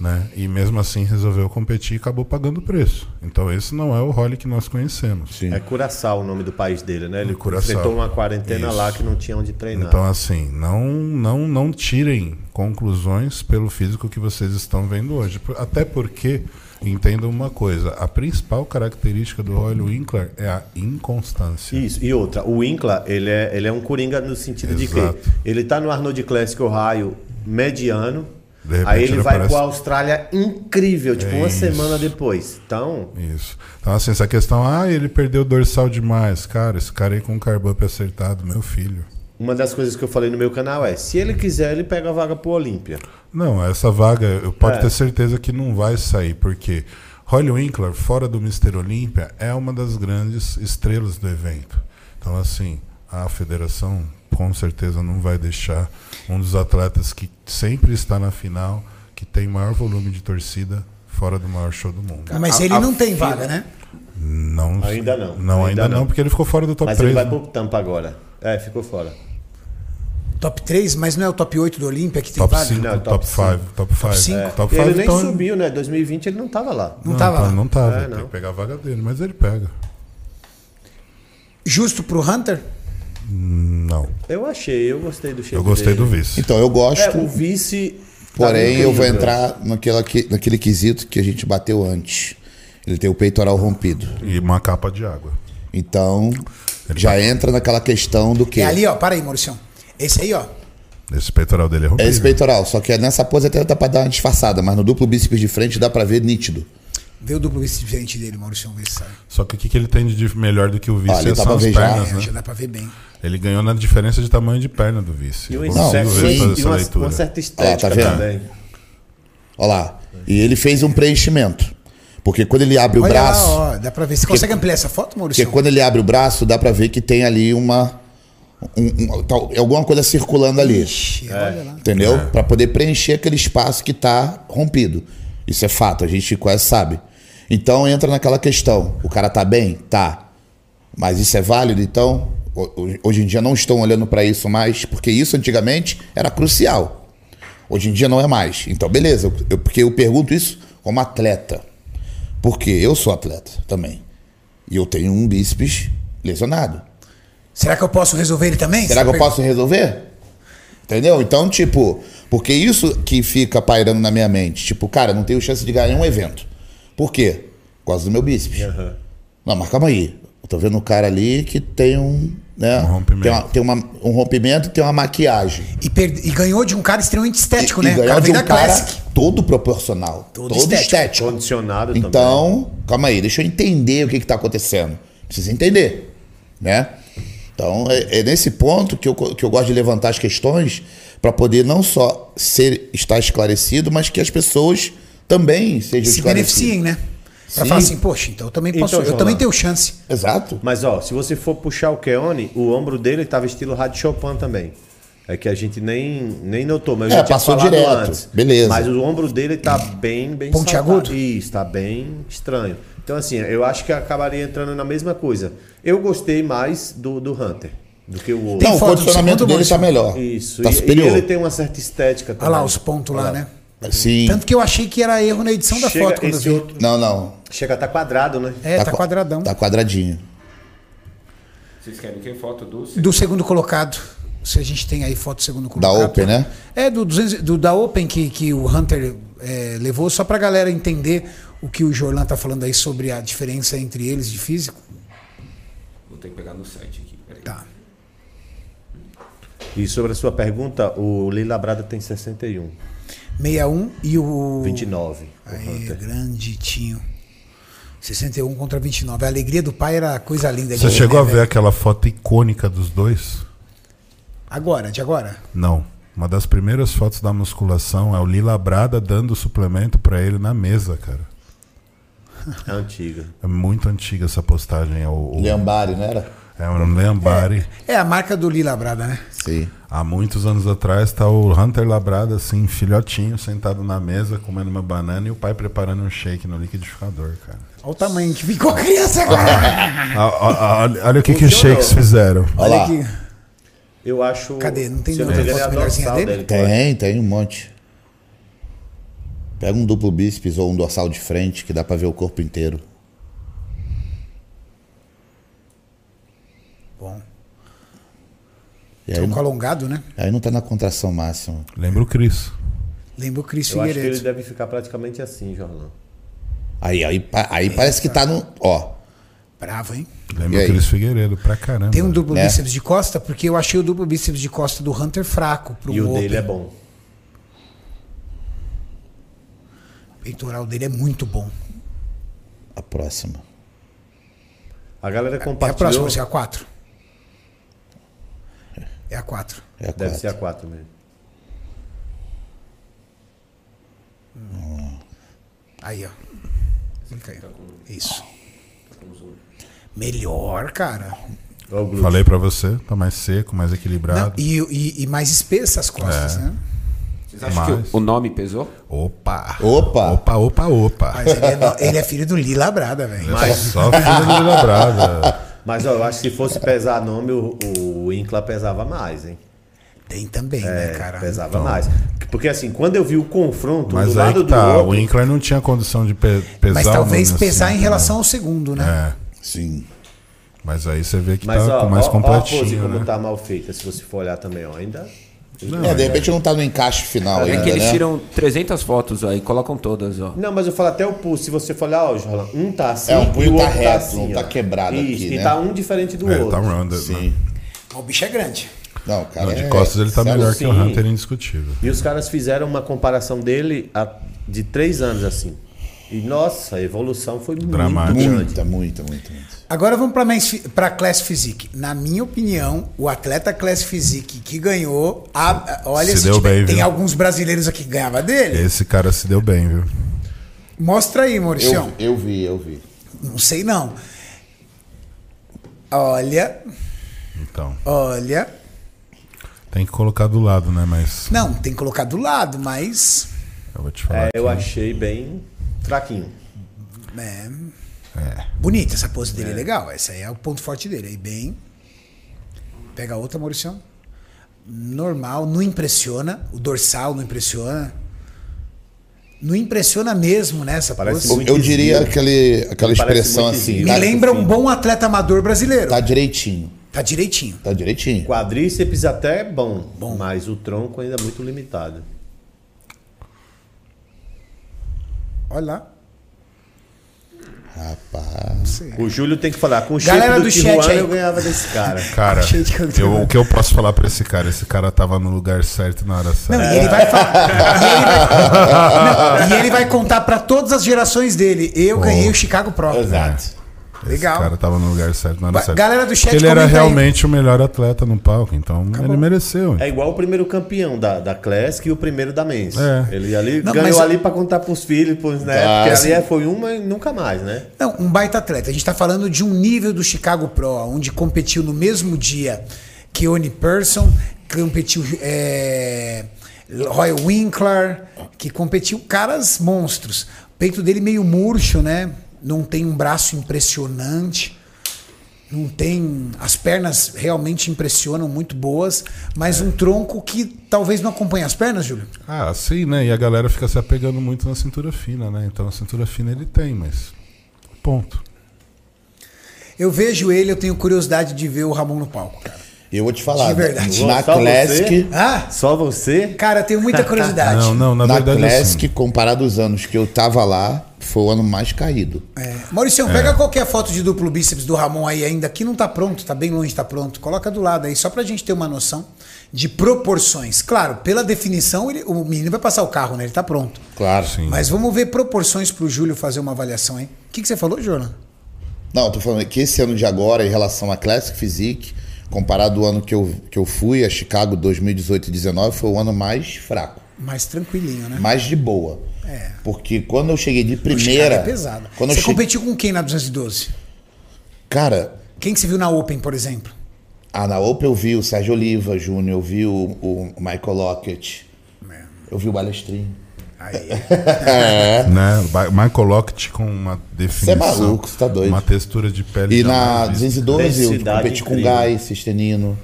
[SPEAKER 3] né? E mesmo assim resolveu competir e acabou pagando o preço. Então esse não é o Rolly que nós conhecemos.
[SPEAKER 4] Sim.
[SPEAKER 2] É Curaçao o nome do país dele, né? Ele
[SPEAKER 3] É Curaçao.
[SPEAKER 2] enfrentou uma quarentena
[SPEAKER 3] Isso.
[SPEAKER 2] lá que não tinha onde treinar.
[SPEAKER 3] Então, assim, não, não, não tirem conclusões pelo físico que vocês estão vendo hoje. Por- Até porque, entendam uma coisa, a principal característica do Roy Winkler é a inconstância.
[SPEAKER 2] Isso, e outra, o Winkler, ele é, ele é um coringa no sentido de
[SPEAKER 3] Exato.
[SPEAKER 2] que ele tá no Arnold Classic Ohio mediano,
[SPEAKER 3] De repente
[SPEAKER 2] aí ele
[SPEAKER 3] ele
[SPEAKER 2] vai
[SPEAKER 3] aparece-
[SPEAKER 2] pra Austrália incrível, tipo
[SPEAKER 3] É
[SPEAKER 2] uma
[SPEAKER 3] isso.
[SPEAKER 2] semana depois. Então,
[SPEAKER 3] Isso. Então, assim, essa questão, ah, ele perdeu dorsal demais. Cara, esse cara aí com o carbup acertado, meu filho.
[SPEAKER 2] uma das coisas que eu falei no meu canal é, se ele quiser, ele pega a vaga pro Olímpia.
[SPEAKER 3] Não, essa vaga eu posso
[SPEAKER 2] É.
[SPEAKER 3] ter certeza que não vai sair, porque Holly Winkler, fora do Mr. Olímpia, é uma das grandes estrelas do evento. Então, assim, a federação com certeza não vai deixar um dos atletas que sempre está na final, que tem maior volume de torcida, fora do maior show do mundo.
[SPEAKER 1] Mas
[SPEAKER 5] A-
[SPEAKER 1] ele
[SPEAKER 5] a
[SPEAKER 1] não tem
[SPEAKER 5] fila-
[SPEAKER 1] vaga, né?
[SPEAKER 3] Não,
[SPEAKER 2] Ainda não.
[SPEAKER 3] Não, ainda,
[SPEAKER 2] Ainda
[SPEAKER 3] não,
[SPEAKER 2] não.
[SPEAKER 3] porque ele ficou fora do top
[SPEAKER 2] Mas
[SPEAKER 3] 3.
[SPEAKER 2] ele vai
[SPEAKER 3] né?
[SPEAKER 2] pro Tampa agora. É, ficou fora.
[SPEAKER 3] Tá
[SPEAKER 1] Top 3, mas não é o top 8 do Olímpia que tem
[SPEAKER 3] Top
[SPEAKER 1] vaga?
[SPEAKER 3] 5,
[SPEAKER 2] Não,
[SPEAKER 3] top
[SPEAKER 2] top
[SPEAKER 3] 5, top 5.
[SPEAKER 1] cinco.
[SPEAKER 3] Top
[SPEAKER 2] ele
[SPEAKER 3] 5
[SPEAKER 2] nem
[SPEAKER 3] então,
[SPEAKER 2] subiu, né? 2020 ele não tava lá.
[SPEAKER 1] Não tava
[SPEAKER 3] então
[SPEAKER 1] lá.
[SPEAKER 3] Não tava,
[SPEAKER 2] É,
[SPEAKER 3] tem
[SPEAKER 2] não.
[SPEAKER 3] que pegar a vaga dele, mas ele pega.
[SPEAKER 1] Justo pro Hunter?
[SPEAKER 3] Não.
[SPEAKER 2] Eu achei, eu gostei do shape
[SPEAKER 3] Eu gostei do
[SPEAKER 2] dele.
[SPEAKER 3] vice.
[SPEAKER 4] Então, eu
[SPEAKER 2] É,
[SPEAKER 4] gosto,
[SPEAKER 2] o vice... tá
[SPEAKER 4] porém eu vou
[SPEAKER 2] incrível.
[SPEAKER 4] entrar naquela, que- naquele quesito que a gente bateu antes. Ele tem o peitoral rompido.
[SPEAKER 3] E uma capa de água.
[SPEAKER 4] Então, já entra naquela questão do que?
[SPEAKER 1] É ali, ó. Para aí, Mauricião. Esse aí, ó.
[SPEAKER 3] Esse peitoral dele é
[SPEAKER 4] É
[SPEAKER 3] rompido.
[SPEAKER 4] esse peitoral, só que nessa pose até dá pra dar uma disfarçada, mas no duplo bíceps de frente dá pra ver nítido.
[SPEAKER 1] Vê o duplo vice diferente dele, Mauricião. Vê se sai.
[SPEAKER 3] Só que o que, que ele tem de melhor do que o
[SPEAKER 4] Ah,
[SPEAKER 3] vice
[SPEAKER 4] ali
[SPEAKER 3] é
[SPEAKER 4] dá
[SPEAKER 3] são
[SPEAKER 4] pra
[SPEAKER 3] as
[SPEAKER 4] ver já.
[SPEAKER 3] pernas,
[SPEAKER 1] É,
[SPEAKER 3] né?
[SPEAKER 1] já dá pra ver bem.
[SPEAKER 3] Ele ganhou na diferença de tamanho de perna do vice.
[SPEAKER 2] E
[SPEAKER 3] Eu
[SPEAKER 2] um
[SPEAKER 3] consigo
[SPEAKER 4] Não,
[SPEAKER 2] sexo
[SPEAKER 3] ver
[SPEAKER 2] e
[SPEAKER 3] ele fazer essa
[SPEAKER 2] uma,
[SPEAKER 3] leitura.
[SPEAKER 2] uma certa estética
[SPEAKER 4] Ah, tá vendo?
[SPEAKER 2] também.
[SPEAKER 4] Olha lá. E ele fez um preenchimento. Porque quando ele abre o
[SPEAKER 1] Olha
[SPEAKER 4] braço,
[SPEAKER 1] lá, ó. Dá pra ver. Você consegue ampliar essa foto,
[SPEAKER 4] porque
[SPEAKER 1] Mauricião?
[SPEAKER 4] quando ele abre o braço, dá pra ver que tem ali uma um- um- tal- alguma coisa circulando ali,
[SPEAKER 1] Ixi, olha lá.
[SPEAKER 4] entendeu? Pra poder preencher aquele espaço que tá rompido. Isso é fato, a gente quase sabe. Então entra naquela questão, o cara tá bem? Tá. Mas isso é válido então? Ho- ho- Hoje em dia não estão olhando pra isso mais, porque isso antigamente era crucial. Hoje em dia não é mais. Então, beleza, eu- porque eu pergunto isso como atleta. Porque eu sou atleta também. E eu tenho um bíceps lesionado.
[SPEAKER 1] Será que eu posso resolver ele também?
[SPEAKER 4] Será que eu
[SPEAKER 1] Essa
[SPEAKER 4] posso resolver? Entendeu? Então, tipo, porque isso que fica pairando na minha mente. Tipo, cara, não tenho chance de ganhar um evento. Por quê? Por causa do meu bíceps. Não, mas calma aí. Eu tô vendo um cara ali que tem um. Né,
[SPEAKER 3] Um rompimento.
[SPEAKER 4] Tem, uma, tem uma- um rompimento e tem uma maquiagem.
[SPEAKER 1] E, per- e ganhou de um cara extremamente estético,
[SPEAKER 4] E- e
[SPEAKER 1] né? O
[SPEAKER 4] ganhar
[SPEAKER 1] cara
[SPEAKER 4] de
[SPEAKER 1] veio
[SPEAKER 4] um
[SPEAKER 1] da
[SPEAKER 4] cara
[SPEAKER 1] Classic.
[SPEAKER 4] todo proporcional.
[SPEAKER 1] Todo
[SPEAKER 4] Todo,
[SPEAKER 1] estético.
[SPEAKER 4] estético.
[SPEAKER 2] Condicionado também.
[SPEAKER 4] Então, calma aí, deixa eu entender o que está acontecendo. Precisa entender, né? Então, é, é nesse ponto que eu, co- que eu gosto de levantar as questões para poder não só ser, estar esclarecido, mas que as pessoas também sejam
[SPEAKER 1] Se
[SPEAKER 4] esclarecidas.
[SPEAKER 1] beneficiem, né? Pra
[SPEAKER 4] Sim.
[SPEAKER 1] falar assim, poxa, então eu também posso.
[SPEAKER 2] Então,
[SPEAKER 1] eu
[SPEAKER 2] Jornal.
[SPEAKER 1] também tenho chance.
[SPEAKER 4] Exato.
[SPEAKER 2] Mas ó, se você for puxar o Keone, o ombro dele tava estilo Rádio Chopin também. É que a gente nem, nem notou, mas eu
[SPEAKER 4] É,
[SPEAKER 2] já tinha
[SPEAKER 4] passou
[SPEAKER 2] falado
[SPEAKER 4] direto.
[SPEAKER 2] antes.
[SPEAKER 4] Beleza.
[SPEAKER 2] Mas o ombro dele tá bem, bem
[SPEAKER 1] Pontiagudo?
[SPEAKER 2] saltado. Isso, tá bem estranho. Então assim, eu acho que acabaria entrando na mesma coisa. Eu gostei mais do, do Hunter do que o outro.
[SPEAKER 1] Tem
[SPEAKER 4] Não, o
[SPEAKER 1] foto é do
[SPEAKER 4] condicionamento
[SPEAKER 1] segundo,
[SPEAKER 4] dele está
[SPEAKER 1] Maurício?
[SPEAKER 4] melhor.
[SPEAKER 2] Isso.
[SPEAKER 4] Tá
[SPEAKER 2] e,
[SPEAKER 4] superior.
[SPEAKER 2] e ele tem uma certa estética também.
[SPEAKER 1] Olha lá os pontos lá, né?
[SPEAKER 4] Sim.
[SPEAKER 1] Tanto que eu achei que era erro na edição da
[SPEAKER 2] Chega,
[SPEAKER 1] foto quando eu
[SPEAKER 2] esse
[SPEAKER 1] vi.
[SPEAKER 2] outro-
[SPEAKER 4] Não, não.
[SPEAKER 2] Chega a tá quadrado, né?
[SPEAKER 1] É, tá,
[SPEAKER 4] qua-
[SPEAKER 1] quadradão.
[SPEAKER 4] Tá quadradinho.
[SPEAKER 5] Vocês querem que foto do...
[SPEAKER 1] Do segundo colocado. Se a gente tem aí foto do segundo
[SPEAKER 4] Da
[SPEAKER 1] colocado.
[SPEAKER 4] Open, né?
[SPEAKER 1] É, do, 200 do- da Open que, que o Hunter é, levou, só pra galera entender o que o Jorlan tá falando aí sobre a diferença entre eles de físico.
[SPEAKER 5] Vou ter que pegar no site aqui, peraí.
[SPEAKER 1] Tá.
[SPEAKER 2] E sobre a sua pergunta, o Lila Brada tem 61,
[SPEAKER 1] 61 e o.
[SPEAKER 2] 29. o
[SPEAKER 1] Uh. Aí,
[SPEAKER 2] Hunter.
[SPEAKER 1] grande Tinho. 61 contra 29. A alegria do pai era coisa linda.
[SPEAKER 3] Você
[SPEAKER 1] Né,
[SPEAKER 3] chegou a
[SPEAKER 1] velho?
[SPEAKER 3] ver aquela foto icônica dos dois?
[SPEAKER 1] Agora, de agora?
[SPEAKER 3] Não. Uma das primeiras fotos da musculação é o Lila Brada dando suplemento pra ele na mesa, cara.
[SPEAKER 2] É antiga.
[SPEAKER 3] É muito antiga essa postagem. É o, o-
[SPEAKER 4] Lambari, não era?
[SPEAKER 3] é um Lambari.
[SPEAKER 1] É a marca do Lila Brada, né?
[SPEAKER 4] Sim.
[SPEAKER 3] Há muitos anos atrás tá o Hunter Labrada, assim, filhotinho, sentado na mesa, comendo uma banana e o pai preparando um shake no liquidificador, cara.
[SPEAKER 1] Olha o tamanho que ficou a criança agora.
[SPEAKER 3] Ah, ah, ah, olha, olha o que, que os shakes fizeram.
[SPEAKER 4] Olha lá.
[SPEAKER 1] aqui.
[SPEAKER 2] Eu acho.
[SPEAKER 1] Cadê? Não tem
[SPEAKER 2] se eu
[SPEAKER 1] nenhuma
[SPEAKER 2] me engano,
[SPEAKER 1] foto
[SPEAKER 2] é a
[SPEAKER 1] melhorzinha
[SPEAKER 2] dorsal
[SPEAKER 1] dele?
[SPEAKER 2] cara.
[SPEAKER 4] Tem, tem um monte. Pega um duplo bíceps ou um dorsal de frente que dá pra ver o corpo inteiro.
[SPEAKER 1] Bom,
[SPEAKER 4] E aí,
[SPEAKER 1] tronco
[SPEAKER 4] não,
[SPEAKER 1] alongado, né?
[SPEAKER 4] aí não tá na contração máxima.
[SPEAKER 3] Lembra o Cris.
[SPEAKER 1] Lembra o Cris
[SPEAKER 2] Eu acho que ele
[SPEAKER 1] Figueiredo.
[SPEAKER 2] deve ficar praticamente assim, Jornal.
[SPEAKER 4] Aí, aí, pa- aí parece que tá no. Ó.
[SPEAKER 1] Bravo, hein?
[SPEAKER 3] Lembra
[SPEAKER 4] E
[SPEAKER 3] o
[SPEAKER 4] aí?
[SPEAKER 3] Cris Figueiredo, pra caramba.
[SPEAKER 1] Tem um duplo
[SPEAKER 4] Né?
[SPEAKER 1] bíceps de costa, porque eu achei o duplo bíceps de costa do Hunter fraco pro
[SPEAKER 2] E o
[SPEAKER 1] open.
[SPEAKER 2] dele é bom.
[SPEAKER 1] O peitoral dele é muito bom.
[SPEAKER 4] A próxima.
[SPEAKER 2] A galera
[SPEAKER 1] É a
[SPEAKER 2] compartilhou.
[SPEAKER 1] próxima, você é a 4. É a 4.
[SPEAKER 4] É a
[SPEAKER 2] Deve
[SPEAKER 4] quatro.
[SPEAKER 2] ser a 4 mesmo.
[SPEAKER 1] Aí, ó. Clica aí. Isso. Melhor, cara.
[SPEAKER 2] Olha o glúteo.
[SPEAKER 3] Falei pra você, tá mais seco, mais equilibrado.
[SPEAKER 1] Não, e, e- e mais espessa as costas, né?
[SPEAKER 5] Vocês acham
[SPEAKER 3] Mas-
[SPEAKER 5] que o- o nome pesou?
[SPEAKER 3] Opa!
[SPEAKER 4] Opa!
[SPEAKER 3] Opa, opa, opa! é
[SPEAKER 1] Mas ele é, no- ele é filho do Lila Brada, velho.
[SPEAKER 2] É.
[SPEAKER 3] Só filho do Lila Brada.
[SPEAKER 2] Mas ó, eu acho que se fosse pesar nome, o, o Incla pesava mais, hein?
[SPEAKER 1] Tem também, né, cara?
[SPEAKER 2] É, pesava mais. Porque assim, quando eu vi o confronto
[SPEAKER 3] Mas
[SPEAKER 2] do
[SPEAKER 3] aí
[SPEAKER 2] lado
[SPEAKER 3] que
[SPEAKER 2] do
[SPEAKER 3] tá,
[SPEAKER 2] outro,
[SPEAKER 3] o Winkler não tinha condição de pe- pesar
[SPEAKER 1] Mas
[SPEAKER 3] o
[SPEAKER 1] talvez
[SPEAKER 3] nome assim,
[SPEAKER 1] pesar em
[SPEAKER 3] né?
[SPEAKER 1] relação ao segundo, né?
[SPEAKER 3] É,
[SPEAKER 4] Sim.
[SPEAKER 3] mas aí você vê que
[SPEAKER 2] mas
[SPEAKER 3] tá
[SPEAKER 2] ó,
[SPEAKER 3] com mais
[SPEAKER 2] ó, ó a pose
[SPEAKER 3] completinho,
[SPEAKER 2] como
[SPEAKER 3] né?
[SPEAKER 2] tá mal feita, se você for olhar também, ó, ainda.
[SPEAKER 4] É, de repente não tá no encaixe final
[SPEAKER 5] É
[SPEAKER 4] ainda,
[SPEAKER 5] que eles
[SPEAKER 4] né?
[SPEAKER 5] tiram 300 fotos ó, e colocam todas, ó.
[SPEAKER 2] Não, mas eu falo até o pulso. Se você for olhar, ó, Jorlan, um tá assim
[SPEAKER 4] É, um punho
[SPEAKER 2] e o
[SPEAKER 4] tá
[SPEAKER 2] outro tá
[SPEAKER 4] reto,
[SPEAKER 2] assim,
[SPEAKER 4] um
[SPEAKER 2] ó.
[SPEAKER 4] tá quebrado
[SPEAKER 2] Isso,
[SPEAKER 4] aqui,
[SPEAKER 2] e
[SPEAKER 4] né?
[SPEAKER 2] tá um diferente do
[SPEAKER 3] É,
[SPEAKER 2] outro.
[SPEAKER 3] tá rounded, né?
[SPEAKER 4] Sim.
[SPEAKER 1] O bicho é grande.
[SPEAKER 4] Não, cara.
[SPEAKER 3] Não, de
[SPEAKER 4] é-
[SPEAKER 3] costas ele tá
[SPEAKER 4] Sério?
[SPEAKER 3] melhor que o
[SPEAKER 2] sim.
[SPEAKER 3] Hunter, indiscutível.
[SPEAKER 2] E os caras fizeram uma comparação dele há- de três anos assim. E nossa, a evolução foi
[SPEAKER 3] Dramática.
[SPEAKER 2] muito grande.
[SPEAKER 4] Muita, muita, muita, muita.
[SPEAKER 1] Agora vamos para a Class Physique. Na minha opinião, o atleta Class Physique que ganhou, a- a- olha,
[SPEAKER 3] Se deu bem,
[SPEAKER 1] tem
[SPEAKER 3] viu?
[SPEAKER 1] alguns brasileiros aqui que ganhava dele.
[SPEAKER 3] Esse cara se deu bem, viu?
[SPEAKER 1] Mostra aí, Mauricião.
[SPEAKER 4] Eu, eu vi, eu vi.
[SPEAKER 1] Não sei não. Olha,
[SPEAKER 3] Então,
[SPEAKER 1] olha.
[SPEAKER 3] tem que colocar do lado, né? Mas
[SPEAKER 1] Não, tem que colocar do lado, mas.
[SPEAKER 3] eu vou te falar.
[SPEAKER 2] É, eu
[SPEAKER 3] que-
[SPEAKER 2] achei bem fraquinho.
[SPEAKER 1] É. Bonita essa pose dele, é. legal. Essa aí é o ponto forte dele. Aí bem. Pega a outra, Mauricião. Normal, não impressiona. O dorsal não impressiona. Não impressiona mesmo, né? Essa
[SPEAKER 2] Parece
[SPEAKER 1] pose.
[SPEAKER 2] muito-
[SPEAKER 4] Eu diria aquele, aquela
[SPEAKER 2] Parece
[SPEAKER 4] expressão
[SPEAKER 2] muito
[SPEAKER 4] assim.
[SPEAKER 2] exílio.
[SPEAKER 1] Me
[SPEAKER 4] Tá,
[SPEAKER 1] lembra um bom atleta amador brasileiro.
[SPEAKER 4] tá
[SPEAKER 1] Tá,
[SPEAKER 4] direitinho.
[SPEAKER 1] direitinho.
[SPEAKER 4] Tá direitinho.
[SPEAKER 2] Quadríceps até é bom, mas o tronco ainda é muito limitado.
[SPEAKER 1] Olha lá.
[SPEAKER 4] Rapaz.
[SPEAKER 2] O Júlio tem que falar, com o
[SPEAKER 1] Galera
[SPEAKER 2] shape do,
[SPEAKER 1] do chat
[SPEAKER 2] Tijuana
[SPEAKER 1] aí.
[SPEAKER 2] eu ganhava desse cara.
[SPEAKER 3] Cara,
[SPEAKER 1] Cheio de canto,
[SPEAKER 3] eu-
[SPEAKER 1] né?
[SPEAKER 3] o que eu posso falar pra esse cara? Esse cara tava no lugar certo na hora
[SPEAKER 1] Não,
[SPEAKER 3] certa.
[SPEAKER 1] e ele vai falar. Não, e ele vai contar pra todas as gerações dele. Eu ganhei o Chicago Pro.
[SPEAKER 4] Exato.
[SPEAKER 3] Esse
[SPEAKER 1] legal.
[SPEAKER 3] cara tava no lugar certo na hora
[SPEAKER 1] Ba-
[SPEAKER 3] certa.
[SPEAKER 1] galera do chat,
[SPEAKER 3] Porque ele era
[SPEAKER 1] comenta aí.
[SPEAKER 3] realmente o melhor atleta no palco, então ele mereceu.
[SPEAKER 2] É igual o primeiro campeão da, da Classic e o primeiro da Men's.
[SPEAKER 3] É.
[SPEAKER 2] Ele ali
[SPEAKER 1] Não,
[SPEAKER 2] ganhou
[SPEAKER 1] mas-
[SPEAKER 2] ali pra contar pros filhos, pros, né?
[SPEAKER 4] Ah,
[SPEAKER 2] Porque
[SPEAKER 4] sim.
[SPEAKER 2] ali é- foi uma e nunca mais, né?
[SPEAKER 1] Não, um baita atleta. A gente está falando de um nível do Chicago Pro, onde competiu no mesmo dia Keone Person, competiu é, Roy Winkler, que competiu caras monstros. O peito dele meio murcho, né? Não tem um braço impressionante. Não tem. As pernas realmente impressionam, muito boas, mas um tronco que talvez não acompanhe as pernas, Júlio.
[SPEAKER 3] Ah, sim, né? E a galera fica se apegando muito na cintura fina, né? Então a cintura fina ele tem, mas. Ponto.
[SPEAKER 1] Eu vejo ele, eu tenho curiosidade de ver o Ramon no palco, cara.
[SPEAKER 4] E eu vou te falar.
[SPEAKER 1] De verdade.
[SPEAKER 4] Na
[SPEAKER 2] Só
[SPEAKER 4] Classic,
[SPEAKER 2] você?
[SPEAKER 1] Ah!
[SPEAKER 2] Só você?
[SPEAKER 1] Cara, eu tenho muita curiosidade.
[SPEAKER 3] Não, não, na,
[SPEAKER 4] na
[SPEAKER 3] verdade
[SPEAKER 4] Classic,
[SPEAKER 3] assim.
[SPEAKER 4] comparado aos anos que eu tava lá, foi o ano mais caído.
[SPEAKER 1] É. Maurício, pega qualquer foto de duplo bíceps do Ramon aí ainda, que não tá pronto, tá bem longe, tá pronto. Coloca do lado aí, só pra gente ter uma noção de proporções. Claro, pela definição, ele- o menino vai passar o carro, né? Ele tá pronto.
[SPEAKER 4] Claro.
[SPEAKER 3] Sim. Né?
[SPEAKER 1] Mas vamos ver proporções pro Júlio fazer uma avaliação aí. O que, que você falou, Jona?
[SPEAKER 4] Não, eu tô falando que esse ano de agora, em relação à Classic Physique, Comparado ao ano que eu, que eu fui, a Chicago 2018 e 19 foi o ano mais fraco,
[SPEAKER 1] Mais tranquilinho, né?
[SPEAKER 4] mais de boa.
[SPEAKER 1] É.
[SPEAKER 4] Porque quando eu cheguei de
[SPEAKER 1] O Chicago
[SPEAKER 4] primeira.
[SPEAKER 1] É pesado.
[SPEAKER 4] Quando
[SPEAKER 1] você
[SPEAKER 4] eu cheguei.
[SPEAKER 1] competiu com quem na 212?
[SPEAKER 4] Cara,
[SPEAKER 1] Quem que você viu na Open, por exemplo?
[SPEAKER 4] ah, na Open eu vi o Sérgio Oliva Júnior, eu vi o, o Michael Lockett,
[SPEAKER 1] É.
[SPEAKER 4] eu vi o Balestrinho.
[SPEAKER 1] Aí.
[SPEAKER 3] Né? Vai- Michael Lockett com uma definição.
[SPEAKER 4] é. maluco, você tá doido.
[SPEAKER 3] Uma textura de pele.
[SPEAKER 4] E
[SPEAKER 3] jamais
[SPEAKER 4] na
[SPEAKER 3] vista.
[SPEAKER 4] 212 eu
[SPEAKER 2] Densidade
[SPEAKER 4] competi com
[SPEAKER 2] incrível.
[SPEAKER 4] Gai, Cistenino.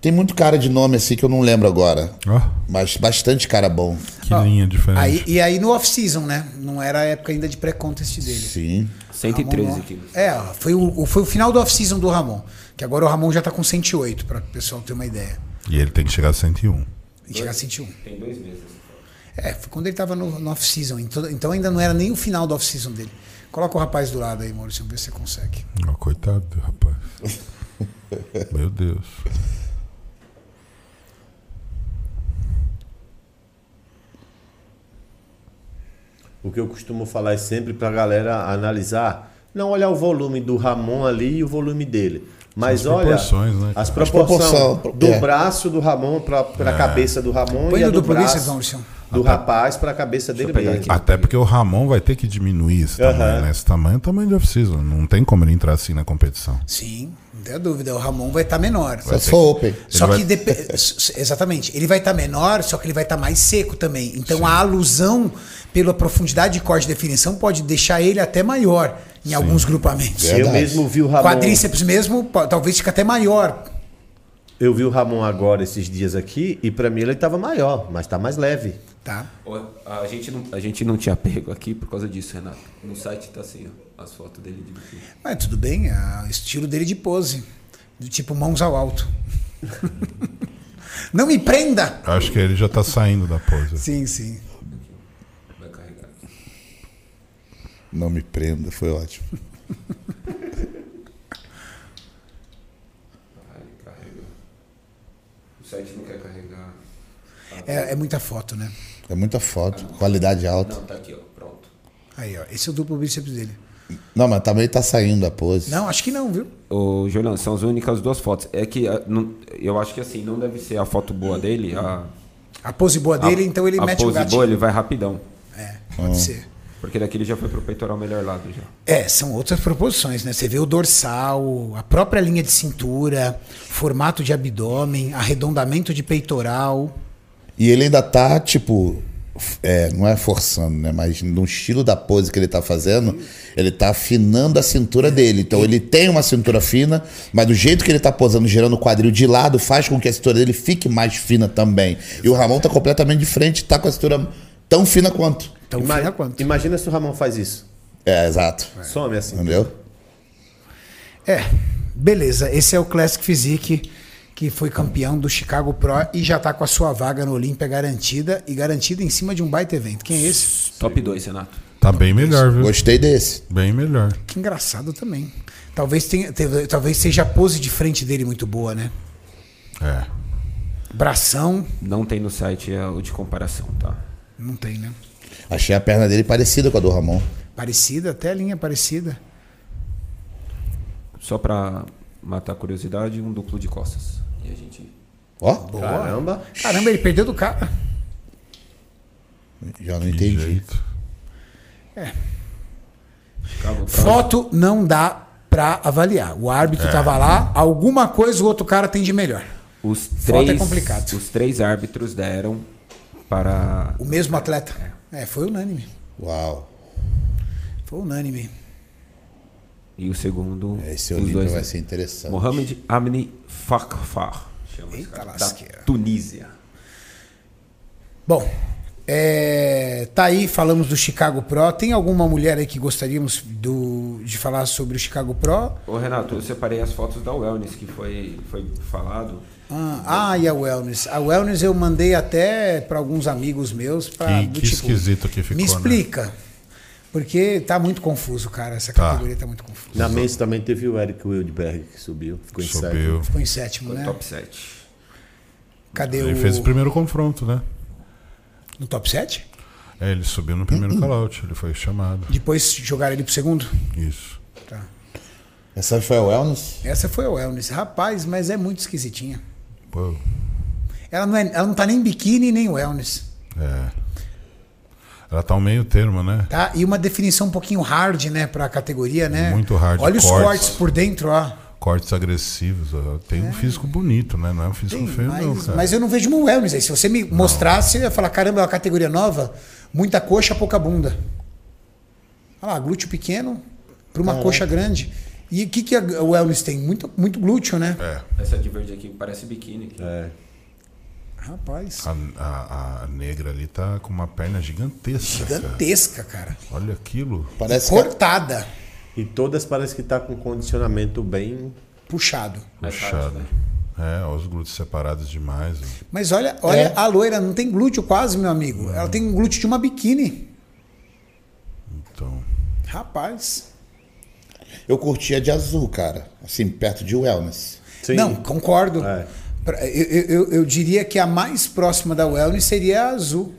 [SPEAKER 4] Tem muito cara de nome assim que eu não lembro agora.
[SPEAKER 3] Ó,
[SPEAKER 4] Mas bastante cara bom.
[SPEAKER 3] que linha diferente.
[SPEAKER 1] Aí- e aí no off-season, né? Não era a época ainda de pré-contest dele.
[SPEAKER 4] Sim.
[SPEAKER 5] 113
[SPEAKER 1] Ramon-
[SPEAKER 5] quilos.
[SPEAKER 1] É, ó, foi o, o- foi o final do off-season do Ramon. Que agora o Ramon já tá com 108, pra o pessoal ter uma ideia.
[SPEAKER 3] E um. ele tem que chegar a 101.
[SPEAKER 1] E chegar a 101.
[SPEAKER 5] Tem dois meses. né?
[SPEAKER 1] É, foi quando ele tava no, no off-season. Então, então ainda não era nem o final do off-season dele. Coloca o rapaz do lado aí, Maurício, vamos ver se você consegue.
[SPEAKER 3] Ó, coitado do rapaz. Meu Deus.
[SPEAKER 2] O que eu costumo falar é sempre pra galera analisar, não olhar o volume do Ramon ali e o volume dele. Mas
[SPEAKER 3] São as
[SPEAKER 2] olha
[SPEAKER 3] proporções, né, cara? É.
[SPEAKER 2] as
[SPEAKER 3] As
[SPEAKER 2] proporções
[SPEAKER 4] proporção,
[SPEAKER 2] do
[SPEAKER 4] é.
[SPEAKER 2] braço do Ramon pra pra cabeça do Ramon
[SPEAKER 1] Põe
[SPEAKER 2] e a
[SPEAKER 1] no
[SPEAKER 2] do
[SPEAKER 1] do polícia,
[SPEAKER 2] braço
[SPEAKER 1] Maurício.
[SPEAKER 2] do rapaz pra cabeça dele
[SPEAKER 5] pegar
[SPEAKER 2] mesmo.
[SPEAKER 5] aqui.
[SPEAKER 3] Até porque o Ramon vai ter que diminuir esse tamanho,
[SPEAKER 2] Aham.
[SPEAKER 3] né? Esse tamanho é o tamanho de off-season. Não tem como ele entrar assim na competição.
[SPEAKER 1] Sim, não tem dúvida. O Ramon vai estar menor.
[SPEAKER 4] Só se for Open.
[SPEAKER 1] Só
[SPEAKER 3] Ele
[SPEAKER 1] que depe- s- s- exatamente, ele vai estar menor, só que ele vai estar mais seco também. Então a alusão pela profundidade de corte de definição pode deixar ele até maior em alguns grupamentos.
[SPEAKER 4] É.
[SPEAKER 2] Eu
[SPEAKER 4] Verdade.
[SPEAKER 2] mesmo vi o Ramon.
[SPEAKER 1] Quadríceps mesmo, po- talvez fique até maior.
[SPEAKER 2] Eu vi o Ramon agora esses dias aqui e pra mim ele tava maior, mas tá mais leve.
[SPEAKER 1] Tá.
[SPEAKER 5] Ó, A gente, não, a gente não tinha pego aqui por causa disso, Renato. No site tá assim, ó, as fotos dele de biquíni.
[SPEAKER 1] Mas tudo bem, é o estilo dele de pose. Do tipo mãos ao alto. Não me prenda!
[SPEAKER 3] Eu Acho que ele já tá saindo da pose.
[SPEAKER 1] Sim, sim.
[SPEAKER 5] Vai carregar.
[SPEAKER 4] Não me prenda, foi ótimo.
[SPEAKER 5] Vai, carrega. O site não quer carregar.
[SPEAKER 1] É, é muita foto, né?
[SPEAKER 4] É muita foto, qualidade alta.
[SPEAKER 5] Não, tá aqui, ó. Pronto.
[SPEAKER 1] Aí, ó. Esse é o duplo bíceps dele.
[SPEAKER 4] Não, mas também tá saindo a pose.
[SPEAKER 1] Não, acho que não, viu?
[SPEAKER 5] Ô, Juliano, são as únicas duas fotos. É que ah, não- eu acho que assim, não deve ser a foto boa dele. A,
[SPEAKER 1] A pose boa dele,
[SPEAKER 5] a-
[SPEAKER 1] então ele
[SPEAKER 5] a
[SPEAKER 1] mete o
[SPEAKER 5] pose
[SPEAKER 1] gato.
[SPEAKER 5] boa, ele Ah. vai rapidão.
[SPEAKER 1] É, pode ser.
[SPEAKER 5] Porque daqui ele já foi pro peitoral melhor lado já.
[SPEAKER 1] É, são outras proporções, né? Você vê o dorsal, a própria linha de cintura, formato de abdômen, arredondamento de peitoral.
[SPEAKER 4] E ele ainda tá, tipo. f- é, não é forçando, né? Mas no estilo da pose que ele tá fazendo, ele tá afinando a cintura dele. Então ele tem uma cintura fina, mas do jeito que ele tá posando, girando o quadril de lado, faz com que a cintura dele fique mais fina também. E o Ramon tá completamente de frente, tá com a cintura tão fina quanto.
[SPEAKER 1] Então,
[SPEAKER 2] Ima-
[SPEAKER 1] fina quanto?
[SPEAKER 2] Imagina se o Ramon faz isso.
[SPEAKER 4] É, exato.
[SPEAKER 2] Some assim.
[SPEAKER 4] Entendeu?
[SPEAKER 1] É, beleza. Esse é o Classic Physique, que foi campeão do Chicago Pro e já tá com a sua vaga no Olímpia garantida e garantida em cima de um baita evento. Quem é esse?
[SPEAKER 5] Top 2, Renato.
[SPEAKER 3] Tá bem melhor, viu?
[SPEAKER 4] Gostei desse.
[SPEAKER 3] Bem melhor.
[SPEAKER 1] Que engraçado também. Talvez, tenha, te- talvez seja a pose de frente dele muito boa, né?
[SPEAKER 3] É.
[SPEAKER 1] Bração,
[SPEAKER 5] Não tem no site é, o de comparação, tá?
[SPEAKER 1] não tem, né?
[SPEAKER 4] Achei a perna dele parecida com a do Ramon.
[SPEAKER 1] Parecida, até a linha é parecida.
[SPEAKER 5] Só pra matar a curiosidade, um duplo de costas. E a gente.
[SPEAKER 4] Ó,
[SPEAKER 2] Caramba.
[SPEAKER 1] Caramba, ele perdeu do cara.
[SPEAKER 4] já não
[SPEAKER 3] Que
[SPEAKER 4] entendi.
[SPEAKER 3] jeito.
[SPEAKER 5] Chicago Pro-
[SPEAKER 1] Foto não dá pra avaliar. O árbitro tava lá, alguma coisa o outro cara tem de melhor.
[SPEAKER 5] Os
[SPEAKER 1] é
[SPEAKER 5] três,
[SPEAKER 1] complicado.
[SPEAKER 5] Os três árbitros deram para.
[SPEAKER 1] O mesmo atleta. É, foi unânime.
[SPEAKER 4] Uau.
[SPEAKER 1] Foi unânime.
[SPEAKER 5] E o segundo.
[SPEAKER 4] É, Esse
[SPEAKER 5] os
[SPEAKER 4] Olímpio
[SPEAKER 5] dois,
[SPEAKER 4] vai
[SPEAKER 5] né?
[SPEAKER 4] ser interessante.
[SPEAKER 5] Mohamed Amni Fakfar. Chama esse
[SPEAKER 1] Eita
[SPEAKER 5] cara,
[SPEAKER 1] lasqueira.
[SPEAKER 5] da Tunísia.
[SPEAKER 1] Bom, é, tá aí, falamos do Chicago Pro. Tem alguma mulher aí que gostaríamos do- de falar sobre o Chicago Pro?
[SPEAKER 5] Ô Renato, eu separei as fotos da Wellness que foi, foi falado.
[SPEAKER 1] Ah, ah, e a Wellness. A Wellness eu mandei até pra alguns amigos meus. Pra,
[SPEAKER 3] Que-
[SPEAKER 1] do tipo,
[SPEAKER 3] que esquisito que ficou,
[SPEAKER 1] Me
[SPEAKER 3] né?
[SPEAKER 1] explica. Porque tá muito confuso, cara. Essa
[SPEAKER 3] Tá.
[SPEAKER 1] categoria tá muito confusa.
[SPEAKER 2] Na mesa também teve o Eric Wildberg que subiu. Ficou em sétimo.
[SPEAKER 3] Subiu.
[SPEAKER 1] Ficou em sétimo,
[SPEAKER 5] Foi
[SPEAKER 1] né?
[SPEAKER 5] top 7.
[SPEAKER 1] Cadê
[SPEAKER 3] Ele
[SPEAKER 1] o.
[SPEAKER 3] fez o primeiro confronto, né?
[SPEAKER 1] No top 7?
[SPEAKER 3] É, ele subiu
[SPEAKER 1] Hum,
[SPEAKER 3] no primeiro call-out, ele foi chamado.
[SPEAKER 1] Depois jogaram ele pro segundo?
[SPEAKER 3] Isso.
[SPEAKER 1] Tá.
[SPEAKER 4] Essa foi a Wellness?
[SPEAKER 1] Essa foi o Wellness. Rapaz, mas é muito esquisitinha.
[SPEAKER 3] Pô,
[SPEAKER 1] Ela não, é, ela não tá nem biquíni nem Wellness.
[SPEAKER 3] é. Ela tá um meio termo, né?
[SPEAKER 1] Tá? E uma definição um pouquinho hard, né, pra categoria, né?
[SPEAKER 3] Muito hard,
[SPEAKER 1] Olha os
[SPEAKER 3] cortes.
[SPEAKER 1] cortes por dentro, ó.
[SPEAKER 3] Cortes agressivos. ó. Tem um físico bonito, né? Não é um físico feio,
[SPEAKER 1] É. mas,
[SPEAKER 3] não, cara.
[SPEAKER 1] mas eu não vejo uma wellness aí. Se você me mostrasse, eu ia falar, caramba, é uma categoria nova, muita coxa, pouca bunda. Olha lá, glúteo pequeno para uma coxa grande. E o que, que a wellness tem? Muito, muito glúteo, né?
[SPEAKER 3] É.
[SPEAKER 5] Essa de verde aqui parece biquíni. aqui.
[SPEAKER 2] É.
[SPEAKER 1] Rapaz,
[SPEAKER 3] A, a- a negra ali tá com uma perna gigantesca. cara.
[SPEAKER 1] gigantesca, cara.
[SPEAKER 3] Olha aquilo.
[SPEAKER 4] Parece que
[SPEAKER 1] Cortada,
[SPEAKER 2] E todas parece que tá com condicionamento bem.
[SPEAKER 1] puxado.
[SPEAKER 5] Mais
[SPEAKER 3] Puxado.
[SPEAKER 5] rápido, né?
[SPEAKER 3] É, ó, os glúteos separados demais. né? ó.
[SPEAKER 1] Mas olha, olha
[SPEAKER 4] É.
[SPEAKER 1] a loira, não tem glúteo quase, meu amigo. Ela tem um glúteo de uma biquíni.
[SPEAKER 3] Então.
[SPEAKER 1] Rapaz.
[SPEAKER 4] eu curtia de azul, cara. Assim, perto de Wellness.
[SPEAKER 2] Sim.
[SPEAKER 1] Não, concordo.
[SPEAKER 2] É.
[SPEAKER 1] Pra- Eu, eu- eu- eu diria que a mais próxima da wellness seria a azul.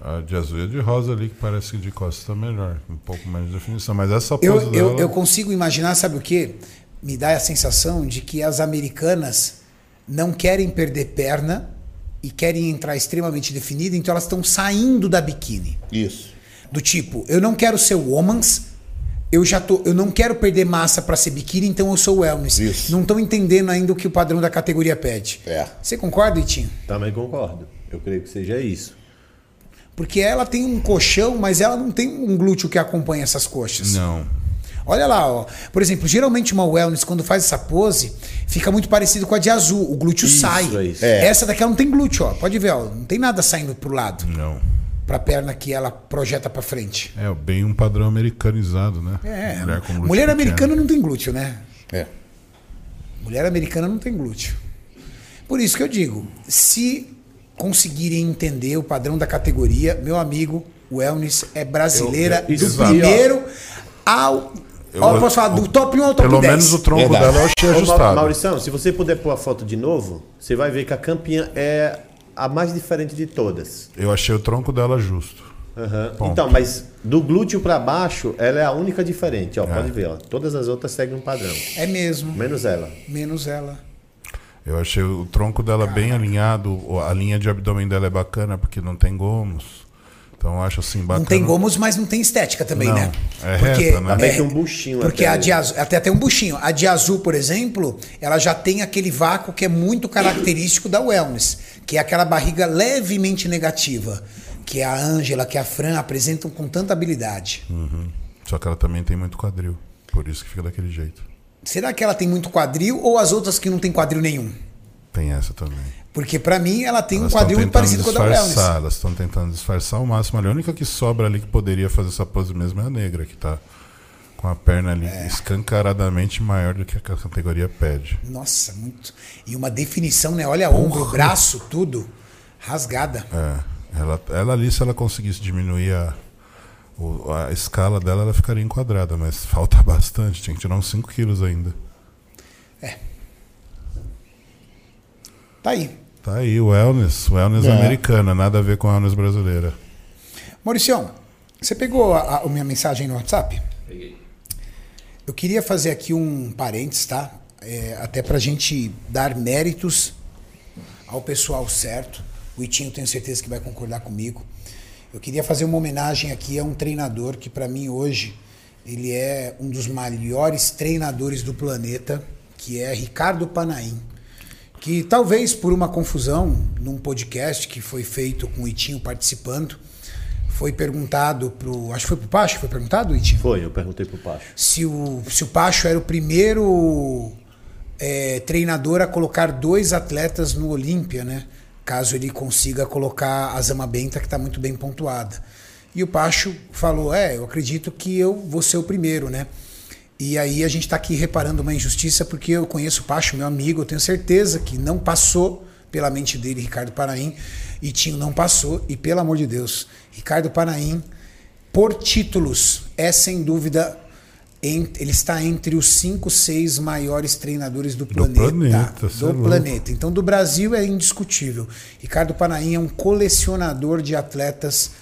[SPEAKER 3] A de azul e a de rosa ali, que parece que de costas tá melhor. Um pouco menos de definição. Mas essa pose
[SPEAKER 1] Eu, eu,
[SPEAKER 3] dela...
[SPEAKER 1] eu consigo imaginar, sabe o que? Me dá a sensação de que as americanas não querem perder perna e querem entrar extremamente definida, então elas estão saindo da biquíni.
[SPEAKER 4] Isso.
[SPEAKER 1] Do tipo, eu não quero ser woman's, eu já tô, eu não quero perder massa pra ser biquíni, então eu sou wellness.
[SPEAKER 4] Isso.
[SPEAKER 1] Não estão entendendo ainda o que o padrão da categoria pede.
[SPEAKER 4] É.
[SPEAKER 1] Você concorda, Itinho?
[SPEAKER 2] Também concordo. Eu creio que seja isso.
[SPEAKER 1] Porque ela tem um colchão, mas ela não tem um glúteo que acompanha essas coxas.
[SPEAKER 3] Não.
[SPEAKER 1] Olha lá, ó. Por exemplo, geralmente uma wellness, quando faz essa pose, fica muito parecido com a de azul. O glúteo
[SPEAKER 2] Isso,
[SPEAKER 1] sai.
[SPEAKER 2] é isso.
[SPEAKER 4] É.
[SPEAKER 1] Essa daquela não tem glúteo, ó. Pode ver, ó. Não tem nada saindo pro lado,
[SPEAKER 3] Não.
[SPEAKER 1] pra perna que ela projeta pra frente.
[SPEAKER 3] É bem um padrão americanizado, né?
[SPEAKER 1] É.
[SPEAKER 3] Mulher, com glúteo
[SPEAKER 1] Mulher
[SPEAKER 3] pequeno.
[SPEAKER 1] americana não tem glúteo, né?
[SPEAKER 4] É.
[SPEAKER 1] Mulher americana não tem glúteo. Por isso que eu digo, se conseguirem entender o padrão da categoria, meu amigo, wellness é brasileira
[SPEAKER 3] Eu- eu-
[SPEAKER 1] do
[SPEAKER 3] exato.
[SPEAKER 1] primeiro ao... ó, posso falar, do top 1 ao top
[SPEAKER 3] Pelo
[SPEAKER 1] 10.
[SPEAKER 3] menos o tronco
[SPEAKER 4] Verdade.
[SPEAKER 3] dela eu achei
[SPEAKER 2] Ô, Mau-
[SPEAKER 3] ajustado.
[SPEAKER 2] Maurição, se você puder pôr a foto de novo, você vai ver que a campinha é a mais diferente de todas.
[SPEAKER 3] Eu achei o tronco dela justo.
[SPEAKER 2] Aham.
[SPEAKER 3] Ponto.
[SPEAKER 2] Então, mas do glúteo pra baixo, ela é a única diferente. Ó, Pode ver, ó. todas as outras seguem um padrão.
[SPEAKER 1] É mesmo,
[SPEAKER 2] Menos ela.
[SPEAKER 1] menos ela.
[SPEAKER 3] Eu achei o tronco dela bem alinhado, o- a linha de abdômen dela é bacana porque não tem gomos. Então eu acho assim bacana.
[SPEAKER 1] Não tem gomos, mas não tem estética também,
[SPEAKER 3] Não,
[SPEAKER 1] né?
[SPEAKER 3] é reta, né?
[SPEAKER 2] Também tem um buchinho
[SPEAKER 1] Porque
[SPEAKER 2] até
[SPEAKER 1] a
[SPEAKER 2] ali.
[SPEAKER 1] de azul, até tem um buchinho. A de azul, por exemplo, ela já tem aquele vácuo que é muito característico da wellness, que é aquela barriga levemente negativa, que a Ângela, que a Fran apresentam com tanta habilidade.
[SPEAKER 3] Só que ela também tem muito quadril, por isso que fica daquele jeito.
[SPEAKER 1] Será que ela tem muito quadril ou as outras que não tem quadril nenhum?
[SPEAKER 3] Tem essa também.
[SPEAKER 1] Porque pra mim ela tem
[SPEAKER 3] Elas
[SPEAKER 1] um
[SPEAKER 3] estão
[SPEAKER 1] quadril muito
[SPEAKER 3] tentando
[SPEAKER 1] parecido com o da wellness.
[SPEAKER 3] disfarçar, elas estão tentando disfarçar o máximo ali. A única que sobra ali que poderia fazer essa pose mesmo é a negra, que tá com a perna ali
[SPEAKER 1] É.
[SPEAKER 3] escancaradamente maior do que a categoria pede.
[SPEAKER 1] Nossa, muito. E uma definição, né? Olha ombro, braço, tudo rasgada.
[SPEAKER 3] É, ela, ela ali, se ela conseguisse diminuir a, o- a escala dela, ela ficaria enquadrada, mas falta bastante, tinha que tirar uns 5 quilos ainda.
[SPEAKER 1] Tá aí.
[SPEAKER 3] Tá aí, wellness,
[SPEAKER 1] É.
[SPEAKER 3] wellness americana, nada a ver com a wellness brasileira.
[SPEAKER 1] Mauricião, você pegou a, a minha mensagem no WhatsApp?
[SPEAKER 5] Peguei.
[SPEAKER 1] Eu queria fazer aqui um parênteses, tá? É, até pra gente dar méritos ao pessoal certo. O Itinho tenho certeza que vai concordar comigo. Eu queria fazer uma homenagem aqui a um treinador que pra mim hoje ele é um dos melhores treinadores do planeta, que é Ricardo Panaim. Que talvez por uma confusão num podcast que foi feito com o Itinho participando, foi perguntado pro, acho que foi pro Pacho, que foi perguntado, Itinho?
[SPEAKER 2] Foi, eu perguntei pro Pacho.
[SPEAKER 1] se o, se o Pacho era o primeiro eh, treinador a colocar dois atletas no Olímpia, né? Caso ele consiga colocar a Zama Benta, que está muito bem pontuada. E o Pacho falou: É, eu acredito que eu vou ser o primeiro, né? E aí a gente está aqui reparando uma injustiça, porque eu conheço o Pacho, meu amigo, eu tenho certeza que não passou pela mente dele Ricardo Paraim, e Tinho não passou, e pelo amor de Deus, Ricardo Paraim, por títulos, é sem dúvida en- ele está entre os cinco, seis maiores treinadores do planeta.
[SPEAKER 3] planeta, cê é
[SPEAKER 1] Do
[SPEAKER 3] louco.
[SPEAKER 1] planeta. Então, do Brasil é indiscutível. Ricardo Panaim é um colecionador de atletas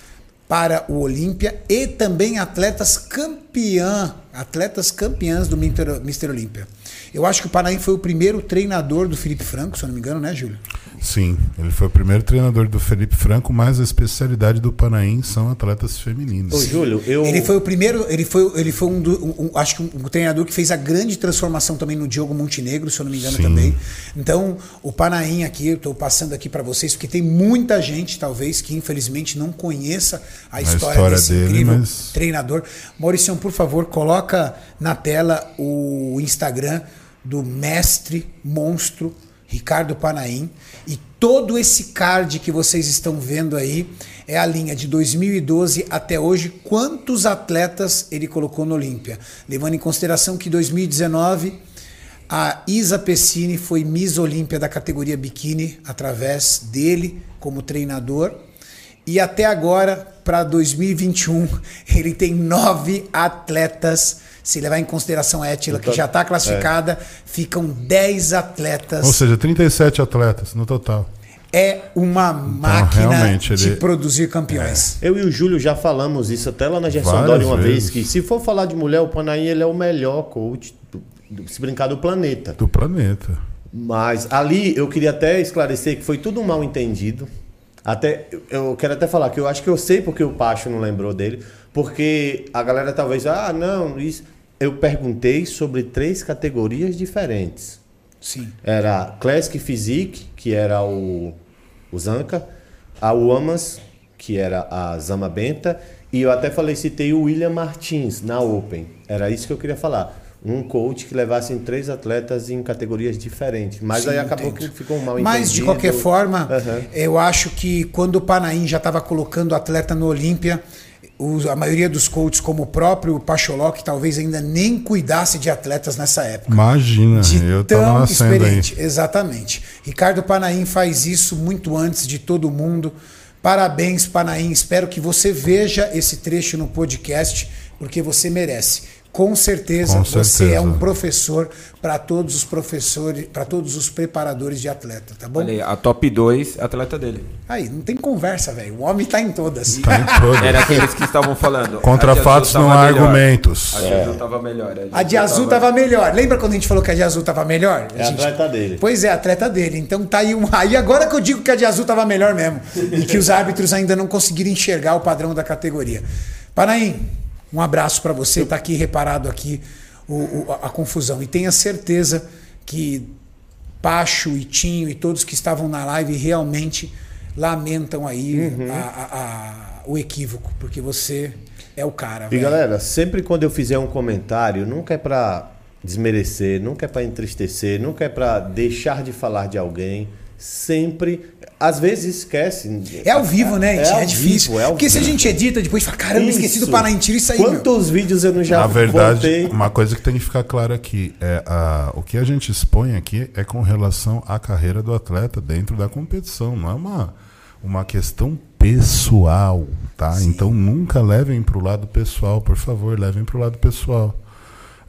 [SPEAKER 1] para o Olímpia e também atletas campeã, atletas campeãs do Mr. Olímpia. Eu acho que o Paraná foi o primeiro treinador do Felipe Franco, se eu não me engano, né, Júlio?
[SPEAKER 3] Sim, ele foi o primeiro treinador do Felipe Franco, mas a especialidade do Panaim são atletas femininas.
[SPEAKER 2] Ô, Júlio, eu.
[SPEAKER 1] Ele foi o primeiro, ele foi, ele foi um, do, um- um- acho que um, um treinador que fez a grande transformação também no Diogo Montenegro, se eu não me engano
[SPEAKER 3] Sim.
[SPEAKER 1] também. Então, o Panaim aqui, eu estou passando aqui para vocês, porque tem muita gente, talvez, que infelizmente não conheça a, história,
[SPEAKER 3] história
[SPEAKER 1] desse
[SPEAKER 3] dele,
[SPEAKER 1] incrível
[SPEAKER 3] mas-
[SPEAKER 1] treinador. Mauricião, por favor, coloca na tela o Instagram do mestre monstro Ricardo Panaim e todo esse card que vocês estão vendo aí é a linha de 2012 até hoje, quantos atletas ele colocou no Olímpia, levando em consideração que 2019 a Isa Pessini foi Miss Olímpia da categoria biquíni através dele como treinador. E até agora, para 2021, ele tem nove atletas. Se levar em consideração a Etila, que
[SPEAKER 2] Então,
[SPEAKER 1] já está classificada, ficam dez atletas.
[SPEAKER 3] Ou seja, 37 atletas no total.
[SPEAKER 1] é uma máquina
[SPEAKER 3] então, realmente,
[SPEAKER 1] de
[SPEAKER 3] ele- é.
[SPEAKER 1] produzir campeões.
[SPEAKER 2] Eu e o Júlio já falamos isso até lá na Gerson
[SPEAKER 3] Várias
[SPEAKER 2] Dória uma vez,
[SPEAKER 3] vezes.
[SPEAKER 2] que se for falar de mulher, o Panaí ele é o melhor coach, do- do- se brincar, do planeta.
[SPEAKER 3] Do planeta.
[SPEAKER 2] Mas ali eu queria até esclarecer que foi tudo um mal entendido. Até, eu- eu quero até falar que eu acho que eu sei porque o Pacho não lembrou dele, porque a galera talvez, ah, não, isso. Eu perguntei sobre três categorias diferentes.
[SPEAKER 1] Sim.
[SPEAKER 2] Era Classic Physique, que era o, o Zanca, a Uamas, que era a Zama Benta, e eu até falei, citei o William Martins na Open. Era isso que eu queria falar. Um coach que levasse três atletas em categorias diferentes. Mas
[SPEAKER 1] Sim,
[SPEAKER 2] aí acabou
[SPEAKER 1] entendo.
[SPEAKER 2] que ficou um mal entendido.
[SPEAKER 1] Mas, de qualquer forma, é-
[SPEAKER 2] Aham.
[SPEAKER 1] eu acho que quando o Panaim já estava colocando o atleta no Olímpia, os- a maioria dos coaches, como o próprio Pacholó, que talvez ainda nem cuidasse de atletas nessa época.
[SPEAKER 3] Imagina,
[SPEAKER 1] De
[SPEAKER 3] eu tava
[SPEAKER 1] tão
[SPEAKER 3] nascendo aí.
[SPEAKER 1] experiente. Exatamente. Ricardo Panaim faz isso muito antes de todo mundo. Parabéns, Panaim. Espero que você veja esse trecho no podcast, porque você merece. Com certeza,
[SPEAKER 3] Com
[SPEAKER 1] você é
[SPEAKER 3] certeza.
[SPEAKER 1] um professor para todos os professores, para todos os preparadores de atleta, tá bom?
[SPEAKER 5] Olha aí, a top 2 atleta dele.
[SPEAKER 1] Aí, não tem conversa, velho. O homem tá em todas.
[SPEAKER 3] Tá em todas.
[SPEAKER 5] Era aqueles que estavam falando.
[SPEAKER 3] Contra
[SPEAKER 5] a de azul
[SPEAKER 3] fatos
[SPEAKER 5] tava
[SPEAKER 3] não há
[SPEAKER 5] melhor.
[SPEAKER 3] argumentos.
[SPEAKER 5] A de azul tava melhor.
[SPEAKER 1] A de azul tava melhor. Lembra quando a gente falou que a de azul tava melhor?
[SPEAKER 2] É
[SPEAKER 1] A gente-
[SPEAKER 2] atleta dele.
[SPEAKER 1] Pois é, atleta dele. Então tá aí um. Aí agora que eu digo que a de azul tava melhor mesmo. e que os árbitros ainda não conseguiram enxergar o padrão da categoria. Panaim, um abraço para você. Tá aqui reparado aqui o- o- a- a confusão. E tenha certeza que Pacho e Tinho e todos que estavam na live realmente lamentam aí
[SPEAKER 2] Uhum.
[SPEAKER 1] a- a- a- o equívoco, porque você é o cara.
[SPEAKER 2] E
[SPEAKER 1] velho.
[SPEAKER 2] galera, sempre quando eu fizer um comentário, nunca é pra desmerecer, nunca é pra entristecer, nunca é pra deixar de falar de alguém. Sempre, às vezes esquece.
[SPEAKER 1] é ao vivo, né? gente? É,
[SPEAKER 2] ao
[SPEAKER 1] difícil.
[SPEAKER 2] vivo, é ao
[SPEAKER 1] porque se a
[SPEAKER 2] vivo.
[SPEAKER 1] gente edita depois, fala, caramba, esqueci do
[SPEAKER 2] Isso.
[SPEAKER 1] Paraná, tira isso aí, meu.
[SPEAKER 2] Quantos vídeos eu não já
[SPEAKER 3] Na verdade,
[SPEAKER 2] voltei?
[SPEAKER 3] uma coisa que tem que ficar clara aqui é a, o que a gente expõe aqui é com relação à carreira do atleta dentro da competição, não é uma, uma questão pessoal, tá? Então nunca levem para o lado pessoal, por favor, levem para o lado pessoal.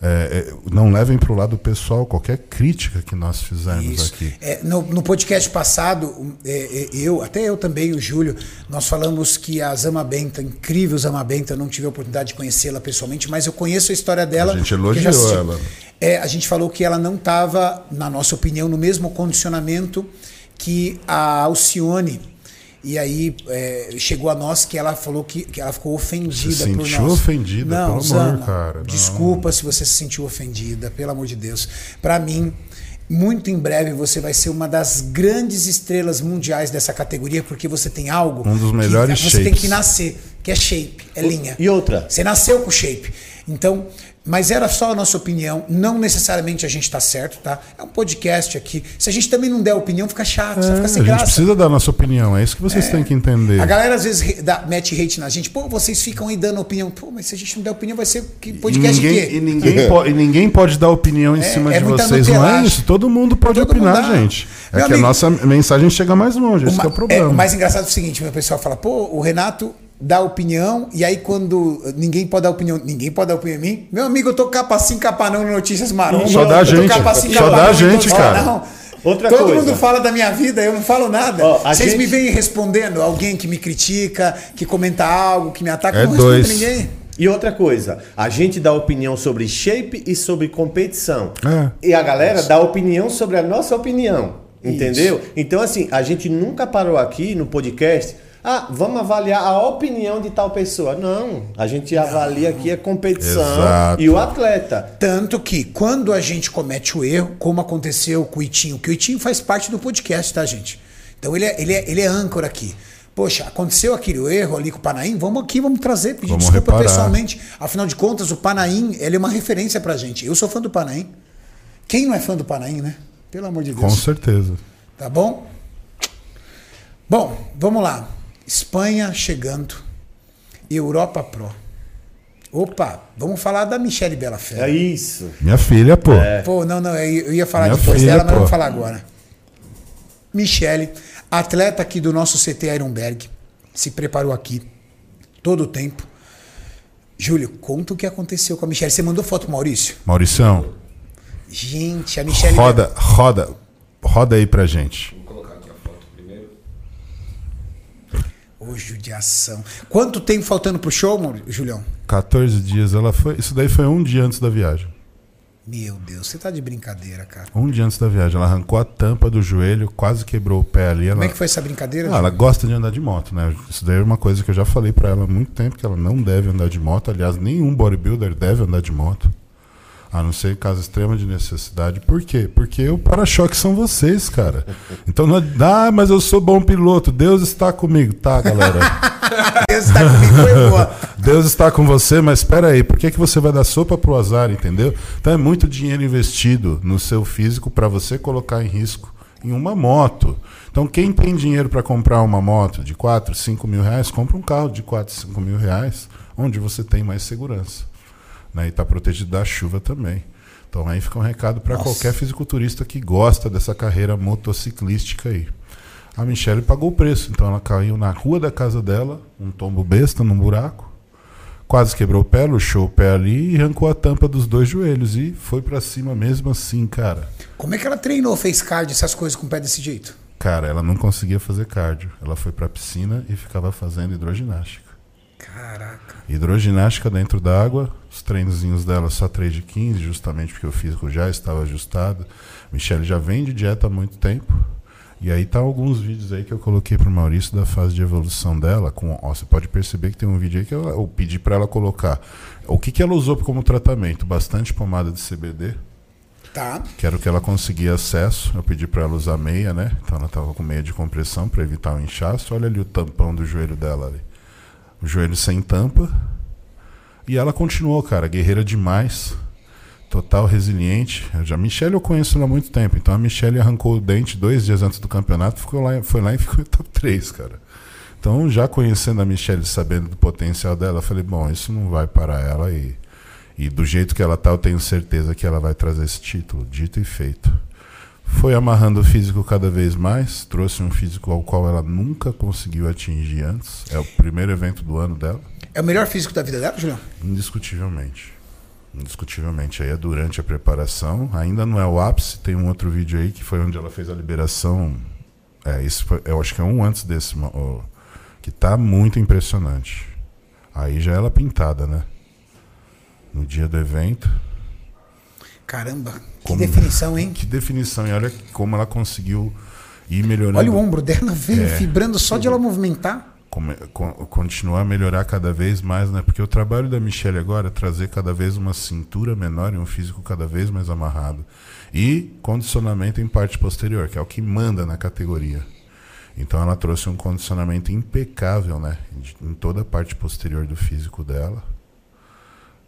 [SPEAKER 3] É, é, não levem para o lado pessoal qualquer crítica que nós fizermos
[SPEAKER 1] Isso.
[SPEAKER 3] aqui.
[SPEAKER 1] É, no, no podcast passado, um, é, é, eu, até eu também, o Júlio, nós falamos que a Zama Benta, incrível Zama Benta, eu não tive a oportunidade de conhecê-la pessoalmente, mas eu conheço a história dela.
[SPEAKER 3] A gente
[SPEAKER 1] porque eu já
[SPEAKER 3] elogiou
[SPEAKER 1] assisti.
[SPEAKER 3] ela.
[SPEAKER 1] É, a gente falou que ela não estava, na nossa opinião, no mesmo condicionamento que a Alcione. E aí é, chegou a nós que ela falou que, que ela ficou ofendida
[SPEAKER 3] Se
[SPEAKER 1] por
[SPEAKER 3] sentiu
[SPEAKER 1] nós.
[SPEAKER 3] ofendida,
[SPEAKER 1] não,
[SPEAKER 3] pelo amor,
[SPEAKER 1] Zama,
[SPEAKER 3] cara, não.
[SPEAKER 1] Desculpa se você se sentiu ofendida, pelo amor de Deus. Para mim, muito em breve você vai ser uma das grandes estrelas mundiais dessa categoria, porque você tem algo.
[SPEAKER 3] Um dos melhores
[SPEAKER 1] que, Você tem
[SPEAKER 3] shapes.
[SPEAKER 1] que nascer, que é shape, é linha.
[SPEAKER 2] E outra,
[SPEAKER 1] Você nasceu com shape. Então, mas era só a nossa opinião, não necessariamente a gente tá certo, tá? É um podcast aqui. Se a gente também não der opinião, fica chato,
[SPEAKER 3] É,
[SPEAKER 1] só
[SPEAKER 3] a
[SPEAKER 1] fica sem
[SPEAKER 3] gente
[SPEAKER 1] Assim, graça.
[SPEAKER 3] precisa dar nossa opinião, é isso que vocês têm que entender.
[SPEAKER 1] A galera às vezes re- dá, mete hate na gente. Pô, vocês ficam aí dando opinião. Pô, mas se a gente não der opinião, vai ser que podcast
[SPEAKER 3] e ninguém,
[SPEAKER 1] que?
[SPEAKER 3] e ninguém po- e ninguém pode dar opinião em cima
[SPEAKER 1] é
[SPEAKER 3] de
[SPEAKER 1] muita
[SPEAKER 3] vocês, não é
[SPEAKER 1] nutelagem.
[SPEAKER 3] isso? Todo mundo pode
[SPEAKER 1] Todo
[SPEAKER 3] opinar,
[SPEAKER 1] mundo dá.
[SPEAKER 3] gente. É
[SPEAKER 1] Meu
[SPEAKER 3] que
[SPEAKER 1] amigo-
[SPEAKER 3] a nossa mensagem chega mais longe, esse
[SPEAKER 1] Ma-
[SPEAKER 3] que é o problema.
[SPEAKER 1] o mais engraçado é o seguinte: meu pessoal fala, pô, o Renato dá opinião, e aí quando ninguém pode dar opinião, ninguém pode dar opinião em mim, meu amigo, eu tô capa sim, capa não no Notícias Maromba.
[SPEAKER 3] Só dá
[SPEAKER 1] eu tô
[SPEAKER 3] gente.
[SPEAKER 1] capa sim,
[SPEAKER 3] Só
[SPEAKER 1] capa
[SPEAKER 3] dá
[SPEAKER 1] não em
[SPEAKER 3] gente,
[SPEAKER 1] Notícias
[SPEAKER 3] cara.
[SPEAKER 1] Maromba.
[SPEAKER 2] Outra
[SPEAKER 1] Todo
[SPEAKER 2] coisa.
[SPEAKER 1] mundo fala da minha vida, eu não falo nada.
[SPEAKER 2] Ó, a
[SPEAKER 1] Vocês
[SPEAKER 2] gente-
[SPEAKER 1] me vêm respondendo, alguém que me critica, que comenta algo, que me ataca,
[SPEAKER 3] É
[SPEAKER 1] eu não respondo
[SPEAKER 3] dois.
[SPEAKER 1] ninguém.
[SPEAKER 2] E outra coisa, a gente dá opinião sobre shape e sobre competição.
[SPEAKER 3] É.
[SPEAKER 2] E a galera dá opinião sobre a nossa opinião. Entendeu? Então, assim, a gente nunca parou aqui no podcast. Ah, vamos avaliar a opinião de tal pessoa. Não. A gente avalia aqui a competição
[SPEAKER 3] Exato.
[SPEAKER 2] e o atleta.
[SPEAKER 1] Tanto que quando a gente comete o erro, como aconteceu com o Itinho, que o Itinho faz parte do podcast, tá, gente? Então ele é, ele é, ele é âncora aqui. Poxa, aconteceu aquele erro ali com o Panaim, vamos aqui, vamos trazer, pedir
[SPEAKER 3] Vamos
[SPEAKER 1] desculpa
[SPEAKER 3] reparar.
[SPEAKER 1] pessoalmente. Afinal de contas, o Panaim, ele é uma referência pra gente. Eu sou fã do Panaim. Quem não é fã do Panaim, né? Pelo amor de Deus.
[SPEAKER 3] Com certeza.
[SPEAKER 1] Tá bom? Bom, vamos lá. Espanha chegando. Europa Pro. Opa, vamos falar da Michelle Belafé.
[SPEAKER 2] É isso.
[SPEAKER 3] Minha filha, pô.
[SPEAKER 1] Pô, não, não, eu eu ia falar
[SPEAKER 3] Minha
[SPEAKER 1] depois
[SPEAKER 3] filha,
[SPEAKER 1] dela, mas
[SPEAKER 3] pô.
[SPEAKER 1] vou falar agora. Michele, atleta aqui do nosso CT Ironberg, se preparou aqui todo o tempo. Júlio, conta o que aconteceu com a Michele. Você mandou foto pro Maurício?
[SPEAKER 3] Mauricião,
[SPEAKER 1] Gente, a Michele.
[SPEAKER 3] roda, roda, roda aí pra gente.
[SPEAKER 5] Vou colocar aqui a foto primeiro.
[SPEAKER 1] Ô, judiação. Quanto tempo faltando pro show, Mauri- Julião?
[SPEAKER 3] 14 dias ela foi. Isso daí foi um dia antes da viagem.
[SPEAKER 1] Meu Deus, você tá de brincadeira, cara.
[SPEAKER 3] Um dia antes da viagem. Ela arrancou a tampa do joelho, quase quebrou o pé ali.
[SPEAKER 1] Como
[SPEAKER 3] Ela,
[SPEAKER 1] é que foi essa brincadeira?
[SPEAKER 3] Ah, ela gosta de andar de moto, né? Isso daí é uma coisa que eu já falei pra ela há muito tempo, que ela não deve andar de moto. Aliás, nenhum bodybuilder deve andar de moto. A não ser caso extrema de necessidade. Por quê? Porque o para-choque são vocês, cara. Então não ad- Ah, mas eu sou bom piloto. Deus está comigo. Tá, galera.
[SPEAKER 1] Deus tá comigo, foi boa.
[SPEAKER 3] Deus está com você, mas espera aí. Por que, que você vai dar sopa pro azar, entendeu? Então é muito dinheiro investido no seu físico pra você colocar em risco em uma moto. Então quem tem dinheiro pra comprar uma moto de 4, 5 mil reais, compra um carro de 4, 5 mil reais, onde você tem mais segurança. Né? E está protegido da chuva também. Então aí fica um recado para qualquer fisiculturista que gosta dessa carreira motociclística aí. A Michelle pagou o preço, então ela caiu na rua da casa dela, um tombo besta num buraco, quase quebrou o pé, luxou o pé ali e arrancou a tampa dos dois joelhos e foi para cima mesmo assim, cara.
[SPEAKER 1] Como é que ela treinou, fez cardio, essas coisas com o pé desse jeito?
[SPEAKER 3] Cara, ela não conseguia fazer cardio. Ela foi para piscina e ficava fazendo hidroginástica.
[SPEAKER 1] Caraca.
[SPEAKER 3] Hidroginástica dentro d'água, os treinozinhos dela só 3 de 15, justamente porque o físico já estava ajustado. Michelle já vem de dieta há muito tempo. E aí tá alguns vídeos aí que eu coloquei pro Maurício da fase de evolução dela. Com, ó, você pode perceber que tem um vídeo aí que eu, eu pedi para ela colocar. O que, que ela usou como tratamento? Bastante pomada de CBD,
[SPEAKER 1] Tá.
[SPEAKER 3] que era o que ela conseguia acesso. Eu pedi para ela usar meia, né? Então ela tava com meia de compressão para evitar o inchaço. Olha ali o tampão do joelho dela ali. O joelho sem tampa. E ela continuou, cara, guerreira demais. Total resiliente. Eu já, a Michelle eu conheço ela há muito tempo. Então a Michelle arrancou o dente dois dias antes do campeonato, ficou lá, foi lá e ficou em top 3, cara. Então, já conhecendo a Michelle, sabendo do potencial dela, eu falei, bom, isso não vai parar ela e, e do jeito que ela tá, eu tenho certeza que ela vai trazer esse título, dito e feito. Foi amarrando o físico cada vez mais, trouxe um físico ao qual ela nunca conseguiu atingir antes. É o primeiro evento do ano dela.
[SPEAKER 1] É o melhor físico da vida dela, Julião?
[SPEAKER 3] Indiscutivelmente. Indiscutivelmente. Aí é durante a preparação. Ainda não é o ápice. Tem um outro vídeo aí que foi onde ela fez a liberação. É, isso foi, eu acho que é um antes desse. ma- o- que tá muito impressionante. Aí já ela pintada, né? No dia do evento.
[SPEAKER 1] Caramba, que
[SPEAKER 3] Como-
[SPEAKER 1] definição, Então, hein?
[SPEAKER 3] Que definição. E olha como ela conseguiu ir melhorando.
[SPEAKER 1] Olha o ombro dela, veio
[SPEAKER 3] É.
[SPEAKER 1] vibrando só de ela movimentar.
[SPEAKER 3] come- con- continuar a melhorar cada vez mais, né? Porque o trabalho da Michelle agora é trazer cada vez uma cintura menor e um físico cada vez mais amarrado. E condicionamento em parte posterior, que é o que manda na categoria. Então ela trouxe um condicionamento impecável, né? De- Em toda a parte posterior do físico dela.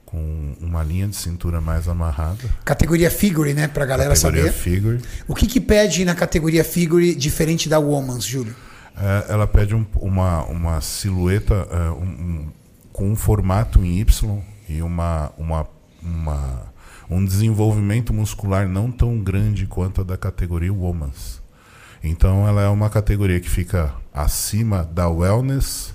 [SPEAKER 3] Com uma linha de cintura mais amarrada.
[SPEAKER 1] Categoria Figure, né? Pra galera
[SPEAKER 3] categoria
[SPEAKER 1] saber.
[SPEAKER 3] figure.
[SPEAKER 1] O que que pede na categoria Figure diferente da Woman's, Júlio?
[SPEAKER 3] É, ela pede um- uma, uma silhueta é, um- um- com um formato em Y e uma, uma, uma- um desenvolvimento muscular não tão grande quanto a da categoria Women's. Então ela é uma categoria que fica acima da wellness,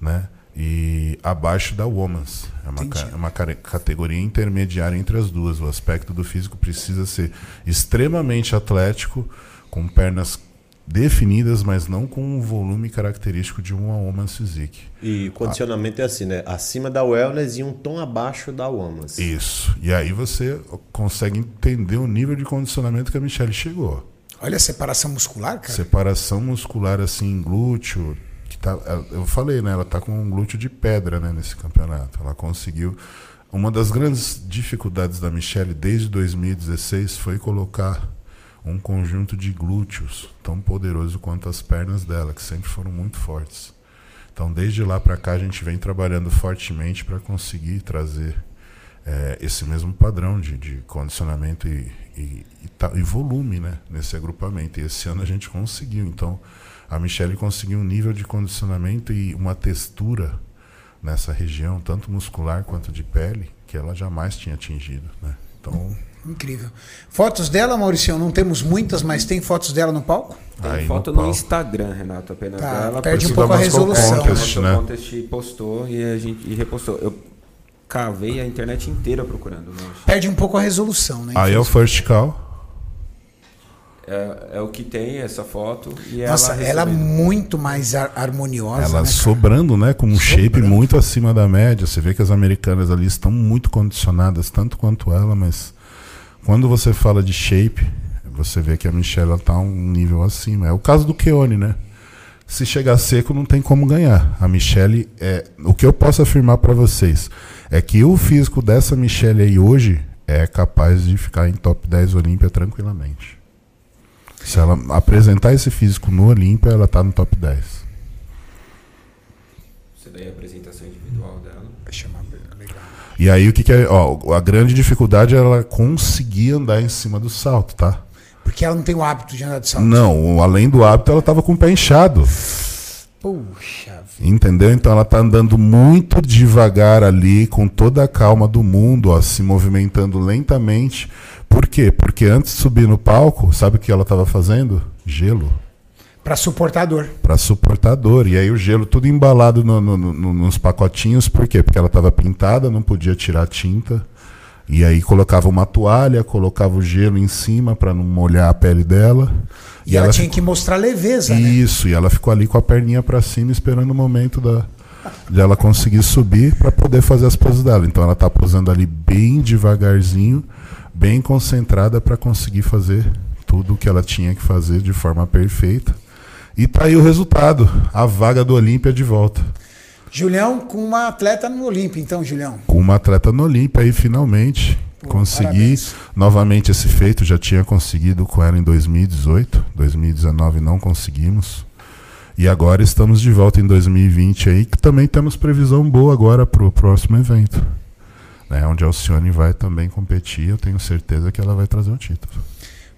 [SPEAKER 3] né? e abaixo da Woman's. É uma, ca- é uma care- categoria intermediária entre as duas. O aspecto do físico precisa ser extremamente atlético, com pernas definidas, mas não com um volume característico de uma Woman's Physique.
[SPEAKER 2] E condicionamento é assim, né? Acima da wellness e um tom abaixo da woman's.
[SPEAKER 3] Isso. E aí você consegue entender o nível de condicionamento que a Michelle chegou.
[SPEAKER 1] Olha a separação muscular, cara.
[SPEAKER 3] Separação muscular assim, em glúteo. Que tá, ela- eu falei, né? Ela tá com um glúteo de pedra né, nesse campeonato. Ela conseguiu. Uma das grandes dificuldades da Michelle desde 2016 foi colocar um conjunto de glúteos tão poderoso quanto as pernas dela, que sempre foram muito fortes. Então, desde lá para cá, a gente vem trabalhando fortemente para conseguir trazer eh, esse mesmo padrão de, de condicionamento e, e- e ta- e volume né, nesse agrupamento. E esse ano a gente conseguiu. Então, a Michelle conseguiu um nível de condicionamento e uma textura nessa região, tanto muscular quanto de pele, que ela jamais tinha atingido. Né? Então,
[SPEAKER 1] Incrível. Fotos dela, Maurício, não temos muitas, mas tem fotos dela no palco?
[SPEAKER 5] Tem
[SPEAKER 3] aí
[SPEAKER 5] foto
[SPEAKER 3] no
[SPEAKER 5] no,
[SPEAKER 3] pau.
[SPEAKER 5] Instagram, Renato, apenas
[SPEAKER 1] Tá,
[SPEAKER 5] dela.
[SPEAKER 1] perde um
[SPEAKER 5] porque
[SPEAKER 1] pouco a
[SPEAKER 3] da Moscow
[SPEAKER 1] resolução.
[SPEAKER 5] o
[SPEAKER 3] Contest,
[SPEAKER 5] Moscow
[SPEAKER 3] né?
[SPEAKER 5] Contest postou e a gente e repostou. Eu cavei a internet inteira procurando. não achei.
[SPEAKER 1] Perde um pouco a resolução, né?
[SPEAKER 3] Aí é o first call.
[SPEAKER 5] É, é o que tem essa foto e
[SPEAKER 1] Nossa,
[SPEAKER 5] ela
[SPEAKER 1] ela, é
[SPEAKER 5] recebendo.
[SPEAKER 1] muito mais har- harmoniosa. né,
[SPEAKER 3] Ela
[SPEAKER 1] cara?
[SPEAKER 3] sobrando, né? Com um shape muito acima da média. Você vê que as americanas ali estão muito condicionadas, tanto quanto ela, mas quando você fala de shape, você vê que a Michelle ela tá um nível acima. É o caso do Keone, né? Se chegar seco, não tem como ganhar. A Michelle, é, o que eu posso afirmar para vocês é que o físico dessa Michelle aí hoje é capaz de ficar em top 10 Olímpia tranquilamente. Se ela apresentar esse físico no Olímpia, ela tá no top 10.
[SPEAKER 5] Você daí a apresentação individual dela.
[SPEAKER 1] Deixa eu chamar- legal.
[SPEAKER 3] E aí o que, que é. Ó, a grande dificuldade é ela conseguir andar em cima do salto, tá?
[SPEAKER 1] Porque ela não tem o hábito de andar de salto.
[SPEAKER 3] Não, o- além do hábito, ela tava com o pé inchado.
[SPEAKER 1] Puxa vida.
[SPEAKER 3] Entendeu? Então ela tá andando muito devagar ali, com toda a calma do mundo, ó, se movimentando lentamente. Por quê? Porque antes de subir no palco, sabe o que ela tava fazendo? Gelo.
[SPEAKER 1] Pra suportar a dor.
[SPEAKER 3] Pra suportar a dor. E aí o gelo tudo embalado no- no- no- nos pacotinhos, por quê? Porque ela estava pintada, não podia tirar a tinta. E aí colocava uma toalha, colocava o gelo em cima para não molhar a pele dela.
[SPEAKER 1] E, ela, tinha
[SPEAKER 3] ficou-
[SPEAKER 1] que mostrar leveza, né?
[SPEAKER 3] Isso, e ela ficou ali com a perninha para cima esperando o momento da de ela conseguir subir para poder fazer as poses dela. Então ela tá posando ali bem devagarzinho, bem concentrada para conseguir fazer tudo o que ela tinha que fazer de forma perfeita. E tá aí o resultado, a vaga do Olímpia de volta.
[SPEAKER 1] Julião com uma atleta no Olímpio, então, Julião.
[SPEAKER 3] Com uma atleta no Olímpia aí finalmente consegui
[SPEAKER 1] parabéns.
[SPEAKER 3] novamente esse feito, já tinha conseguido com ela em 2018, 2019 não conseguimos. E agora estamos de volta em 2020 aí, que também temos previsão boa agora para o próximo evento. Né, onde a Alcione vai também competir, eu tenho certeza que ela vai trazer o título.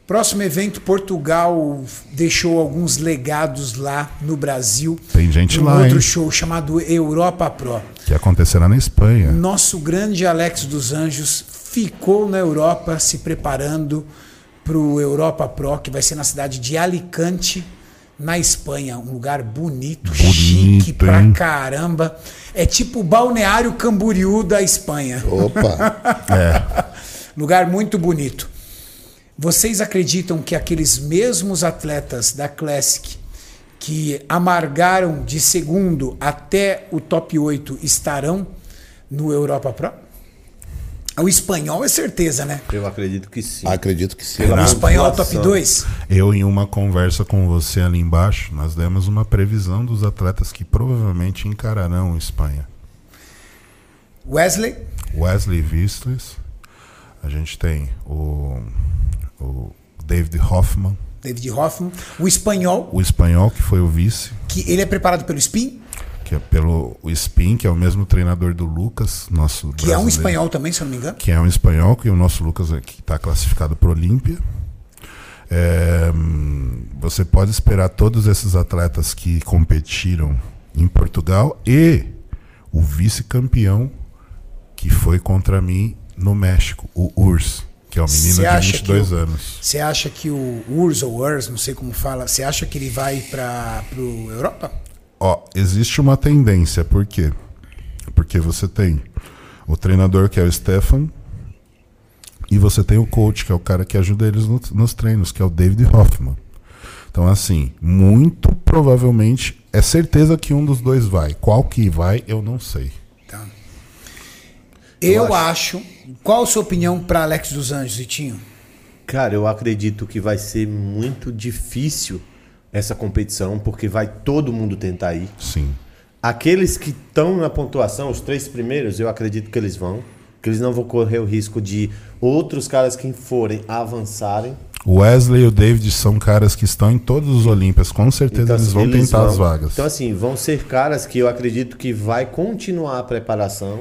[SPEAKER 1] Próximo evento, Portugal deixou alguns legados lá no Brasil.
[SPEAKER 3] Tem gente
[SPEAKER 1] um
[SPEAKER 3] lá,
[SPEAKER 1] outro
[SPEAKER 3] hein?
[SPEAKER 1] show chamado Europa Pro.
[SPEAKER 3] Que acontecerá na Espanha.
[SPEAKER 1] Nosso grande Alex dos Anjos ficou na Europa se preparando para o Europa Pro, que vai ser na cidade de Alicante, na Espanha. Um lugar bonito, chique pra
[SPEAKER 3] hein?
[SPEAKER 1] caramba. É tipo o balneário Camboriú da Espanha.
[SPEAKER 4] Opa!
[SPEAKER 1] Lugar muito bonito. Vocês acreditam que aqueles mesmos atletas da Classic que amargaram de segundo até o top 8 estarão no Europa Pro? O espanhol é certeza, né?
[SPEAKER 2] Eu acredito que sim.
[SPEAKER 4] Acredito que sim.
[SPEAKER 2] Pela-
[SPEAKER 1] O espanhol é o
[SPEAKER 2] pontuação.
[SPEAKER 1] top 2?
[SPEAKER 3] Eu, em uma conversa com você ali embaixo, nós demos uma previsão dos atletas que provavelmente encararão a Espanha.
[SPEAKER 1] Wesley,
[SPEAKER 3] Wesley Vistles, a gente tem o, o David Hoffman,
[SPEAKER 1] David Hoffman. O espanhol,
[SPEAKER 3] o espanhol que foi o vice,
[SPEAKER 1] que ele é preparado pelo Spin,
[SPEAKER 3] que é pelo o Spin, que é o mesmo treinador do Lucas, nosso
[SPEAKER 1] que é um
[SPEAKER 3] brasileiro.
[SPEAKER 1] espanhol também, se eu não me engano.
[SPEAKER 3] que é um espanhol, que o nosso Lucas aqui está classificado para Olímpia. É, hum, você pode esperar todos esses atletas que competiram em Portugal e o vice-campeão que foi contra mim no México, o Urs, que é um menino
[SPEAKER 1] Você
[SPEAKER 3] de
[SPEAKER 1] acha que
[SPEAKER 3] 22
[SPEAKER 1] o-
[SPEAKER 3] anos.
[SPEAKER 1] Você acha que o Urs ou Urs, não sei como fala, você acha que ele vai para o Europa?
[SPEAKER 3] Ó, existe uma tendência, porque Porque você tem o treinador, que é o Stefan, e você tem o coach, que é o cara que ajuda eles no- nos treinos, que é o David Hoffman. Então, assim, muito provavelmente é certeza que um dos dois vai. Qual que vai, eu não sei.
[SPEAKER 1] Eu acho. Qual a sua opinião para Alex dos Anjos, Vitinho?
[SPEAKER 2] Cara, eu acredito que vai ser muito difícil essa competição, porque vai todo mundo tentar ir.
[SPEAKER 3] Sim.
[SPEAKER 2] Aqueles que estão na pontuação, os três primeiros, eu acredito que eles vão. Que eles não vão correr o risco de outros caras que forem avançarem.
[SPEAKER 3] O Wesley e o David são caras que estão em todos os Olímpias. Com certeza eles
[SPEAKER 2] assim,
[SPEAKER 3] vão tentar
[SPEAKER 2] vão-
[SPEAKER 3] as vagas.
[SPEAKER 2] Então, assim, vão ser caras que eu acredito que vai continuar a preparação.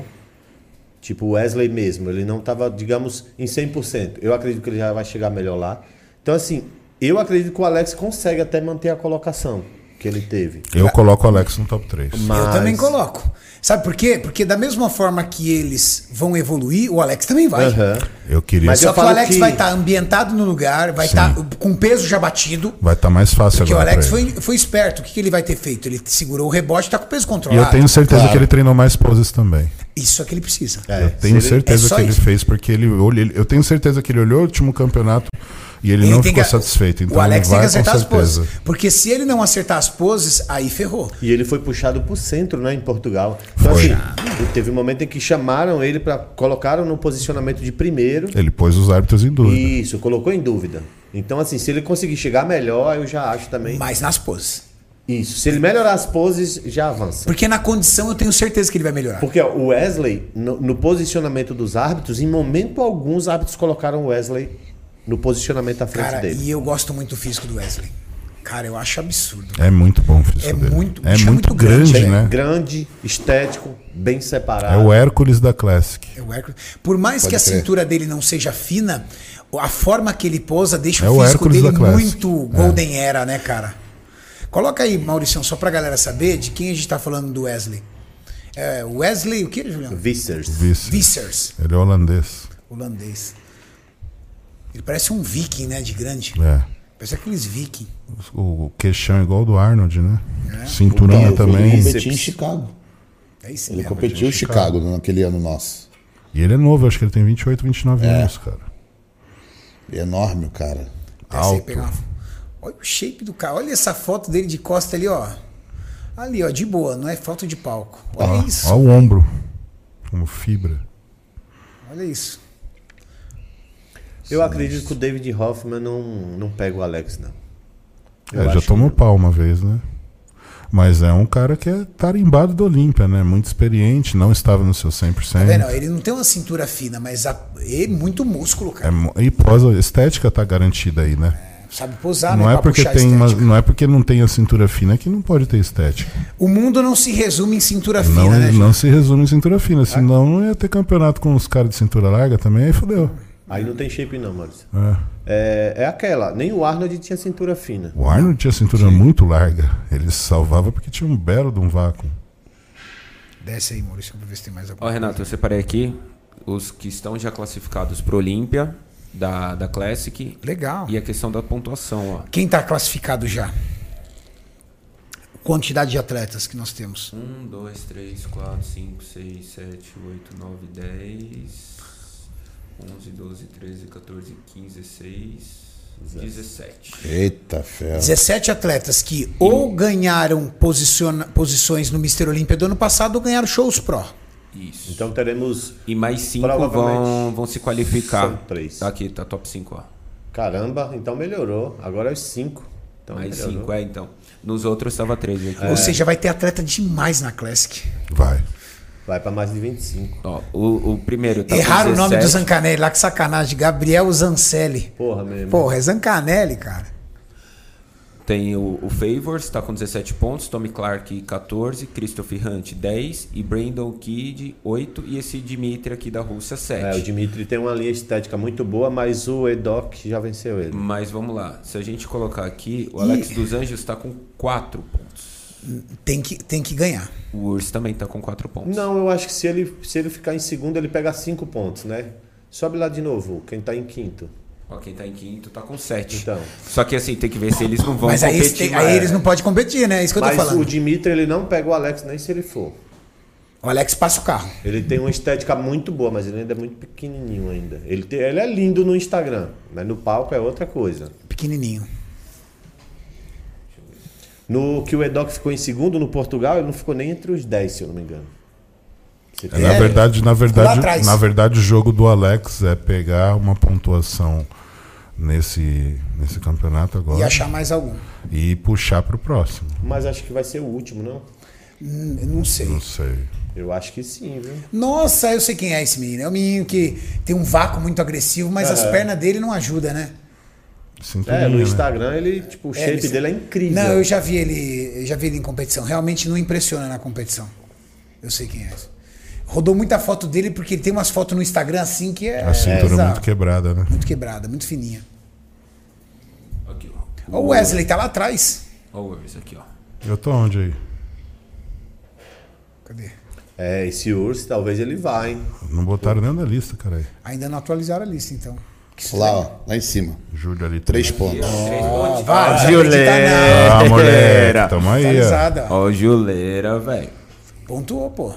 [SPEAKER 2] Tipo o Wesley mesmo, ele não estava, digamos, em 100%. Eu acredito que ele já vai chegar melhor lá. Então, assim, eu acredito que o Alex consegue até manter a colocação que ele teve.
[SPEAKER 3] eu coloco o Alex no top 3.
[SPEAKER 1] Eu
[SPEAKER 2] Mas-
[SPEAKER 1] também coloco. Sabe por quê? Porque da mesma forma que eles vão evoluir, o Alex também vai.
[SPEAKER 2] Aham.
[SPEAKER 3] Eu queria.
[SPEAKER 2] Mas
[SPEAKER 1] Só
[SPEAKER 2] eu
[SPEAKER 1] que o
[SPEAKER 2] falo
[SPEAKER 1] Alex
[SPEAKER 2] que-
[SPEAKER 1] vai estar ambientado no lugar, vai estar com o peso já batido.
[SPEAKER 3] Vai estar mais fácil
[SPEAKER 1] Porque o
[SPEAKER 3] agora.
[SPEAKER 1] Alex
[SPEAKER 3] pra ele.
[SPEAKER 1] foi, foi esperto. O que, que ele vai ter feito? Ele segurou o rebote e tá com o peso
[SPEAKER 3] E
[SPEAKER 1] controlado.
[SPEAKER 3] eu tenho certeza
[SPEAKER 4] Claro.
[SPEAKER 3] que ele treinou mais poses também.
[SPEAKER 1] Isso é que ele precisa.
[SPEAKER 2] É, se
[SPEAKER 3] Tenho
[SPEAKER 2] ele-
[SPEAKER 3] certeza
[SPEAKER 1] É só
[SPEAKER 3] que ele
[SPEAKER 1] isso.
[SPEAKER 3] fez, porque ele olha, ele- eu tenho certeza que ele olhou o último campeonato e ele, não
[SPEAKER 1] tem
[SPEAKER 3] ficou
[SPEAKER 1] que-
[SPEAKER 3] satisfeito. Então
[SPEAKER 1] o Alex tem
[SPEAKER 3] ele
[SPEAKER 1] que
[SPEAKER 3] vai
[SPEAKER 1] acertar
[SPEAKER 3] com
[SPEAKER 1] as
[SPEAKER 3] certeza.
[SPEAKER 1] poses. Porque se ele não acertar as poses, aí ferrou.
[SPEAKER 2] E ele foi puxado pro centro, né, em Portugal. Então,
[SPEAKER 3] Foi.
[SPEAKER 2] assim, teve um momento em que chamaram ele para colocaram no posicionamento de primeiro.
[SPEAKER 3] Ele pôs os árbitros em dúvida.
[SPEAKER 2] Isso, colocou em dúvida. Então, assim, se ele conseguir chegar melhor, eu já acho também.
[SPEAKER 1] Mas nas poses.
[SPEAKER 2] Isso. Se ele melhorar as poses, já avança.
[SPEAKER 1] Porque na condição eu tenho certeza que ele vai melhorar.
[SPEAKER 2] Porque ó, o Wesley, no, no posicionamento dos árbitros, em momento algum, os árbitros colocaram o Wesley no posicionamento à frente
[SPEAKER 1] Cara,
[SPEAKER 2] dele.
[SPEAKER 1] e eu gosto muito do físico do Wesley. Cara, eu acho absurdo.
[SPEAKER 3] É muito bom o físico
[SPEAKER 1] É
[SPEAKER 3] dele.
[SPEAKER 1] muito-
[SPEAKER 3] é
[SPEAKER 1] bicho, é
[SPEAKER 3] muito,
[SPEAKER 1] muito grande,
[SPEAKER 3] grande,
[SPEAKER 2] Bem,
[SPEAKER 3] né?
[SPEAKER 2] Grande, estético, bem
[SPEAKER 3] É
[SPEAKER 2] separado.
[SPEAKER 3] o Hércules da Classic.
[SPEAKER 1] É o Hércules. Por mais que a
[SPEAKER 4] crer.
[SPEAKER 1] cintura dele não seja fina, a forma que ele posa deixa
[SPEAKER 3] É
[SPEAKER 1] o
[SPEAKER 3] o
[SPEAKER 1] físico
[SPEAKER 3] Hércules
[SPEAKER 1] dele
[SPEAKER 3] da classe. É.
[SPEAKER 1] muito Golden Era, né, cara? Coloca aí, Mauricião, só pra galera saber de quem a gente tá falando do Wesley. É, Wesley, o que, Julião?
[SPEAKER 2] Vissers.
[SPEAKER 3] Vice.
[SPEAKER 1] Vissers,
[SPEAKER 3] Ele é holandês.
[SPEAKER 1] holandês. Ele parece um viking, né, de grande.
[SPEAKER 3] É.
[SPEAKER 1] Parece aqueles viking.
[SPEAKER 3] O o queixão é igual ao do Arnold, né? Cinturona
[SPEAKER 4] Então,
[SPEAKER 3] também.
[SPEAKER 4] Ele competiu em Chicago.
[SPEAKER 1] É isso
[SPEAKER 4] Ele
[SPEAKER 1] mesmo.
[SPEAKER 4] competiu em Chicago naquele ano nosso.
[SPEAKER 3] E ele é novo, acho que ele tem 28, 29
[SPEAKER 1] É.
[SPEAKER 3] anos, cara.
[SPEAKER 4] É Enorme o cara.
[SPEAKER 1] Desce aí,
[SPEAKER 3] alto.
[SPEAKER 1] pegar uma fo- Olha o shape do cara. Olha essa foto dele de costa ali, ó. Ali, ó, de boa, não é foto de palco. Olha isso.
[SPEAKER 3] Olha o ombro. Como fibra.
[SPEAKER 1] Olha isso.
[SPEAKER 2] Eu acredito que o David Hoffman não, não pega o Alex, não. Eu
[SPEAKER 3] É, já
[SPEAKER 2] acho
[SPEAKER 3] tomou
[SPEAKER 2] que-
[SPEAKER 3] pau uma vez, né? Mas é um cara que é tarimbado do Olímpia, né? Muito experiente, não estava no seu 100%.
[SPEAKER 1] Tá Vendo, ele não tem uma cintura fina, mas a, é muito músculo,
[SPEAKER 3] É
[SPEAKER 1] cara.
[SPEAKER 3] mo- e pós a estética tá garantida aí, né?
[SPEAKER 1] Sabe posar,
[SPEAKER 3] não
[SPEAKER 1] né?
[SPEAKER 3] é
[SPEAKER 1] pra
[SPEAKER 3] porque
[SPEAKER 1] puxar
[SPEAKER 3] tem uma,
[SPEAKER 1] estética.
[SPEAKER 3] não é porque não tem a cintura fina que não pode ter estética.
[SPEAKER 1] O mundo não se resume em cintura
[SPEAKER 3] Não, é,
[SPEAKER 1] fina, né?
[SPEAKER 3] não
[SPEAKER 1] gente? É.
[SPEAKER 3] se resume em cintura fina, senão não ia ter campeonato com os caras de cintura larga também, aí fodeu.
[SPEAKER 2] Aí não tem shape, não, Maurício.
[SPEAKER 3] É.
[SPEAKER 2] É, é aquela. Nem o Arnold tinha cintura fina.
[SPEAKER 3] O Arnold tinha cintura muito larga, ele se salvava porque tinha um belo de um vácuo.
[SPEAKER 1] Desce aí, Maurício, pra ver se tem mais
[SPEAKER 5] Ó,
[SPEAKER 1] alguma
[SPEAKER 5] Renato, eu separei aqui os que estão já classificados pro Olímpia, da, da Classic.
[SPEAKER 3] Ah.
[SPEAKER 1] Legal.
[SPEAKER 5] E a questão da pontuação, ó.
[SPEAKER 1] Quem tá classificado já? Quantidade de atletas que nós temos.
[SPEAKER 5] 1, 2, 3, 4, 5, 6, 7, 8, 9, 10, 11, 12, 13, 14, 15, 16, 17.
[SPEAKER 4] Eita, fera.
[SPEAKER 1] 17 atletas que ou ganharam posiciona- posições no Mister Olímpia do ano passado ou ganharam shows pró.
[SPEAKER 5] Isso.
[SPEAKER 2] Então teremos.
[SPEAKER 5] e mais 5 vão,
[SPEAKER 2] Provavelmente
[SPEAKER 5] vão se qualificar.
[SPEAKER 2] são três.
[SPEAKER 5] Tá aqui, tá top 5, ó.
[SPEAKER 2] Caramba, então melhorou. Agora é os cinco. Então
[SPEAKER 5] mais
[SPEAKER 2] melhorou. É.
[SPEAKER 5] 5, é então. Nos outros tava 13 aqui. né?
[SPEAKER 1] Ou seja, vai ter atleta demais na Classic.
[SPEAKER 3] Vai.
[SPEAKER 2] Vai pra mais de 25.
[SPEAKER 5] Ó, o, o primeiro tá com
[SPEAKER 1] Erraram o nome do
[SPEAKER 5] 17.
[SPEAKER 1] Zancanelli lá, que sacanagem. Gabriel Zancelli.
[SPEAKER 2] Porra, meu irmão.
[SPEAKER 1] Porra, é Zancanelli, cara.
[SPEAKER 5] Tem o, o Favors, tá com 17 pontos. Tommy Clark, 14. Christopher Hunt, 10. E Brandon Kidd, 8. E esse Dimitri aqui da Rússia, 7.
[SPEAKER 2] É, o Dimitri tem uma linha estética muito boa, mas o Edoc já venceu ele.
[SPEAKER 5] Mas vamos lá. Se a gente colocar aqui, o Alex dos Anjos tá com 4 pontos.
[SPEAKER 1] Tem que, tem que ganhar.
[SPEAKER 5] O Urs também tá com 4 pontos.
[SPEAKER 2] Não, eu acho que se ele, se ele ficar em segundo, ele pega cinco pontos, né? Sobe lá de novo, quem tá em quinto.
[SPEAKER 5] Ó, quem tá em quinto tá com 7.
[SPEAKER 2] Então.
[SPEAKER 5] Só que assim, tem que ver se eles não vão
[SPEAKER 1] Mas aí,
[SPEAKER 5] competir.
[SPEAKER 1] eles têm-
[SPEAKER 5] mais.
[SPEAKER 1] aí eles não podem competir, né? É isso que eu tô
[SPEAKER 2] Mas o
[SPEAKER 1] falando.
[SPEAKER 2] Dimitri, ele não pega o Alex nem se ele for.
[SPEAKER 1] O Alex passa o carro.
[SPEAKER 2] Ele tem uma estética muito boa, mas ele ainda é muito pequenininho ainda. Ele, tem- ele é lindo no Instagram, mas no palco é outra coisa.
[SPEAKER 1] Pequenininho.
[SPEAKER 2] No que o Edoc ficou em segundo no Portugal, ele não ficou nem entre os 10, se eu não me engano. Você
[SPEAKER 3] É, Na
[SPEAKER 1] É.
[SPEAKER 3] verdade, na
[SPEAKER 1] Lá
[SPEAKER 3] verdade,
[SPEAKER 1] atrás.
[SPEAKER 3] na verdade, o jogo do Alex é pegar uma pontuação nesse, nesse campeonato agora
[SPEAKER 1] E
[SPEAKER 3] e,
[SPEAKER 1] achar mais algum.
[SPEAKER 3] puxar pro próximo.
[SPEAKER 2] Mas acho que vai ser o último, não?
[SPEAKER 1] Hum, eu não sei.
[SPEAKER 3] Não sei.
[SPEAKER 2] Eu acho que sim, viu?
[SPEAKER 1] Nossa, eu sei quem é esse menino. É um menino que tem um vácuo muito agressivo, mas as pernas dele não ajudam, né?
[SPEAKER 3] Cinturinha,
[SPEAKER 2] É, no
[SPEAKER 3] né?
[SPEAKER 2] Instagram ele, tipo, o
[SPEAKER 1] É,
[SPEAKER 2] shape
[SPEAKER 1] ele-
[SPEAKER 2] dele é incrível.
[SPEAKER 1] Não, eu já vi ele, eu já vi ele em competição. Realmente não impressiona na competição. Eu sei quem é. Rodou muita foto dele porque ele tem umas fotos no Instagram assim que é
[SPEAKER 3] A cintura
[SPEAKER 1] bizarro.
[SPEAKER 3] muito quebrada, né?
[SPEAKER 1] muito quebrada, muito fininha.
[SPEAKER 5] Aqui,
[SPEAKER 1] Ó, o Wesley tá lá atrás.
[SPEAKER 5] Ó o Urs aqui, ó.
[SPEAKER 3] Eu tô onde aí?
[SPEAKER 1] Cadê?
[SPEAKER 2] É, esse urso talvez ele vá, hein?
[SPEAKER 3] Não botaram nem na lista, cara. aí.
[SPEAKER 1] Ainda não atualizaram a lista, então.
[SPEAKER 4] Lá, ó, lá em cima.
[SPEAKER 3] Júlio ali.
[SPEAKER 4] Três pontos.
[SPEAKER 5] Três pontos.
[SPEAKER 1] Ah,
[SPEAKER 3] Ah,
[SPEAKER 1] É.
[SPEAKER 3] moleque, tamo aí. ó.
[SPEAKER 1] tá Atualizada. ó.
[SPEAKER 5] Ó o Juleira, velho.
[SPEAKER 1] Pontuou, pô.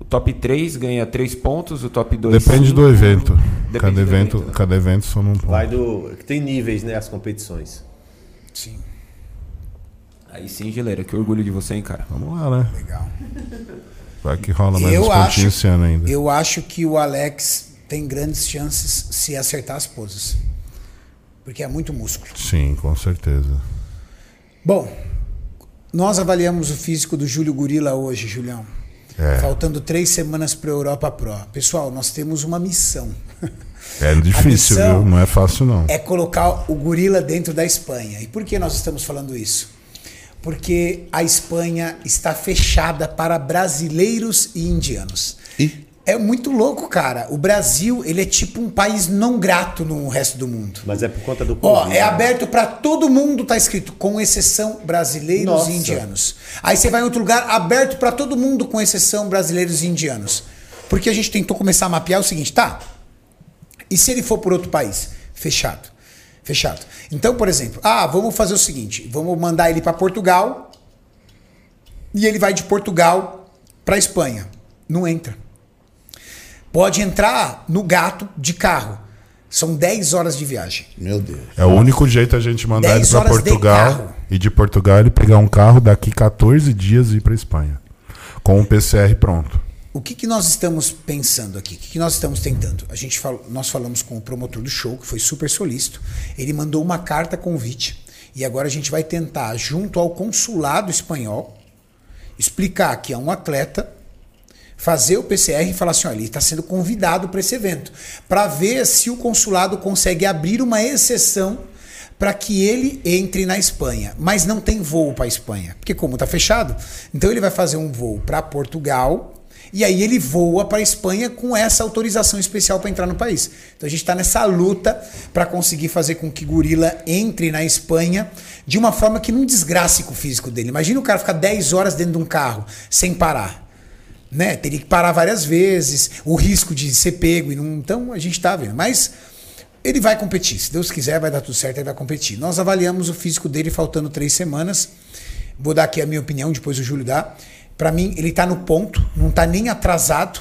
[SPEAKER 5] O top 3 ganha 3 pontos, o top 2...
[SPEAKER 3] Depende do evento.
[SPEAKER 5] Depende
[SPEAKER 3] Cada
[SPEAKER 5] do
[SPEAKER 3] evento,
[SPEAKER 5] evento, né?
[SPEAKER 3] cada evento soma um ponto.
[SPEAKER 2] Vai do. Tem níveis, né? As competições.
[SPEAKER 1] Sim,
[SPEAKER 5] Aí sim, Juleira, que orgulho de você, hein, cara.
[SPEAKER 3] Vamos lá, né?
[SPEAKER 1] legal.
[SPEAKER 3] Vai que rola mais uns
[SPEAKER 1] eu
[SPEAKER 3] pontinhos
[SPEAKER 1] acho,
[SPEAKER 3] esse ano ainda.
[SPEAKER 1] eu acho que o Alex tem grandes chances se acertar as poses. Porque é muito músculo.
[SPEAKER 3] Sim, com certeza.
[SPEAKER 1] Bom, nós avaliamos o físico do Júlio Gorila hoje, Julião.
[SPEAKER 3] É.
[SPEAKER 1] Faltando três semanas para a Europa Pro. Pessoal, nós temos uma missão.
[SPEAKER 3] É difícil,
[SPEAKER 1] missão
[SPEAKER 3] viu? Não é fácil, não.
[SPEAKER 1] é colocar o gorila dentro da Espanha. E por que nós estamos falando isso? Porque a Espanha está fechada para brasileiros e indianos.
[SPEAKER 4] Ih.
[SPEAKER 1] É muito louco, cara. O Brasil, ele é tipo um país não grato no resto do mundo.
[SPEAKER 2] Mas é por conta do.
[SPEAKER 1] Ó,
[SPEAKER 2] Covid,
[SPEAKER 1] é
[SPEAKER 2] né?
[SPEAKER 1] aberto pra todo mundo, tá escrito, com exceção brasileiros
[SPEAKER 2] Nossa.
[SPEAKER 1] e indianos. Aí você vai em outro lugar, aberto pra todo mundo, com exceção brasileiros e indianos. Porque a gente tentou começar a mapear o seguinte, tá? E se ele for por outro país? Fechado. Fechado. Então, por exemplo, ah, vamos fazer o seguinte, vamos mandar ele pra Portugal e ele vai de Portugal pra Espanha. Não entra. Pode entrar no gato de carro. São 10 horas de viagem.
[SPEAKER 4] Meu Deus.
[SPEAKER 3] É o único jeito a gente mandar ele
[SPEAKER 1] 10
[SPEAKER 3] pra
[SPEAKER 1] horas de
[SPEAKER 3] Portugal
[SPEAKER 1] carro.
[SPEAKER 3] e de Portugal ele pegar um carro daqui 14 dias e ir pra Espanha. Com o PCR pronto.
[SPEAKER 1] O que, que nós estamos pensando aqui? O que, que nós estamos tentando? A gente falou, nós falamos com o promotor do show, que foi super solícito. Ele mandou uma carta convite. E agora a gente vai tentar, junto ao consulado espanhol, explicar que é um atleta, fazer o PCR e falar assim: olha, ele está sendo convidado para esse evento, para ver se o consulado consegue abrir uma exceção para que ele entre na Espanha. Mas não tem voo para a Espanha, porque como está fechado, então ele vai fazer um voo para Portugal. E aí ele voa para Espanha com essa autorização especial para entrar no país. Então a gente está nessa luta para conseguir fazer com que Gorila entre na Espanha de uma forma que não desgrace com o físico dele. Imagina o cara ficar 10 horas dentro de um carro sem parar né? Teria que parar várias vezes, o risco de ser pego e não. Então a gente tá vendo. Mas ele vai competir. Se Deus quiser, vai dar tudo certo, ele vai competir. Nós avaliamos o físico dele faltando três semanas. Vou dar aqui a minha opinião, depois o Júlio dá. Pra mim, ele tá no ponto, não tá nem atrasado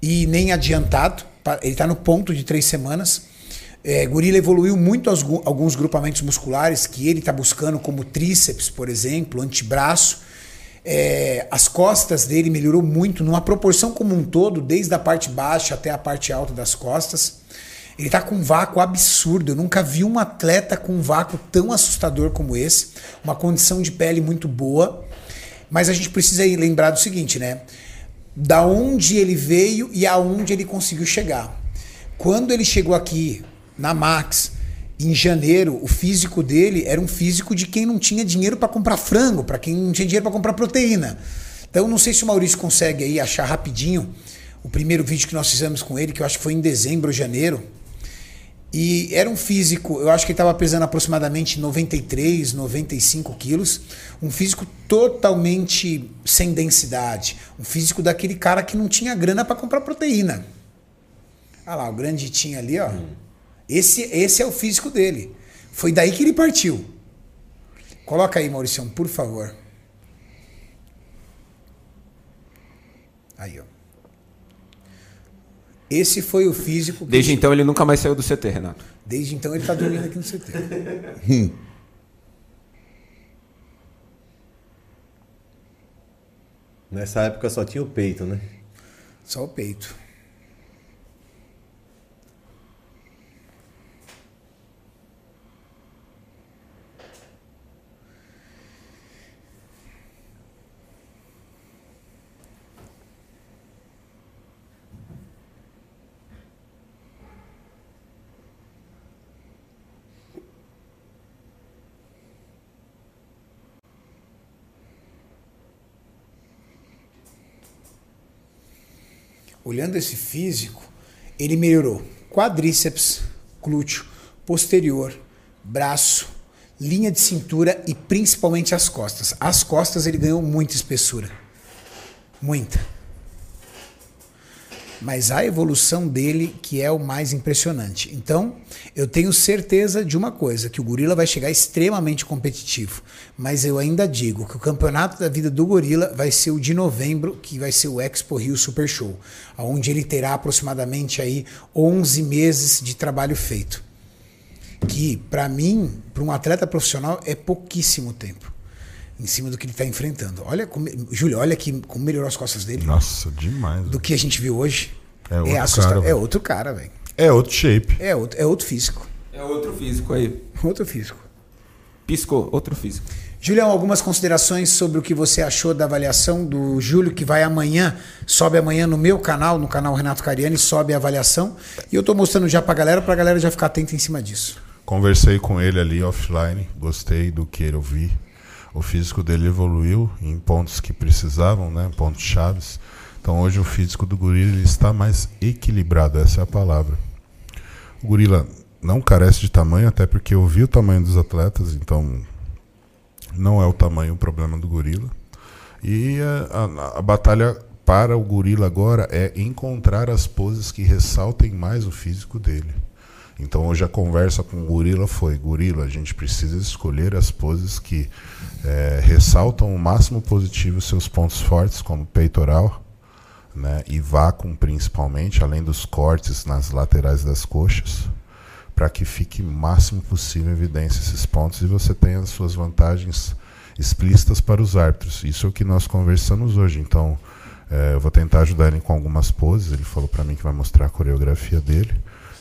[SPEAKER 1] e nem adiantado. Pa- Ele tá no ponto de três semanas. É, gorila evoluiu muito aos gu- alguns grupamentos musculares que ele está buscando, como tríceps, por exemplo, antebraço. É, as costas dele melhorou muito, numa proporção como um todo, desde a parte baixa até a parte alta das costas. Ele tá com um vácuo absurdo. Eu nunca vi um atleta com um vácuo tão assustador como esse. Uma condição de pele muito boa. Mas a gente precisa aí lembrar do seguinte, né? Da onde ele veio e aonde ele conseguiu chegar. Quando ele chegou aqui na Max em janeiro, o físico dele era um físico de quem não tinha dinheiro para comprar frango, para quem não tinha dinheiro para comprar proteína. Então não sei se o Maurício consegue aí achar rapidinho o primeiro vídeo que nós fizemos com ele, que eu acho que foi em dezembro ou janeiro. E era um físico, eu acho que ele estava pesando aproximadamente 93, 95 quilos. Um físico totalmente sem densidade. Um físico daquele cara que não tinha grana para comprar proteína. Olha lá, o grande Tim ali, ó. Esse, esse é o físico dele. Foi daí que ele partiu. Coloca aí, Mauricião, por favor. Aí, ó. Esse foi o físico. que-
[SPEAKER 5] Desde então ele nunca mais saiu do CT, Renato.
[SPEAKER 1] Desde então ele tá dormindo aqui no CT.
[SPEAKER 2] Nessa época só tinha o peito, né?
[SPEAKER 1] Só o peito. Olhando esse físico, ele melhorou quadríceps, glúteo, posterior, braço, linha de cintura e principalmente as costas. As costas ele ganhou muita espessura. Muita. Mas a evolução dele que é o mais impressionante. Então, eu tenho certeza de uma coisa, que o gorila vai chegar extremamente competitivo. Mas eu ainda digo que o campeonato da vida do gorila vai ser o de novembro, que vai ser o Expo Rio Super Show, onde ele terá aproximadamente aí 11 meses de trabalho feito. Que, para mim, para um atleta profissional, é pouquíssimo tempo em cima do que ele está enfrentando. Olha como, Júlio, olha que, como melhorou as costas dele
[SPEAKER 3] Nossa, demais.
[SPEAKER 1] do que a gente viu hoje
[SPEAKER 3] É outro
[SPEAKER 1] assustador.
[SPEAKER 3] cara,
[SPEAKER 1] é
[SPEAKER 3] velho.
[SPEAKER 1] outro cara, velho.
[SPEAKER 3] É outro shape.
[SPEAKER 1] É outro, é outro físico.
[SPEAKER 5] É outro físico aí.
[SPEAKER 1] Outro físico.
[SPEAKER 5] Piscou, outro físico.
[SPEAKER 1] Julião, algumas considerações sobre o que você achou da avaliação do Júlio, que vai amanhã, sobe amanhã no meu canal, no canal Renato Cariani, sobe a avaliação. E eu tô mostrando já pra galera, pra galera já ficar atenta em cima disso.
[SPEAKER 3] Conversei com ele ali offline, gostei do que eu vi. O físico dele evoluiu em pontos que precisavam, né? Pontos chaves. Então hoje o físico do gorila ele está mais equilibrado, essa é a palavra. O gorila não carece de tamanho, até porque eu vi o tamanho dos atletas, então não é o tamanho o problema do gorila. E a, a- a batalha para o gorila agora é encontrar as poses que ressaltem mais o físico dele. Então hoje a conversa com o gorila foi: gorila, a gente precisa escolher as poses que eh, ressaltam o máximo positivo seus pontos fortes, como peitoral né, e vácuo principalmente, além dos cortes nas laterais das coxas, para que fique o máximo possível em evidência esses pontos e você tenha as suas vantagens explícitas para os árbitros. Isso é o que nós conversamos hoje. Então, eh, eu vou tentar ajudar ele com algumas poses. Ele falou para mim que vai mostrar a coreografia dele.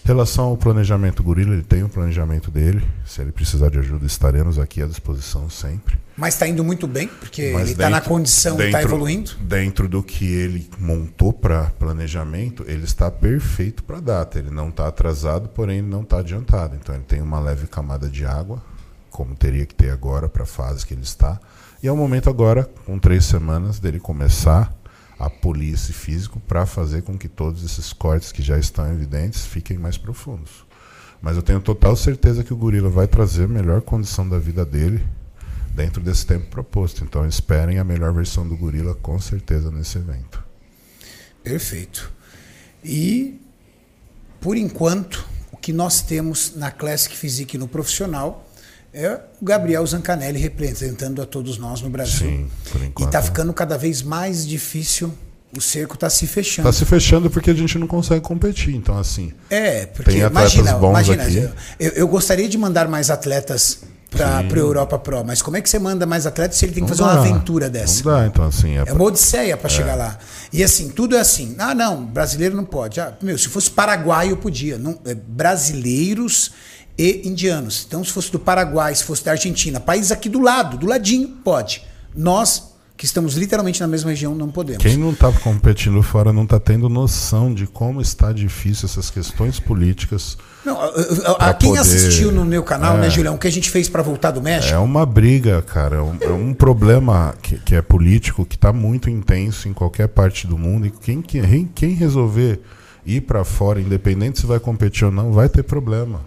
[SPEAKER 3] Em relação ao planejamento gorila, ele tem o planejamento dele. Se ele precisar de ajuda, estaremos aqui à disposição sempre.
[SPEAKER 1] Mas tá indo muito bem, porque
[SPEAKER 3] Mas
[SPEAKER 1] ele tá na
[SPEAKER 3] dentro-
[SPEAKER 1] condição, tá
[SPEAKER 3] dentro-
[SPEAKER 1] evoluindo.
[SPEAKER 3] Dentro do que ele montou para planejamento, ele está perfeito para a data. Ele não está atrasado, porém ele não está adiantado. Então ele tem uma leve camada de água, como teria que ter agora para a fase que ele está. E é o momento agora, com três semanas, dele começar a polir esse físico para fazer com que todos esses cortes que já estão evidentes fiquem mais profundos. Mas eu tenho total certeza que o gorila vai trazer a melhor condição da vida dele dentro desse tempo proposto. Então esperem a melhor versão do gorila com certeza nesse evento.
[SPEAKER 1] Perfeito. E, por enquanto, o que nós temos na Classic Physique e no profissional é o Gabriel Zancanelli representando a todos nós no Brasil.
[SPEAKER 3] Sim, por
[SPEAKER 1] E
[SPEAKER 3] enquanto. né?
[SPEAKER 1] está ficando cada vez mais difícil, o cerco está se fechando.
[SPEAKER 3] Tá se fechando porque a gente não consegue competir. Então assim,
[SPEAKER 1] É, porque
[SPEAKER 3] Tem atletas
[SPEAKER 1] imagina,
[SPEAKER 3] bons
[SPEAKER 1] imagina
[SPEAKER 3] aqui.
[SPEAKER 1] Eu, eu gostaria de mandar mais atletas para a Europa Pro, mas como é que você manda mais atletas se ele tem que
[SPEAKER 3] não
[SPEAKER 1] fazer
[SPEAKER 3] dá.
[SPEAKER 1] uma aventura dessa?
[SPEAKER 3] Não dá, então assim, é,
[SPEAKER 1] É uma odisseia para chegar lá. E assim, tudo é assim. Ah, não, brasileiro não pode. Ah, meu, se fosse paraguaio, podia. Não, é, brasileiros e indianos. Então, se fosse do Paraguai, se fosse da Argentina, país aqui do lado, do ladinho, pode. Nós, que estamos literalmente na mesma região, não podemos.
[SPEAKER 3] quem não tá competindo fora não tá tendo noção de como está difícil essas questões políticas.
[SPEAKER 1] Não, a- a- a-
[SPEAKER 3] Pra
[SPEAKER 1] quem
[SPEAKER 3] poder-
[SPEAKER 1] assistiu no meu canal, né, Julião, o que a gente fez para voltar do México?
[SPEAKER 3] É uma briga, cara. É um, é um problema que, que é político, que está muito intenso em qualquer parte do mundo. E quem, que- quem, quem resolver ir para fora, independente se vai competir ou não, vai ter problema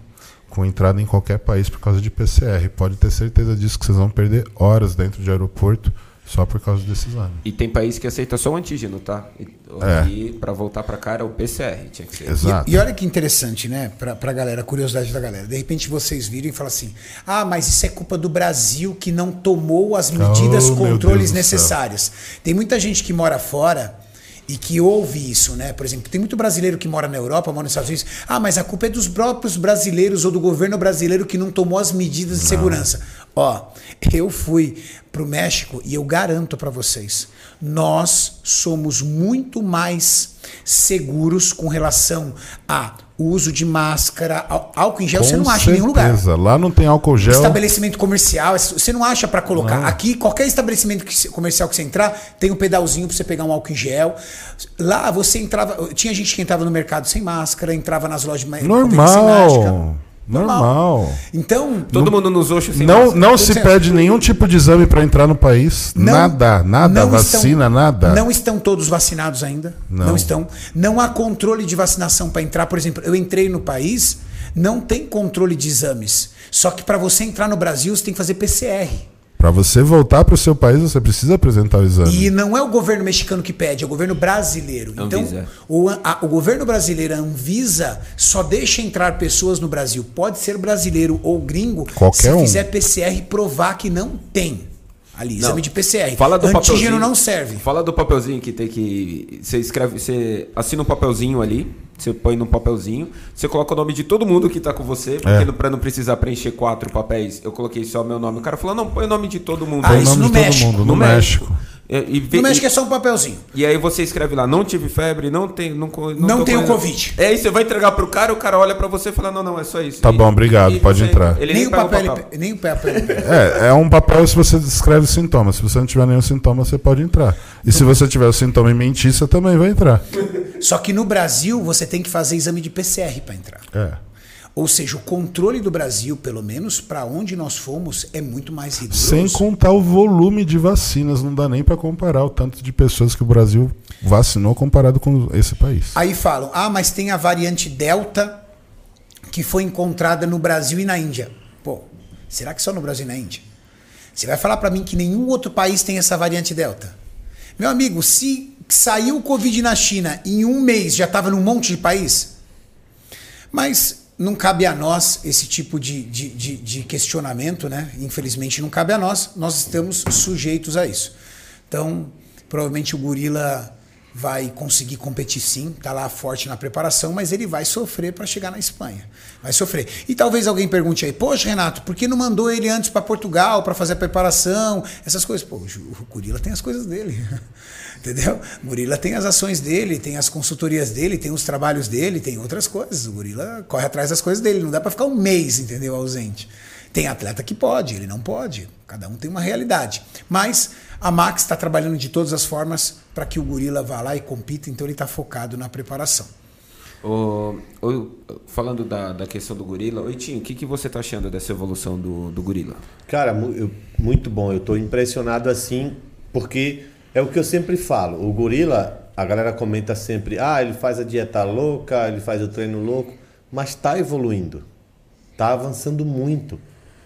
[SPEAKER 3] com entrada em qualquer país por causa de PCR. Pode ter certeza disso que vocês vão perder horas dentro de aeroporto só por causa desse exame.
[SPEAKER 5] E tem país que aceita só o antígeno, tá? E,
[SPEAKER 3] É.
[SPEAKER 5] e pra voltar pra cá era o PCR, tinha que ser.
[SPEAKER 3] Exato.
[SPEAKER 1] E, e olha que interessante, né? Pra, pra galera, a curiosidade da galera. De repente vocês viram e falam assim: ah, mas isso é culpa do Brasil que não tomou as medidas,
[SPEAKER 3] Oh, meu Deus
[SPEAKER 1] controles
[SPEAKER 3] do céu.
[SPEAKER 1] necessárias. Tem muita gente que mora fora e que ouve isso, né? Por exemplo, tem muito brasileiro que mora na Europa, mora nos Estados Unidos. Ah, mas a culpa é dos próprios brasileiros ou do governo brasileiro que não tomou as medidas de segurança. Ó, eu fui pro México e eu garanto para vocês, nós somos muito mais seguros com relação a uso de máscara, á- álcool em gel, você não acha em nenhum lugar
[SPEAKER 3] certeza. Lá não tem álcool gel.
[SPEAKER 1] estabelecimento comercial, ess- você não acha pra colocar. Aqui, qualquer estabelecimento que se- comercial que você entrar, tem um pedalzinho pra você pegar um álcool em gel. Lá você entrava. Tinha gente que entrava no mercado sem máscara, entrava nas lojas de ma-
[SPEAKER 3] Normal. Normal.
[SPEAKER 1] Então,
[SPEAKER 5] Todo mundo nos Oxo sem
[SPEAKER 3] Não,
[SPEAKER 5] máscara.
[SPEAKER 3] não se
[SPEAKER 1] certo.
[SPEAKER 3] pede nenhum tipo de exame para entrar no país.
[SPEAKER 1] Não-
[SPEAKER 3] nada, nada.
[SPEAKER 1] não estão-
[SPEAKER 3] vacina, nada.
[SPEAKER 1] Não estão todos vacinados ainda. Não,
[SPEAKER 3] Não.
[SPEAKER 1] estão. Não há controle de vacinação para entrar. Por exemplo, eu entrei no país, não tem controle de exames. Só que para você entrar no Brasil, você tem que fazer PCR.
[SPEAKER 3] Para você voltar para o seu país, você precisa apresentar o exame.
[SPEAKER 5] Uhum.
[SPEAKER 1] E não é o governo mexicano que pede, é o governo brasileiro. Então,
[SPEAKER 5] Anvisa.
[SPEAKER 1] o, a- o governo brasileiro, a Anvisa, só deixa entrar pessoas no Brasil. Pode ser brasileiro ou gringo
[SPEAKER 3] Qualquer
[SPEAKER 1] se
[SPEAKER 3] um.
[SPEAKER 1] fizer PCR e provar que não tem. Ali, exame de PCR.
[SPEAKER 5] Fala do
[SPEAKER 1] Antígeno
[SPEAKER 5] papelzinho.
[SPEAKER 1] não serve.
[SPEAKER 5] Fala do papelzinho que tem que. Você escreve. Você assina um papelzinho ali. Você põe num papelzinho. Você coloca o nome de todo mundo que tá com
[SPEAKER 3] É.
[SPEAKER 5] você. Porque não, pra não precisar preencher quatro papéis, eu coloquei só meu nome. O cara falou: não, põe o nome de todo mundo.
[SPEAKER 1] Ah,
[SPEAKER 3] Tem
[SPEAKER 5] aí.
[SPEAKER 3] o
[SPEAKER 1] isso
[SPEAKER 3] nome
[SPEAKER 1] no
[SPEAKER 3] de todo
[SPEAKER 1] México.
[SPEAKER 3] mundo. No, México.
[SPEAKER 5] É, E,
[SPEAKER 1] No
[SPEAKER 5] vê-
[SPEAKER 1] México
[SPEAKER 5] e-
[SPEAKER 1] é só um papelzinho.
[SPEAKER 5] e aí você escreve lá, não tive febre, não tem, não, co-
[SPEAKER 1] Não
[SPEAKER 5] tô
[SPEAKER 1] tenho
[SPEAKER 5] correndo.
[SPEAKER 1] Covid.
[SPEAKER 5] É isso, você vai entregar pro cara, o cara olha pra você e fala, não, não, é só isso.
[SPEAKER 3] Tá
[SPEAKER 5] E-
[SPEAKER 3] bom, obrigado,
[SPEAKER 5] e
[SPEAKER 3] pode
[SPEAKER 5] você-
[SPEAKER 3] entrar.
[SPEAKER 5] Ele
[SPEAKER 1] Nem o papel, ele
[SPEAKER 5] papel.
[SPEAKER 1] pe- nem o papel. ele pega.
[SPEAKER 3] É, é um papel se você descreve os sintomas. Se você não tiver nenhum sintoma, você pode entrar. E se você tiver o sintoma e mentir, você também vai entrar.
[SPEAKER 1] só que no Brasil, você tem que fazer exame de PCR para entrar.
[SPEAKER 3] É.
[SPEAKER 1] Ou seja, o controle do Brasil, pelo menos para onde nós fomos, é muito mais rigoroso.
[SPEAKER 3] Sem contar o volume de vacinas, não dá nem para comparar o tanto de pessoas que o Brasil vacinou comparado com esse país.
[SPEAKER 1] Aí falam, ah, mas tem a variante Delta que foi encontrada no Brasil e na Índia. Pô, será que só no Brasil e na Índia? Você vai falar pra mim que nenhum outro país tem essa variante Delta? Meu amigo, se saiu o Covid na China e em um mês já estava num monte de país, mas não cabe a nós esse tipo de, de, de- de questionamento, né? Infelizmente não cabe a nós, nós estamos sujeitos a isso. Então, provavelmente o gorila vai conseguir competir sim, tá lá forte na preparação, mas ele vai sofrer para chegar na Espanha. Vai sofrer. E talvez alguém pergunte aí: "Poxa, Renato, por que não mandou ele antes para Portugal para fazer a preparação, essas coisas?" Pô, o Ju- o gorila tem as coisas dele. Entendeu? O gorila tem as ações dele, tem as consultorias dele, tem os trabalhos dele, tem outras coisas. O gorila corre atrás das coisas dele, não dá para ficar um mês, entendeu, ausente. Tem atleta que pode, ele não pode. Cada um tem uma realidade. Mas a Max está trabalhando de todas as formas para que o gorila vá lá e compita, então ele está focado na preparação.
[SPEAKER 5] Ô, ô, falando da, da questão do gorila, oi Tinho, o que, que você tá achando dessa evolução do, do gorila?
[SPEAKER 2] Cara, mu- eu- muito bom. Eu tô impressionado assim, porque é o que eu sempre falo. O gorila, a galera comenta sempre, ah, ele faz a dieta louca, ele faz o treino louco, mas tá evoluindo. Tá avançando muito.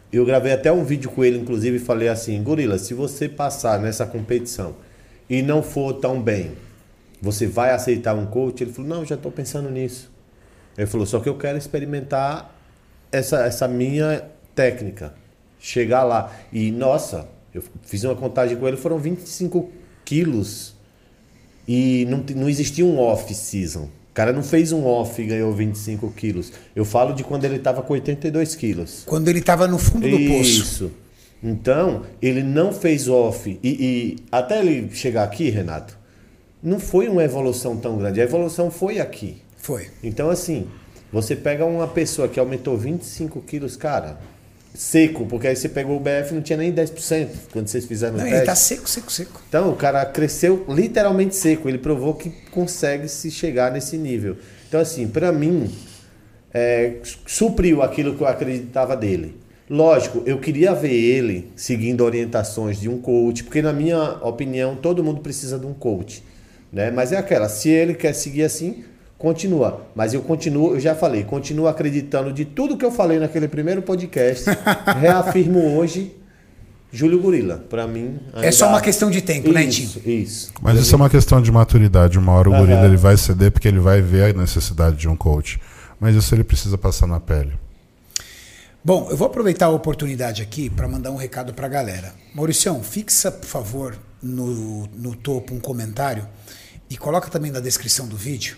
[SPEAKER 2] Eu gravei até um vídeo com ele, inclusive, e falei assim, gorila, se você passar nessa competição e não for tão bem, você vai aceitar um coach? Ele falou, não, já estou pensando nisso. Ele falou, só que eu quero experimentar essa, essa minha técnica. Chegar lá. E, nossa, eu fiz uma contagem com ele, foram 25 quilos. E não, te- não existia um off-season. O cara não fez um off e ganhou 25 quilos. Eu falo de quando ele estava com 82 quilos.
[SPEAKER 1] Quando ele estava no fundo do poço.
[SPEAKER 2] Isso. Então, ele não fez off. E, e até ele chegar aqui, Renato, não foi uma evolução tão grande. A evolução foi aqui.
[SPEAKER 1] Foi.
[SPEAKER 2] Então, assim, você pega uma pessoa que aumentou 25 quilos, cara, seco, porque aí você pegou o BF e não tinha nem 10% quando vocês fizeram o
[SPEAKER 1] Não, tá ele
[SPEAKER 2] teste.
[SPEAKER 1] está seco, seco, seco.
[SPEAKER 2] Então, o cara cresceu literalmente seco. Ele provou que consegue se chegar nesse nível. Então, assim, pra mim, é, supriu aquilo que eu acreditava dele. Lógico, eu queria ver ele seguindo orientações de um coach, porque na minha opinião todo mundo precisa de um coach, né? Mas é aquela, se ele quer seguir assim, continua. Mas eu continuo, eu já falei, continuo acreditando de tudo que eu falei naquele primeiro podcast, reafirmo hoje, Júlio Gorila, pra mim.
[SPEAKER 1] É só uma questão de tempo, né, Tim?
[SPEAKER 2] isso, isso.
[SPEAKER 3] Mas isso é uma questão de maturidade. Uma hora o gorila ele vai ceder porque ele vai ver a necessidade de um coach. Mas isso ele precisa passar na pele.
[SPEAKER 1] Bom, eu vou aproveitar a oportunidade aqui para mandar um recado para a galera. Mauricião, fixa, por favor, no, no topo um comentário e coloca também na descrição do vídeo.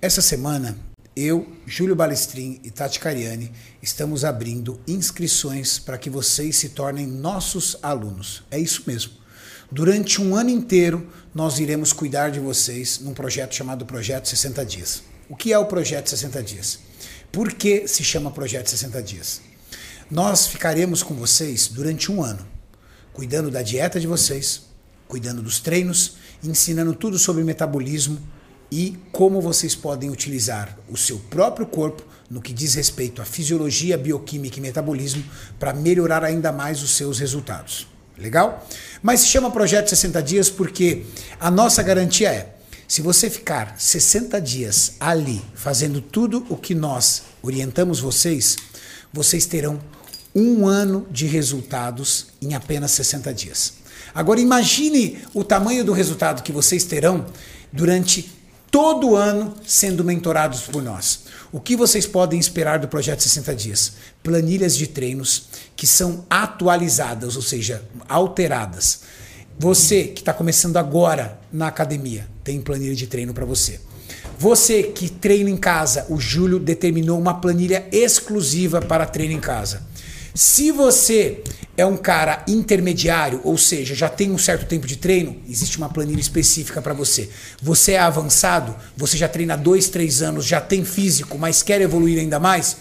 [SPEAKER 1] Essa semana, eu, Júlio Balestrin e Tati Cariani estamos abrindo inscrições para que vocês se tornem nossos alunos. É isso mesmo. Durante um ano inteiro, nós iremos cuidar de vocês num projeto chamado Projeto 60 Dias. O que é o Projeto 60 Dias? Por que se chama Projeto 60 Dias? Nós ficaremos com vocês durante um ano, cuidando da dieta de vocês, cuidando dos treinos, ensinando tudo sobre metabolismo e como vocês podem utilizar o seu próprio corpo no que diz respeito à fisiologia, bioquímica e metabolismo para melhorar ainda mais os seus resultados. Legal? Mas se chama Projeto 60 Dias porque a nossa garantia é: se você ficar 60 dias ali fazendo tudo o que nós orientamos vocês, vocês terão um ano de resultados em apenas 60 dias. Agora imagine o tamanho do resultado que vocês terão durante todo ano sendo mentorados por nós. O que vocês podem esperar do projeto 60 dias? Planilhas de treinos que são atualizadas, ou seja, alteradas. Você que está começando agora na academia tem planilha de treino para você. Você que treina em casa, o Júlio determinou uma planilha exclusiva para treino em casa. Se você é um cara intermediário, ou seja, já tem um certo tempo de treino, existe uma planilha específica para você. Você é avançado, você já treina dois, três anos, já tem físico, mas quer evoluir ainda mais?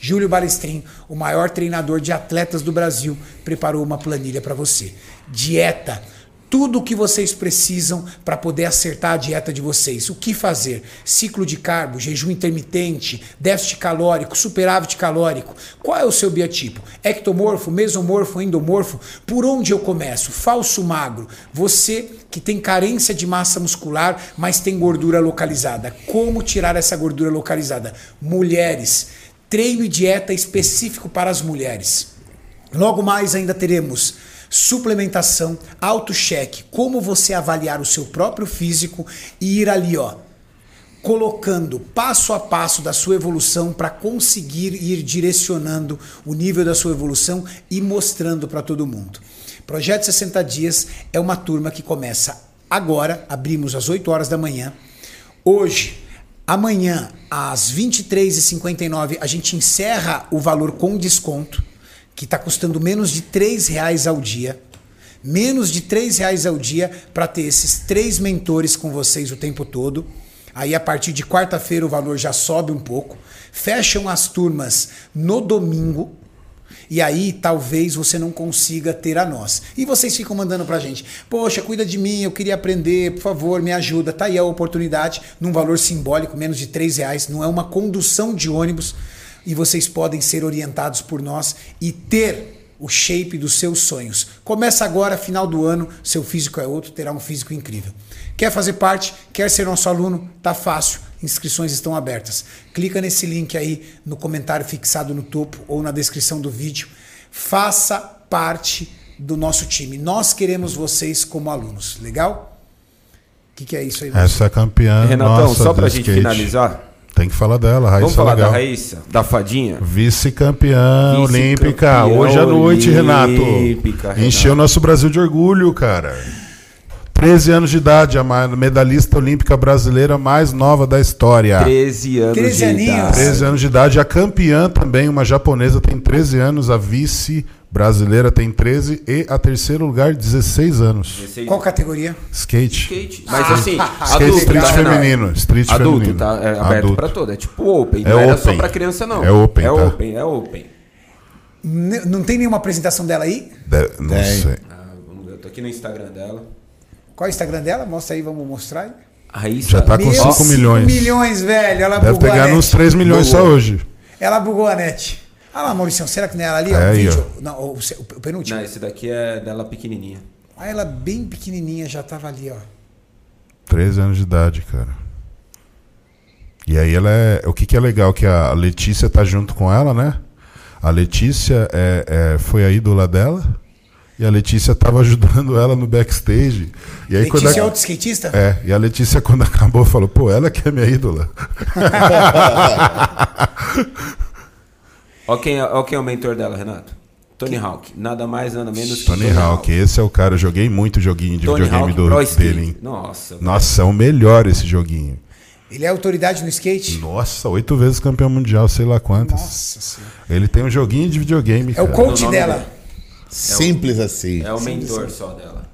[SPEAKER 1] Júlio Balestrin, o maior treinador de atletas do Brasil, preparou uma planilha para você. Dieta, tudo o que vocês precisam para poder acertar a dieta de vocês. O que fazer? Ciclo de carbo, jejum intermitente, déficit calórico, superávit calórico. Qual é o seu biotipo? Ectomorfo, mesomorfo, endomorfo? Por onde eu começo? Falso magro. Você que tem carência de massa muscular, mas tem gordura localizada. Como tirar essa gordura localizada? Mulheres. Treino e dieta específico para as mulheres. Logo mais ainda teremos suplementação, auto-cheque, como você avaliar o seu próprio físico e ir ali, ó, colocando passo a passo da sua evolução para conseguir ir direcionando o nível da sua evolução e mostrando para todo mundo. Projeto 60 Dias é uma turma que começa agora, abrimos às 8 horas da manhã. Hoje, amanhã, às 23h59, a gente encerra o valor com desconto que está custando menos de três reais ao dia, menos de três reais ao dia para ter esses três mentores com vocês o tempo todo. Aí a partir de quarta-feira o valor já sobe um pouco. Fecham as turmas no domingo. E aí talvez você não consiga ter a nós. E vocês ficam mandando pra gente: "Poxa, cuida de mim, eu queria aprender, por favor, me ajuda". Tá aí a oportunidade num valor simbólico, menos de três reais, não é uma condução de ônibus e vocês podem ser orientados por nós e ter o shape dos seus sonhos. Começa agora, final do ano, seu físico é outro, terá um físico incrível. Quer fazer parte? Quer ser nosso aluno? Tá fácil, inscrições estão abertas. Clica nesse link aí no comentário fixado no topo ou na descrição do vídeo. Faça parte do nosso time. Nós queremos vocês como alunos, legal? O que, que, é isso aí?
[SPEAKER 3] Marcelo? Essa campeã
[SPEAKER 5] Renatão,
[SPEAKER 3] Ah, nossa
[SPEAKER 5] só
[SPEAKER 3] do
[SPEAKER 5] pra gente
[SPEAKER 3] skate.
[SPEAKER 5] finalizar,
[SPEAKER 3] Tem que falar dela, Raíssa
[SPEAKER 5] vamos falar
[SPEAKER 3] é Legal.
[SPEAKER 5] da Raíssa, da Fadinha.
[SPEAKER 3] Vice-campeã
[SPEAKER 5] Vice-campeã
[SPEAKER 3] olímpica, hoje à noite,
[SPEAKER 5] olímpica,
[SPEAKER 3] Renato.
[SPEAKER 5] Renato.
[SPEAKER 3] Encheu nosso Brasil de orgulho, cara. 13 anos de idade, a ma- medalhista olímpica brasileira mais nova da história.
[SPEAKER 5] 13 anos
[SPEAKER 1] 13
[SPEAKER 5] de
[SPEAKER 1] aninhos.
[SPEAKER 5] idade.
[SPEAKER 3] 13 anos de idade, a campeã também, uma japonesa, tem 13 anos, a vice brasileira tem 13 e a terceiro lugar, 16 anos.
[SPEAKER 5] Esse aí-
[SPEAKER 1] Qual Ah, categoria?
[SPEAKER 3] Skate.
[SPEAKER 5] Skate. Mas assim,
[SPEAKER 3] Skate
[SPEAKER 5] adulto,
[SPEAKER 3] street
[SPEAKER 5] tá, Renato?
[SPEAKER 3] feminino. Street
[SPEAKER 5] Adulto,
[SPEAKER 3] feminino.
[SPEAKER 5] tá? É aberto
[SPEAKER 3] Adulto.
[SPEAKER 5] pra todo. É tipo open.
[SPEAKER 3] É
[SPEAKER 5] não era
[SPEAKER 3] open.
[SPEAKER 5] só pra criança, não.
[SPEAKER 3] É open,
[SPEAKER 5] É
[SPEAKER 3] tá?
[SPEAKER 5] open, é open.
[SPEAKER 1] N- não tem nenhuma apresentação dela aí?
[SPEAKER 3] De- não
[SPEAKER 4] Tem.
[SPEAKER 3] sei.
[SPEAKER 5] Ah, vamos ver. Eu tô aqui no Instagram dela.
[SPEAKER 1] Qual é o Instagram dela? Mostra aí, vamos mostrar aí.
[SPEAKER 5] Raíssa.
[SPEAKER 3] Já tá com
[SPEAKER 1] Meu,
[SPEAKER 3] 5 milhões.
[SPEAKER 1] milhões, velho. Ela
[SPEAKER 3] Deve
[SPEAKER 1] bugou a
[SPEAKER 3] pegar
[SPEAKER 1] net.
[SPEAKER 3] uns 3 milhões só hoje.
[SPEAKER 1] Ela bugou a net. Ah lá, Maurício, será que não é ela ali? ó,
[SPEAKER 3] É
[SPEAKER 1] o
[SPEAKER 3] aí,
[SPEAKER 1] vídeo? Não, o, o- o penúltimo.
[SPEAKER 5] Não, esse daqui é dela pequenininha.
[SPEAKER 1] Ah, ela bem pequenininha já tava ali, ó.
[SPEAKER 3] 13 anos de idade, cara. E aí ela é. O que, que é legal que a Letícia tá junto com ela, né? A Letícia é, é- foi a ídola dela. E a Letícia tava ajudando ela no backstage. E aí
[SPEAKER 1] Letícia é
[SPEAKER 3] quando a...
[SPEAKER 1] outro skatista?
[SPEAKER 3] É, e a Letícia, quando acabou, falou: pô, ela que é minha ídola.
[SPEAKER 5] Ó quem, é- ó quem é o mentor dela, Renato. Tony Hawk. Nada mais, nada menos que
[SPEAKER 3] Tony Hawk, esse é o cara. Eu joguei muito joguinho de
[SPEAKER 5] Tony
[SPEAKER 3] videogame
[SPEAKER 5] Hawk
[SPEAKER 3] do,
[SPEAKER 5] Pro
[SPEAKER 3] dele.
[SPEAKER 5] Skate.
[SPEAKER 3] hein?
[SPEAKER 5] Nossa.
[SPEAKER 3] Nossa, é o melhor esse joguinho.
[SPEAKER 1] Ele é autoridade no skate?
[SPEAKER 3] Nossa, oito vezes campeão mundial, sei lá quantas.
[SPEAKER 1] Nossa senhora.
[SPEAKER 3] Ele tem um joguinho de videogame.
[SPEAKER 1] É o
[SPEAKER 3] cara.
[SPEAKER 1] coach
[SPEAKER 5] nome
[SPEAKER 1] dela.
[SPEAKER 4] Simples assim.
[SPEAKER 5] É o mentor só dela.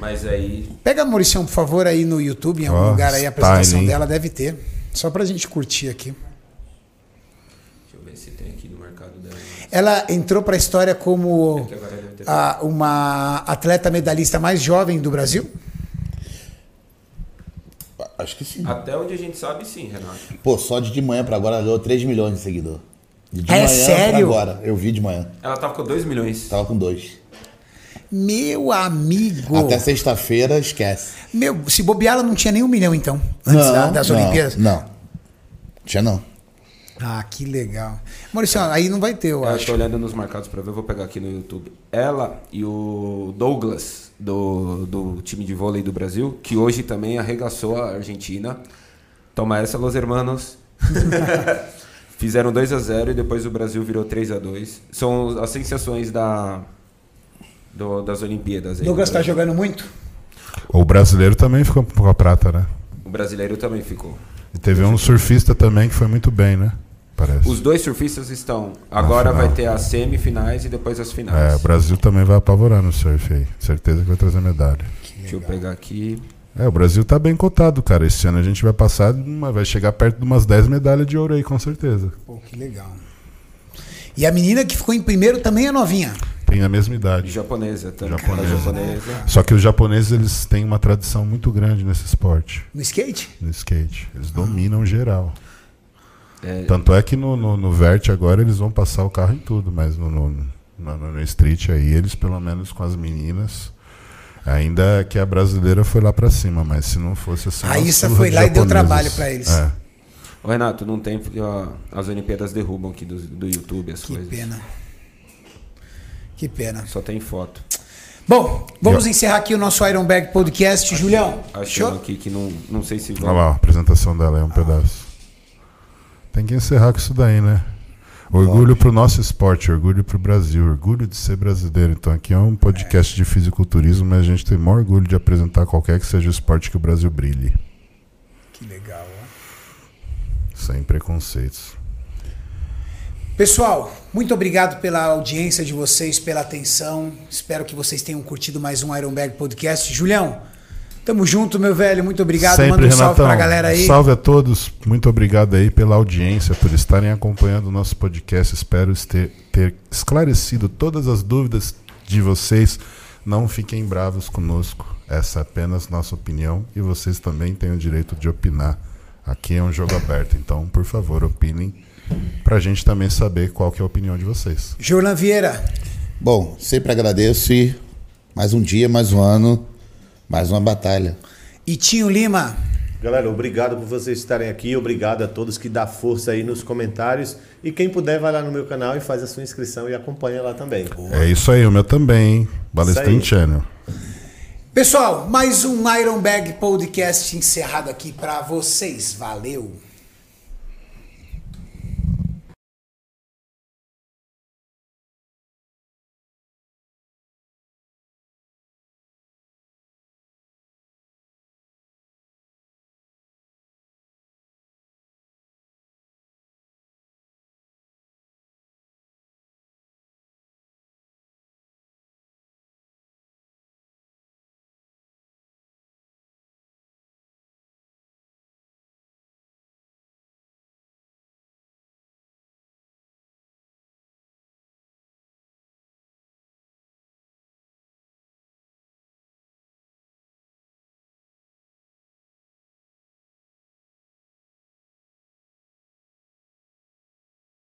[SPEAKER 5] Mas aí.
[SPEAKER 1] Pega a Mauricião, por favor, aí no YouTube, em algum
[SPEAKER 3] Ó,
[SPEAKER 1] lugar aí, a
[SPEAKER 3] style,
[SPEAKER 1] apresentação
[SPEAKER 3] hein?
[SPEAKER 1] dela deve ter. Só pra gente curtir aqui.
[SPEAKER 5] Deixa eu ver se tem aqui no mercado dela.
[SPEAKER 1] Ela entrou pra história como
[SPEAKER 5] Que agora deve ter.
[SPEAKER 1] a- uma atleta medalhista mais jovem do Brasil.
[SPEAKER 4] Acho que sim.
[SPEAKER 5] Até onde a gente sabe, sim, Renato.
[SPEAKER 4] Pô, só de, de manhã pra agora ela deu 3 milhões de seguidor. De
[SPEAKER 1] É
[SPEAKER 4] manhã
[SPEAKER 1] sério?
[SPEAKER 4] pra agora. Eu vi de manhã.
[SPEAKER 5] Ela tava com 2 milhões.
[SPEAKER 4] Tava com dois.
[SPEAKER 1] Meu amigo!
[SPEAKER 4] Até sexta-feira, esquece.
[SPEAKER 1] Meu, se bobear, ela não tinha nem um milhão, então, antes da- das
[SPEAKER 4] não,
[SPEAKER 1] Olimpíadas.
[SPEAKER 4] Não. Tinha não.
[SPEAKER 1] Ah, que legal. Maurício, aí não vai ter, eu
[SPEAKER 5] Eu
[SPEAKER 1] acho.
[SPEAKER 5] tô olhando nos mercados pra ver, eu vou pegar aqui no YouTube. Ela e o Douglas, do, do time de vôlei do Brasil, que hoje também arregaçou a Argentina. Toma essa, Los Hermanos. Fizeram 2 a 0 e depois o Brasil virou 3 a 2 São as sensações da, do- das Olimpíadas. aí no
[SPEAKER 1] Douglas tá
[SPEAKER 5] Brasil.
[SPEAKER 1] jogando muito?
[SPEAKER 3] O brasileiro também ficou com a prata, né?
[SPEAKER 5] O brasileiro também ficou.
[SPEAKER 3] E teve um surfista também que foi muito bem, né? Parece.
[SPEAKER 5] Os dois surfistas estão. Agora vai ter as semifinais e depois as
[SPEAKER 3] É,
[SPEAKER 5] finais.
[SPEAKER 3] o Brasil também vai apavorar no surf aí. Certeza que vai trazer medalha.
[SPEAKER 5] Deixa eu pegar aqui.
[SPEAKER 3] É, o Brasil tá bem cotado, cara. Esse ano a gente vai passar, de uma- vai chegar perto de umas 10 medalhas de ouro aí, com certeza.
[SPEAKER 1] Pô, que legal. E a menina que ficou em primeiro também é novinha.
[SPEAKER 3] Tem a mesma
[SPEAKER 5] E
[SPEAKER 3] idade.
[SPEAKER 5] Japonesa também.
[SPEAKER 3] Japonesa.
[SPEAKER 5] Ela é japonesa.
[SPEAKER 3] Só que os japoneses, eles têm uma tradição muito grande nesse esporte,
[SPEAKER 1] No skate?
[SPEAKER 3] no skate. Eles dominam geral.
[SPEAKER 5] É,
[SPEAKER 3] Tanto é que no, no, no Vert agora eles vão passar o carro em tudo, mas no, no, no, no- no Street aí, eles pelo menos com as meninas... Ainda que a brasileira foi lá pra cima, mas se não fosse assim.
[SPEAKER 1] A
[SPEAKER 3] uma
[SPEAKER 1] Issa
[SPEAKER 3] surra
[SPEAKER 1] foi
[SPEAKER 3] de
[SPEAKER 1] lá e deu
[SPEAKER 3] japoneses.
[SPEAKER 1] trabalho pra eles.
[SPEAKER 3] É.
[SPEAKER 5] Ô, Renato, não tem porque ó, as Olimpíadas derrubam aqui do, do YouTube as
[SPEAKER 1] Que
[SPEAKER 5] coisas.
[SPEAKER 1] pena. Que pena.
[SPEAKER 5] Só tem foto.
[SPEAKER 1] Bom, vamos encerrar aqui o nosso Ironberg Podcast. Julião,
[SPEAKER 5] Achando
[SPEAKER 1] show?
[SPEAKER 5] aqui que não, não sei se
[SPEAKER 3] Olha
[SPEAKER 5] vai.
[SPEAKER 3] lá, a apresentação dela é um pedaço. Tem que encerrar com isso daí, né? Orgulho pro nosso esporte, orgulho pro Brasil, orgulho de ser brasileiro. Então aqui é um podcast de fisiculturismo, mas a gente tem o maior orgulho de apresentar qualquer que seja o esporte que o Brasil brilhe.
[SPEAKER 1] Que legal. ó.
[SPEAKER 3] Sem preconceitos.
[SPEAKER 1] Pessoal, muito obrigado pela audiência de vocês, pela atenção. Espero que vocês tenham curtido mais um Ironberg Podcast. Julião, tamo junto, meu velho. Muito obrigado.
[SPEAKER 3] Sempre,
[SPEAKER 1] Manda um salve
[SPEAKER 3] Renatão.
[SPEAKER 1] pra galera aí.
[SPEAKER 3] Salve a todos. Muito obrigado aí pela audiência, por estarem acompanhando o nosso podcast. Espero ter, ter esclarecido todas as dúvidas de vocês. Não fiquem bravos conosco. Essa é apenas nossa opinião e vocês também têm o direito de opinar. Aqui é um jogo aberto, então, por favor, opinem pra gente também saber qual que é a opinião de vocês.
[SPEAKER 1] Jorlan Vieira,
[SPEAKER 4] Bom, sempre agradeço e mais um dia, mais um ano, mais uma batalha.
[SPEAKER 1] Itinho Lima.
[SPEAKER 2] Galera, obrigado por vocês estarem aqui, obrigado a todos que dá força aí nos comentários. E quem puder, vai lá no meu canal e faz a sua inscrição e acompanha lá também.
[SPEAKER 3] É isso aí, o meu também, hein? Balestrin
[SPEAKER 2] Isso
[SPEAKER 3] Channel.
[SPEAKER 1] Pessoal, mais um Ironberg Podcast encerrado aqui pra vocês. Valeu!